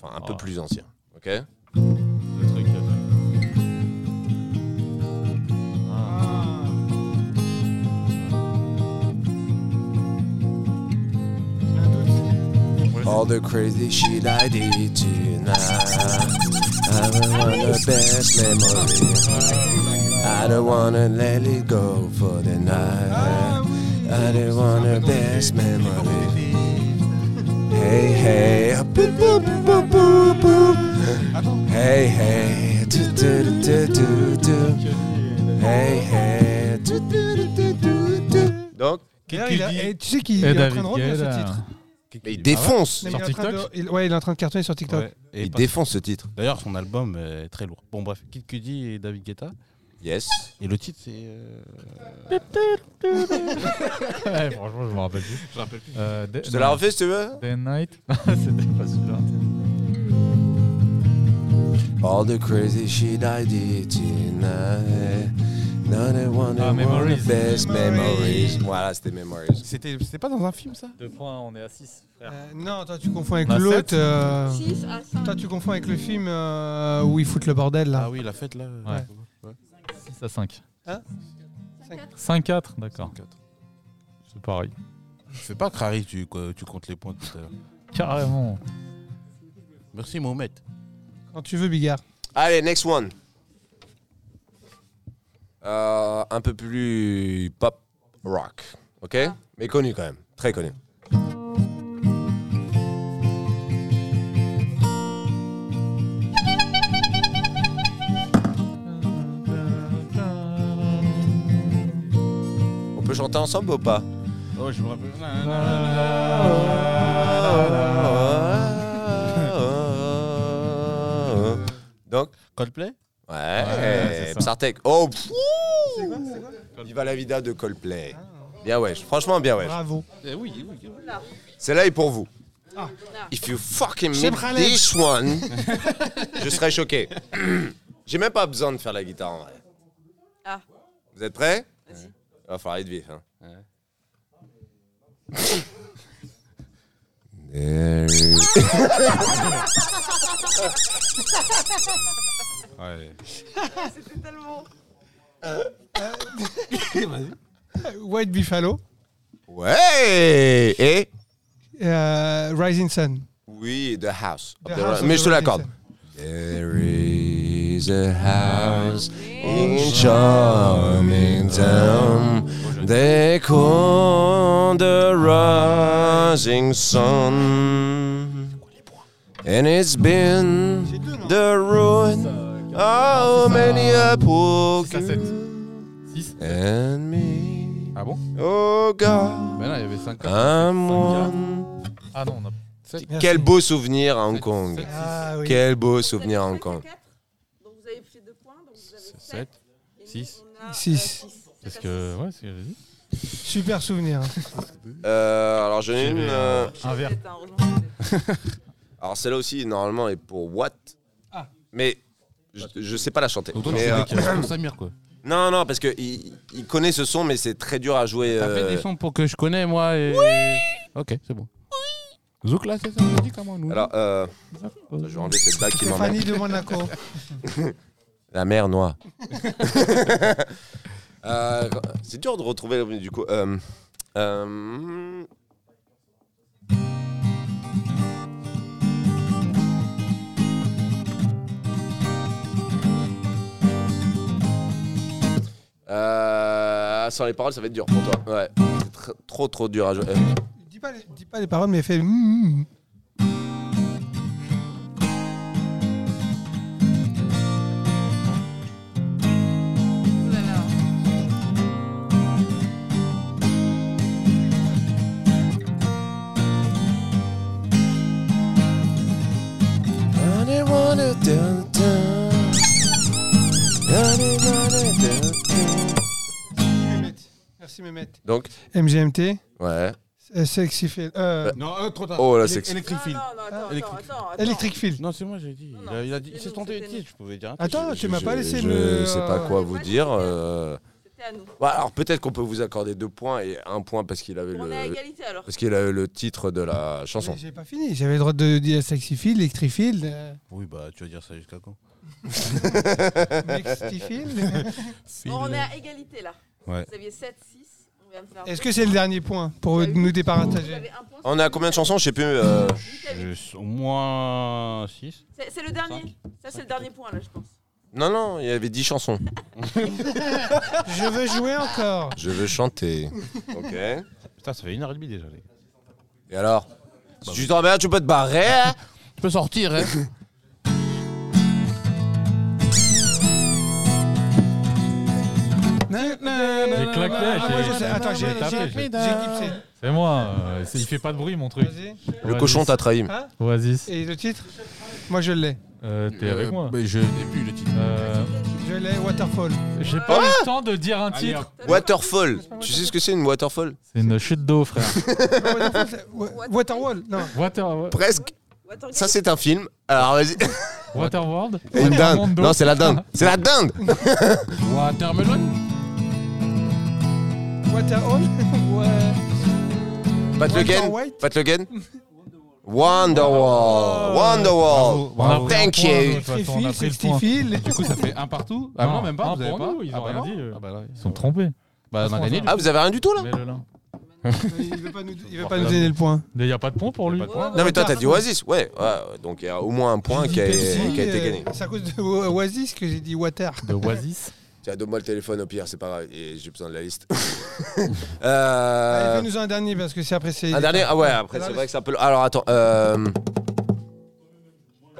Enfin, un peu Ah. plus ancien. Ok Le truc. euh, Ah. All the crazy shit I did tonight. I don't want the best memory. I don't wanna let it go for the Ah night. I don't want the best memory. Hey, hey, ah, bou, bou, bou, bou, bou, bou. Hey, hey, do, do, do, do, do, do. Hey, hey, do, do, do, do, do, do. Ah Donc, D'ailleurs, il a- Kikudi. et eh, tu sais qu'il Et est en Eh, David train de revenir ce Guetta. titre. il défonce. Non, Sur mais il est en train TikTok de- il- ouais, il est en train de cartonner sur TikTok. Ouais. Et Il pas- défonce ce titre. D'ailleurs, son album est très lourd. Bon, bref, Kid Cudi et David Guetta. Yes. Et le titre, c'est. euh, [laughs] Ouais, franchement, je me rappelle plus. Je me rappelle plus. Euh, Day- Je te la refais si tu veux Day and Night. [laughs] C'était pas celui-là. All the crazy shit I did tonight. None I want Ah, Memories. the best Memories. memories. Voilà, c'était Memories. C'était c'était pas dans un film, ça Deux points, on est à 6, frère. Euh, non, toi tu confonds avec On a sept l'autre. euh, Six à cinq. Toi tu confonds avec le film euh, où ils foutent le bordel là. Ah oui, la fête, là. Ouais. 6 à 5. Hein 5-4, d'accord. Quatre. C'est pareil. Je fais pas Crary, tu, quoi, tu comptes les points tout à l'heure. Carrément. Merci, Mohamed. Quand tu veux Bigard. Allez, next one. Euh, un peu plus pop rock. Ok Mais connu quand même. Très connu. On peut chanter ensemble ou pas Oh, je me rappelle. Ah Donc Coldplay Ouais, Ouais, c'est ça. Psartek. Oh, pfff. Viva la vida de Coldplay. Bien ouais, franchement bien ouais. Bravo. Oui, oui. Celle-là est pour vous. Ah. If you fucking Chef make Khaled. this one, je serais choqué. [clears throat] J'ai même pas besoin de faire la guitare en vrai. Ah. Vous êtes prêts Vas-y. Il va falloir être [laughs] vif. Hein. Euh, White Buffalo, Ouais Et euh, Rising Sun. Oui, The House. The House of Mais je te the l'accorde. Rising There is a house in charming town. They call the rising sun. And it's been the ruin of many a poor Six à sept. girl Six. and me. Ah bon Oh God, Ben non, il y avait 5 I'm one. Ah non, on a Sun. Merci. Quel beau souvenir à Hong Kong. Ah oui. Quel beau souvenir à Hong Kong. Donc vous avez fait deux points, donc vous avez 7. Six. euh, Six. Parce que, ouais, c'est vas-y. Super souvenir. Euh, alors j'en ai une. euh, un verre. hein, alors celle-là aussi, normalement, est pour What. Ah. Mais je, je sais pas la chanter. Donc toi, Mais, tu euh, fais des questions pour Samir, quoi. non, non, parce que il, il connaît ce son, mais c'est très dur à jouer. T'as fait euh, des sons pour que je connais, moi. Et... Oui Ok, c'est bon. Zouk, là, c'est ça on dit comment nous Alors, euh, je vais enlever cette bague qui m'emmène. Stéphanie de Monaco. La mer noire. Euh, c'est dur de retrouver du coup. euh, euh, euh, sans les paroles, ça va être dur pour toi. Ouais, c'est tr- trop trop dur à jouer. Euh, Dis pas, les, dis pas les paroles, mais fais. Mm, mm. Euh, Merci Mehmet. Donc, MGMT, ouais. euh, Sexy Feel, euh, Non, trop tard. Oh là, c'est Electric Field. Ah, attends, Électrique. attends, attends. Electric Field. Non, c'est moi, j'ai dit. Non, Il a- il a dit. non, C'est ton c'était titre, nous. je pouvais dire. un truc. Attends, tu m'as Je- pas laissé je me. sais pas quoi vous dire. euh, C'était à nous. bah, alors peut-être qu'on peut vous accorder deux points et un point parce qu'il avait On est à le égalité alors. parce qu'il a eu le titre de la chanson. Mais J'ai pas fini. J'avais le droit de dire Sexy Field, Electric Field, euh, [laughs] Oui, bah, tu vas dire ça jusqu'à quand Sexy Field. Bon, on est à égalité là. Ouais. Vous aviez 7-6. On vient de faire. Est-ce que c'est le dernier point pour nous Vous départager avez un point. On est à combien de chansons Je sais plus. euh, Je suis Au moins 6. C'est c'est le dernier. Ça, c'est le dernier point là, je pense. Non, non, il y avait 10 chansons. Je veux jouer encore. Je veux chanter. [laughs] ok. Et Putain, ça fait une heure et demie déjà, les gars. alors Si tu t'emmerdes, tu peux te barrer. hein Je peux sortir, hein J'ai claqué, Ah, moi, j'ai- je sais. Attends, j'ai j'ai tapé, j'ai- j'ai- j'ai gipsé. C'est moi, euh, c'est- il fait pas de bruit mon truc. Vas-y. Le cochon t'a trahi. Oasis, Et le titre Moi, je l'ai. euh, t'es avec moi. Mais je n'ai plus le titre. Euh, Je l'ai, Waterfall. J'ai pas eu le temps de dire un titre. Waterfall. Tu sais ce que c'est une waterfall C'est une chute d'eau, frère. Non, Waterfall, c'est- Wa- Waterwall. Non. Water, wa- Presque. Watergate. Ça, c'est un film. Alors vas-y. Waterworld Une Water dinde. Mondo. Non, c'est la dinde. C'est la dinde. Watermelon Waterhall [laughs] Ouais. Pat Le Guen. Walter White. Pat Le Guen. Wonderwall. Wonderwall. On a pris un Thank point, you. nous, de toute façon, on a Field, pris le Sexy point. [laughs] Field. Du coup, ça fait un partout Ah Non, non, même un pas, vous avez pour pas nous, ils Ah ont bah rien non. dit, euh. Ah bah là, Ils sont trompés. Bah, on a gagné. Ah, vous avez rien du tout là Mais le lin. Il veut pas nous, il veut pas nous donner le point. Mais y a pas de pont pour lui. Pas de point. Non, mais toi, t'as dit Oasis. Ouais, ouais. Donc, il y a au moins un point qui a, qui a été gagné. euh, C'est à cause de Wa- Oasis que j'ai dit Water. De Oasis. Tiens, donne-moi le téléphone au pire, c'est pas grave. Et j'ai besoin de la liste. [laughs] Allez, Euh, Fais-nous un dernier parce que c'est après. c'est- un dernier Ah ouais, après, c'est vrai que c'est un peu. Alors, attends. euh,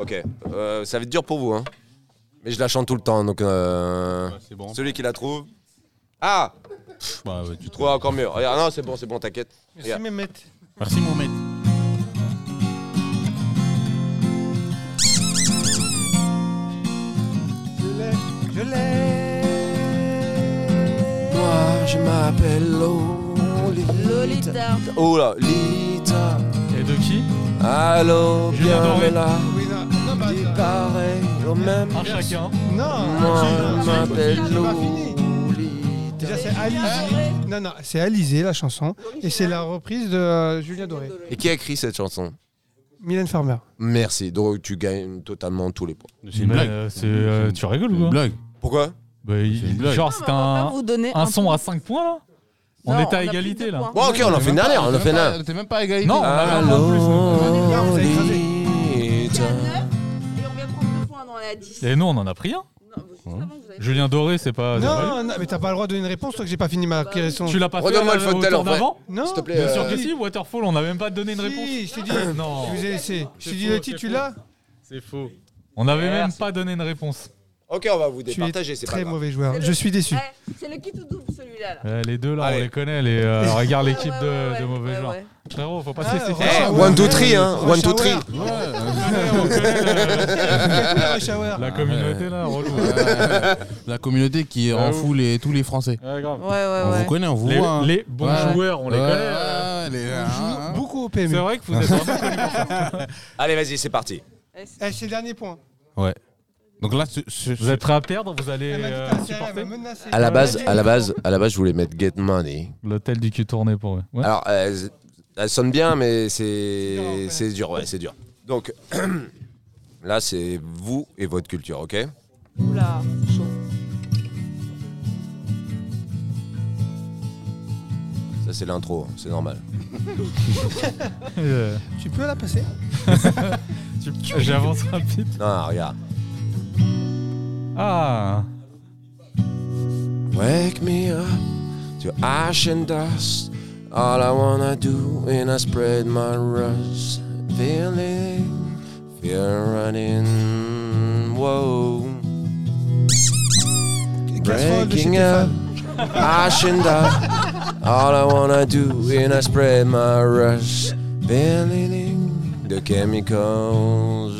Ok, euh, ça va être dur pour vous. Hein. Mais je la chante tout le temps, donc. euh, C'est bon. Celui qui la trouve. Ah Bah, ouais, tu trouves. Trouve encore mieux. Regarde, non, c'est bon, c'est bon, t'inquiète. Merci Mehmet. Merci, mon maître. Je l'ai. Je l'ai. Moi, je m'appelle Lolita. Lolita. Oh là, Lita. Et de qui Allô, Julien Doré. là. Oui, non. Non, bah, Dis attends. pareil au même. Un chacun. non. Moi, tu- m'appelle j'ai pas fini. Lolita. Déjà, c'est Alizé. Non, non, c'est Alizé la chanson. Et c'est la reprise de euh, Julien Doré. Et qui a écrit cette chanson Mylène Farmer. Merci. Donc tu gagnes totalement tous les points. C'est une blague. euh, c'est, euh, tu rigoles C'est ou une quoi blague. Pourquoi Bah, il- C'est une blague. Genre, c'est On va un, pas vous donner un son point. à 5 points là On Non, était à a plus égalité, de là. points. Bon, ok, on en fait une dernière. On en fait une dernière. T'es même pas à égalité. Non, on a un point de plus. Allô, écrasé. On était Lolita. à neuf, et on vient prendre deux points, on en est à 10. Et nous, on en a pris un. Non, juste avant, vous avez- Julien Doré, c'est pas. c'est pas lui. Non, non, mais t'as pas le droit de donner une réponse, toi que j'ai pas fini ma question. Tu l'as pas fait Regarde-moi à le la- fauteuil, au en tour vrai. d'avant Non, S'il te plaît. Bien sûr euh, que si, Waterfall, on n'a même pas donné de Si, réponse. je t'ai dit. Non, Je vous ai laissé. Je t'ai C'est dit faux, le c'est titre, tu faux. l'as c'est faux. On n'avait même pas donné une réponse. Ok, on va vous Tu es départager. C'est pas Très grave. mauvais joueur. Je suis déçu. Eh, C'est le kit ou double celui-là. là. Euh, les deux là, Allez. on les connaît, les, euh, regarde l'équipe Ouais, ouais, de, ouais, de mauvais ouais, joueurs. ouais. Frérot, faut pas se Ah, laisser Rush faire. Eh, Hour. one, two, three, hein. Rush One, two, Hour. three. Rush On Ouais. [laughs] connaît, euh, Hour. La communauté là, relou. Euh, La communauté qui Ah en oui. fout les- tous les Français. Ouais, grave. Ouais, ouais, Ah On vous ouais. connaît, on vous Les, voit. hein. les bons Ouais. joueurs, on les Ouais, connaît. euh. ouais, On les- hein, joue hein. beaucoup au C'est PMU. vrai que vous êtes un peu connus. Allez, vas-y, c'est parti. Eh, c'est- Eh, c'est le dernier point. Donc là, ce- ce- Vous êtes prêts à perdre, vous allez Elle m'a dit, euh, t'as intérêt, supporter elle m'a menacé. À la base, à la base, à la base, je voulais mettre Get Money. L'hôtel du cul tourné pour eux. Ouais. Alors, euh, z- elle sonne bien, mais C'est dur c'est à reconnaître. c'est dur, ouais, c'est dur. Donc, [clears throat] là, c'est vous et votre culture, ok Oula, chaud. Ça, c'est l'intro, hein, c'est normal. Euh, Tu peux la passer tu- J'avance rapide. Non, regarde. Ah, Wake me up to ash and dust. All I wanna do is I spread my rust. Feeling, feel running, whoa. 15 fois de chez Breaking tes up, fans. ash and dust. All I wanna do is I spread my rush. Feeling the chemicals.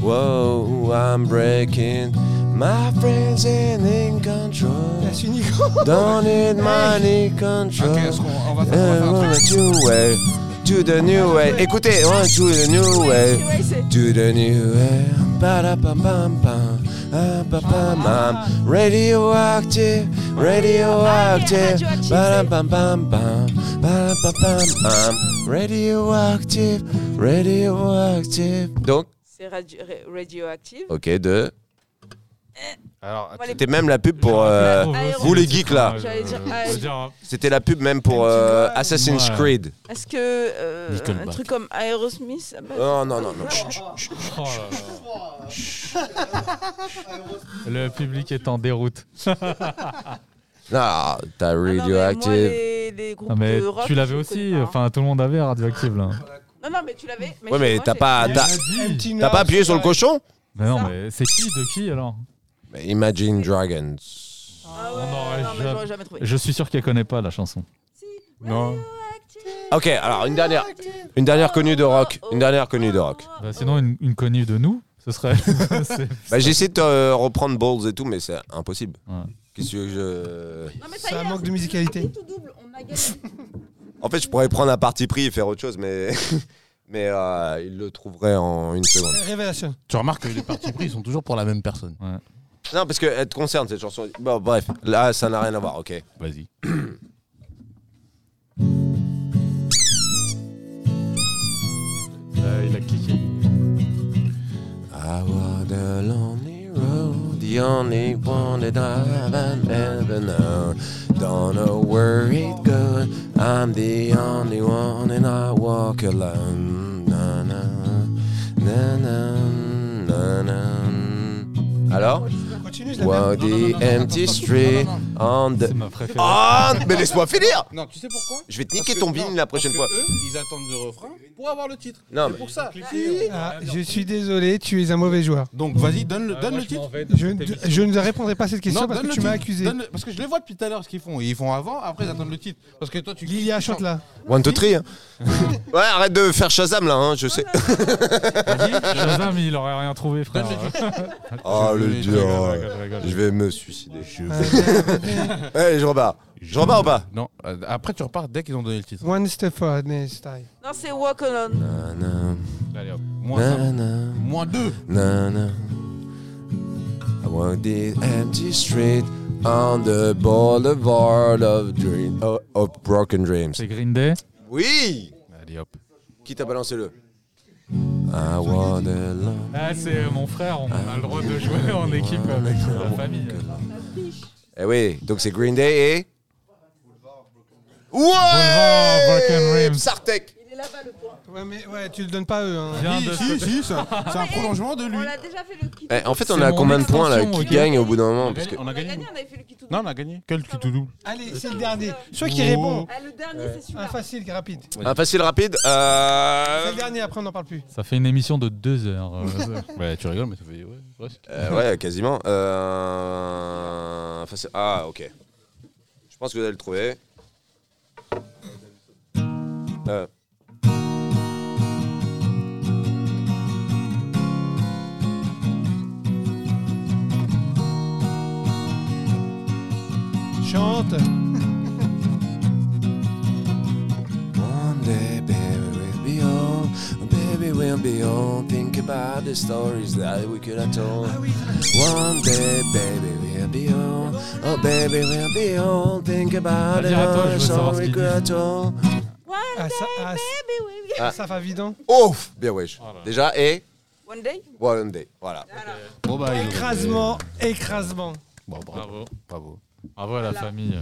Whoa, I'm breaking. My friends and in control. La Sunico. Don't need money Ok, control. est-ce qu'on- on va faire- on va Uh, faire un truc wanna do way, do the new way. Écoutez, wanna do the new way, Ouais, c'est- do the new way. Ba-da-ba-bam-bam, ah-ba-bam. I'm radioactive, Oh, radioactive. Ah, radioactive, Ba-da-bam-bam-bam, ba-da-bam-bam. I'm radioactive, radioactive. Donc, C'est radio- ra- radioactive. ok, deux. Alors, Allez, C'était même la pub pour. euh, vous, les geeks, là. J'allais dire, ah, Je veux dire, hein. C'était la pub même pour euh, Assassin's Ouais. Creed. Est-ce que euh, un Nickelback. truc comme Aerosmith ah bah, Oh, Non, non, non, non. Chut, chut, chut. Oh là là. Le public est en déroute. Non, t'as ah non, mais moi, radioactive. les, les groupes Ah, mais de rock, tu l'avais je aussi, connais pas, hein. enfin tout le monde avait Radioactive là. Non, non, mais tu l'avais. Ouais, mais moi, t'as j'ai- pas, Ah, t'as, t'as pas appuyé sur le cochon Mais non, Ça. mais c'est qui de qui alors Mais Imagine Dragons. Ah ouais, On n'aurait non, mais jamais- j'aurais jamais trouvé. Je suis sûr qu'elle connaît pas la chanson. non. Ok, alors une dernière. Une dernière connue de rock. Une dernière connue de rock. Bah, sinon, une, une connue de nous, ce serait. [laughs] c'est- Bah, j'essaie de te reprendre Balls et tout, mais c'est impossible. Ouais. Qu'est-ce que je. Non, mais Ça y est, manque de c'est musicalité. un petit tout double, on a gagné. En fait, je pourrais prendre un parti pris et faire autre chose, mais. [laughs] Mais euh, il le trouverait en une seconde. Révélation. tu remarques que les partis pris ils sont toujours pour la même personne. Non, parce qu'elle te concerne cette chanson. Bon, bref, là, ça n'a rien à voir, ok. Vas-y. Euh, il a cliqué. I walked a lonely road, the only one that I've ever known. Don't know where it goes. I'm the only one, and I walk alone. Na na na na na na. Alors, Continue, je la merde. walk the empty street on the. C'est ma préférée. Ah, mais laisse-moi finir. Non, tu sais pourquoi Je vais te niquer ton bin la prochaine fois. Eux, ils attendent le refrain pour avoir le titre. Non, mais- pour ça. Ah, Je suis désolé, tu es un mauvais joueur. Donc vas-y, donne Ah, le, donne le titre. Euh, Je, [laughs] je ne répondrai pas à cette question Non, parce donne que tu le m'as titre. accusé. Donne le- Parce que je les vois depuis tout à l'heure ce qu'ils font. Ils font avant, après ils attendent le titre. Parce que toi tu. Lilia chante là. One two three. hein. Ouais, arrête de faire Shazam là, hein, je sais. Shazam, il aurait rien trouvé, frère. Donne le [laughs] Oh Je le vais- dieu. Je rigole, je rigole. Je vais me suicider. Euh, Allez, je repars. Je repars Eh, ou pas Non, euh, après tu repars dès qu'ils ont donné le titre. One step forward, next time. Non, c'est Walk Alone. Nanana, Allez, hop. Moins, un, nanana, moins deux. nanana. I walk the empty street on the boulevard of dream of- of broken dreams. C'est Green Day. Oui Allez hop. Qui t'a balancé le I wanna Ah, c'est mon frère, on a le droit de jouer en équipe avec euh, la famille. Eh oui, donc c'est Green Day et. Ouais Boulevard Broken Rims. Sartek Ouais, mais ouais, tu le donnes pas à eux. hein. Viens de Si, si, c'est un c'est un prolongement de On lui. l'a déjà fait le kit. Eh, En fait, on C'est a mon combien de points là extension, Qui ok. gagne au bout d'un moment On parce que... a On a gagné. gagné, on avait fait le kit tout Non, on a gagné. Quel kit doudou Allez, c'est le dernier. Celui qui répond. Eh, Ah, le dernier, c'est Un celui-là. facile, rapide. Un Ah, facile rapide. C'est Euh... le dernier, après on n'en parle plus. Ça fait une émission de deux heures. euh, ça. Ouais, tu rigoles, mais ça fait. Ouais, presque. euh, ouais, quasiment. Euh... facile- Ah, ok. Je pense que vous allez le trouver. Euh, Chante. One day, baby, we'll be on. Baby, we'll be on. Think about the stories that we could have told. One day, baby, we'll be on. Oh, baby, we'll be on. Think about Vas-y, the à toi, je veux stories savoir that ce we qu'il could have told. One Ah, ça, day, ah, ça- baby, we will- Ah. ça va hein. vidant. Oh, bien wesh. Déjà, et One day. one day. Voilà. Bon, Ah, bah, ils ont- Écrasement, écrasement. Bon, bravo. Bravo. bravo. Bravo à la famille.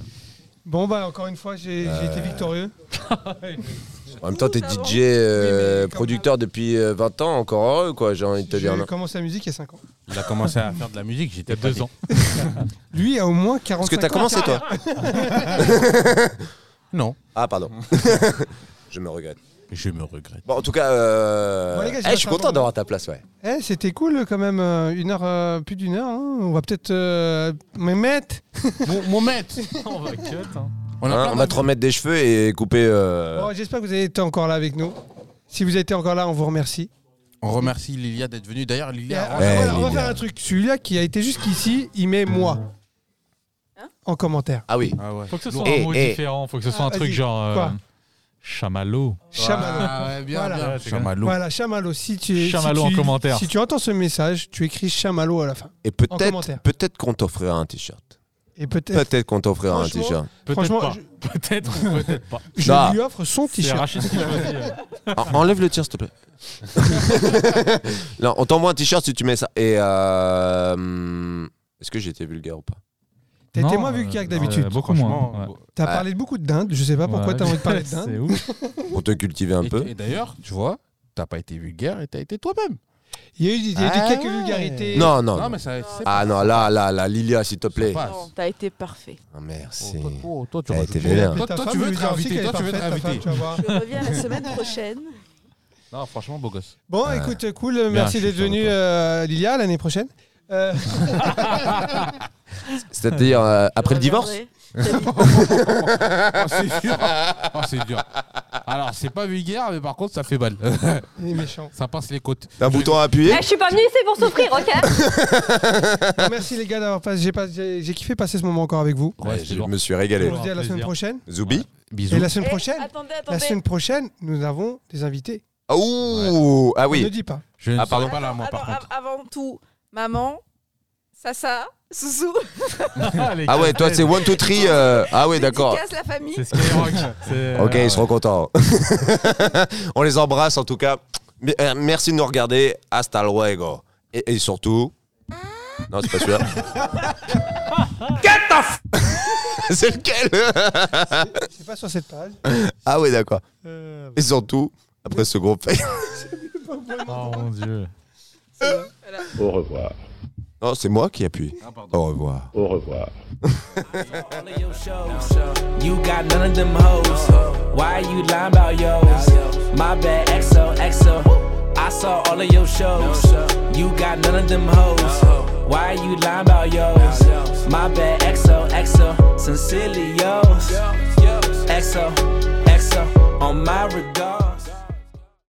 Bon, bah, encore une fois, j'ai j'ai été victorieux. En même temps, t'es Ouh, ça DJ euh, Oui, mais quand producteur depuis euh, 20 ans, encore heureux, quoi, j'ai envie de te dire. J'ai non commencé la musique il y a 5 ans. Il a commencé à faire de la musique, Il y a j'étais pas deux né. ans. [laughs] Lui a au moins Parce 45 que ans. t'as commencé, toi [laughs] Non, Ah, pardon. [laughs] Je me regrette. je me regrette. Bon, en tout cas, euh... Bon, les gars, eh, j'ai je suis passé un content bon d'avoir ta place, ouais. Eh, c'était cool quand même, euh, une heure, euh, plus d'une heure. hein. On va peut-être euh, me mettre. Mon, mon maître On va cut. hein. On Hein, on va te remettre des cheveux et couper. euh, Bon, J'espère que vous avez été encore là avec nous. Si vous avez été encore là, on vous remercie. On remercie Lilia d'être venue. D'ailleurs, Et, Lilia, euh, ouais, voilà, on va Lydia. faire un truc. Celui-là qui a été jusqu'ici, il met moi Hein en commentaire. Ah oui. Ah ouais. Faut que ce soit Eh, un mot eh. différent, faut que ce soit Ah, un truc vas-y. genre. euh, Quoi chamallow. Chamallow. Ah ouais, bien, Voilà. bien. Ouais, c'est quand même- Chamallow. Voilà, Chamallow. Si tu, si Chamallow en tu- commentaire. Si tu entends ce message, tu écris Chamallow à la fin. Et En peut-être commentaire. peut-être qu'on t'offrira un t-shirt. Et peut-être. Peut-être qu'on t'offrira un Franchement, t-shirt. Peut-être Franchement, pas. je- Peut-être ou peut-être pas. Je Non. lui offre son C'est [laughs] t-shirt. Rachid qui choisit. euh. En- enlève le t-shirt, s'il te plaît. [laughs] non, on t'envoie un t-shirt si tu mets ça. Et. euh, hum, Est-ce que j'ai été vulgaire ou pas T'as été Non, moins euh, vulgaire que non, d'habitude. euh, beaucoup moins. Franchement, ouais. T'as Ah. parlé de beaucoup de dinde. Je sais pas pourquoi Ouais. t'as envie de parler de [laughs] dinde. C'est ouf. Pour te cultiver un Et- peu. Et, d'ailleurs, tu vois, t'as pas été vulgaire et t'as été toi-même. Il y a eu, il y a eu Ah quelques ouais. vulgarités. Non, non. non. mais ça. c'est Ah non, là, là, là, Lilia, s'il te plaît. pas- Non, t'as été parfait. Ah, Oh, merci. toi, toi, toi, tu Elle rajoutes- était vénère. Toi, Ta toi, femme tu veux lui être dira aussi invité. qu'elle Toi, est tu veux être parfaite, ta invité. femme, tu vas voir. Je reviens la semaine prochaine. Non, franchement, beau [laughs] gosse. Bon, Ouais. écoute, cool. merci je suis d'être fier de venu, toi. euh, Lilia, l'année prochaine. [laughs] Euh, C'est-à-dire, euh, après Je le divorce reviendrai. T'as dit- Oh, c'est [laughs] dur. Oh, c'est dur. Alors, c'est pas vulgaire, mais par contre, ça fait mal. [laughs] il est méchant. ça passe les côtes. T'as un bouton à appuyer Eh, Je suis pas venue ici pour souffrir, ok Bon, merci les gars d'avoir passé. J'ai pas- J'ai j'ai kiffé passer ce moment encore avec vous. Ouais, Ouais, c'est Je dur. me suis régalé. On se dit à la semaine plaisir. prochaine. Zoubi Bisous. Et la semaine Eh, prochaine, Attendez, la attendez. semaine prochaine, nous avons des invités. Ah, ouh, ah On ne oui. dit pas. Je ne Ah, pardon. serai pas là, moi, Attends, par contre. av- Avant tout, maman, Sasa, Zouzou, les Ah ouais, [laughs] toi, cassettes. c'est 1, 2, 3. Ah ouais, d'accord. dédicace la famille. C'est Skyrock. c'est- Ok, Ah euh, ils seront contents. [laughs] On les embrasse en tout cas. Mais, euh, Merci de nous regarder. Hasta luego. Et, et surtout. Non, c'est pas celui-là. Get off [laughs] C'est lequel C'est pas sur cette page. Ah ouais, d'accord. Euh, Et surtout, après ce groupe. Oh mon dieu. Au revoir. Non, Oh, c'est moi qui appuie. Au revoir. Au revoir. You got none of them hoes. Why you lying about yours? My bad, XO, XO. I saw all of your shows. You got none of them hoes. Why you lying about yours? My bad, XO, XO. Sincerely yours. XO, XO. On my regard.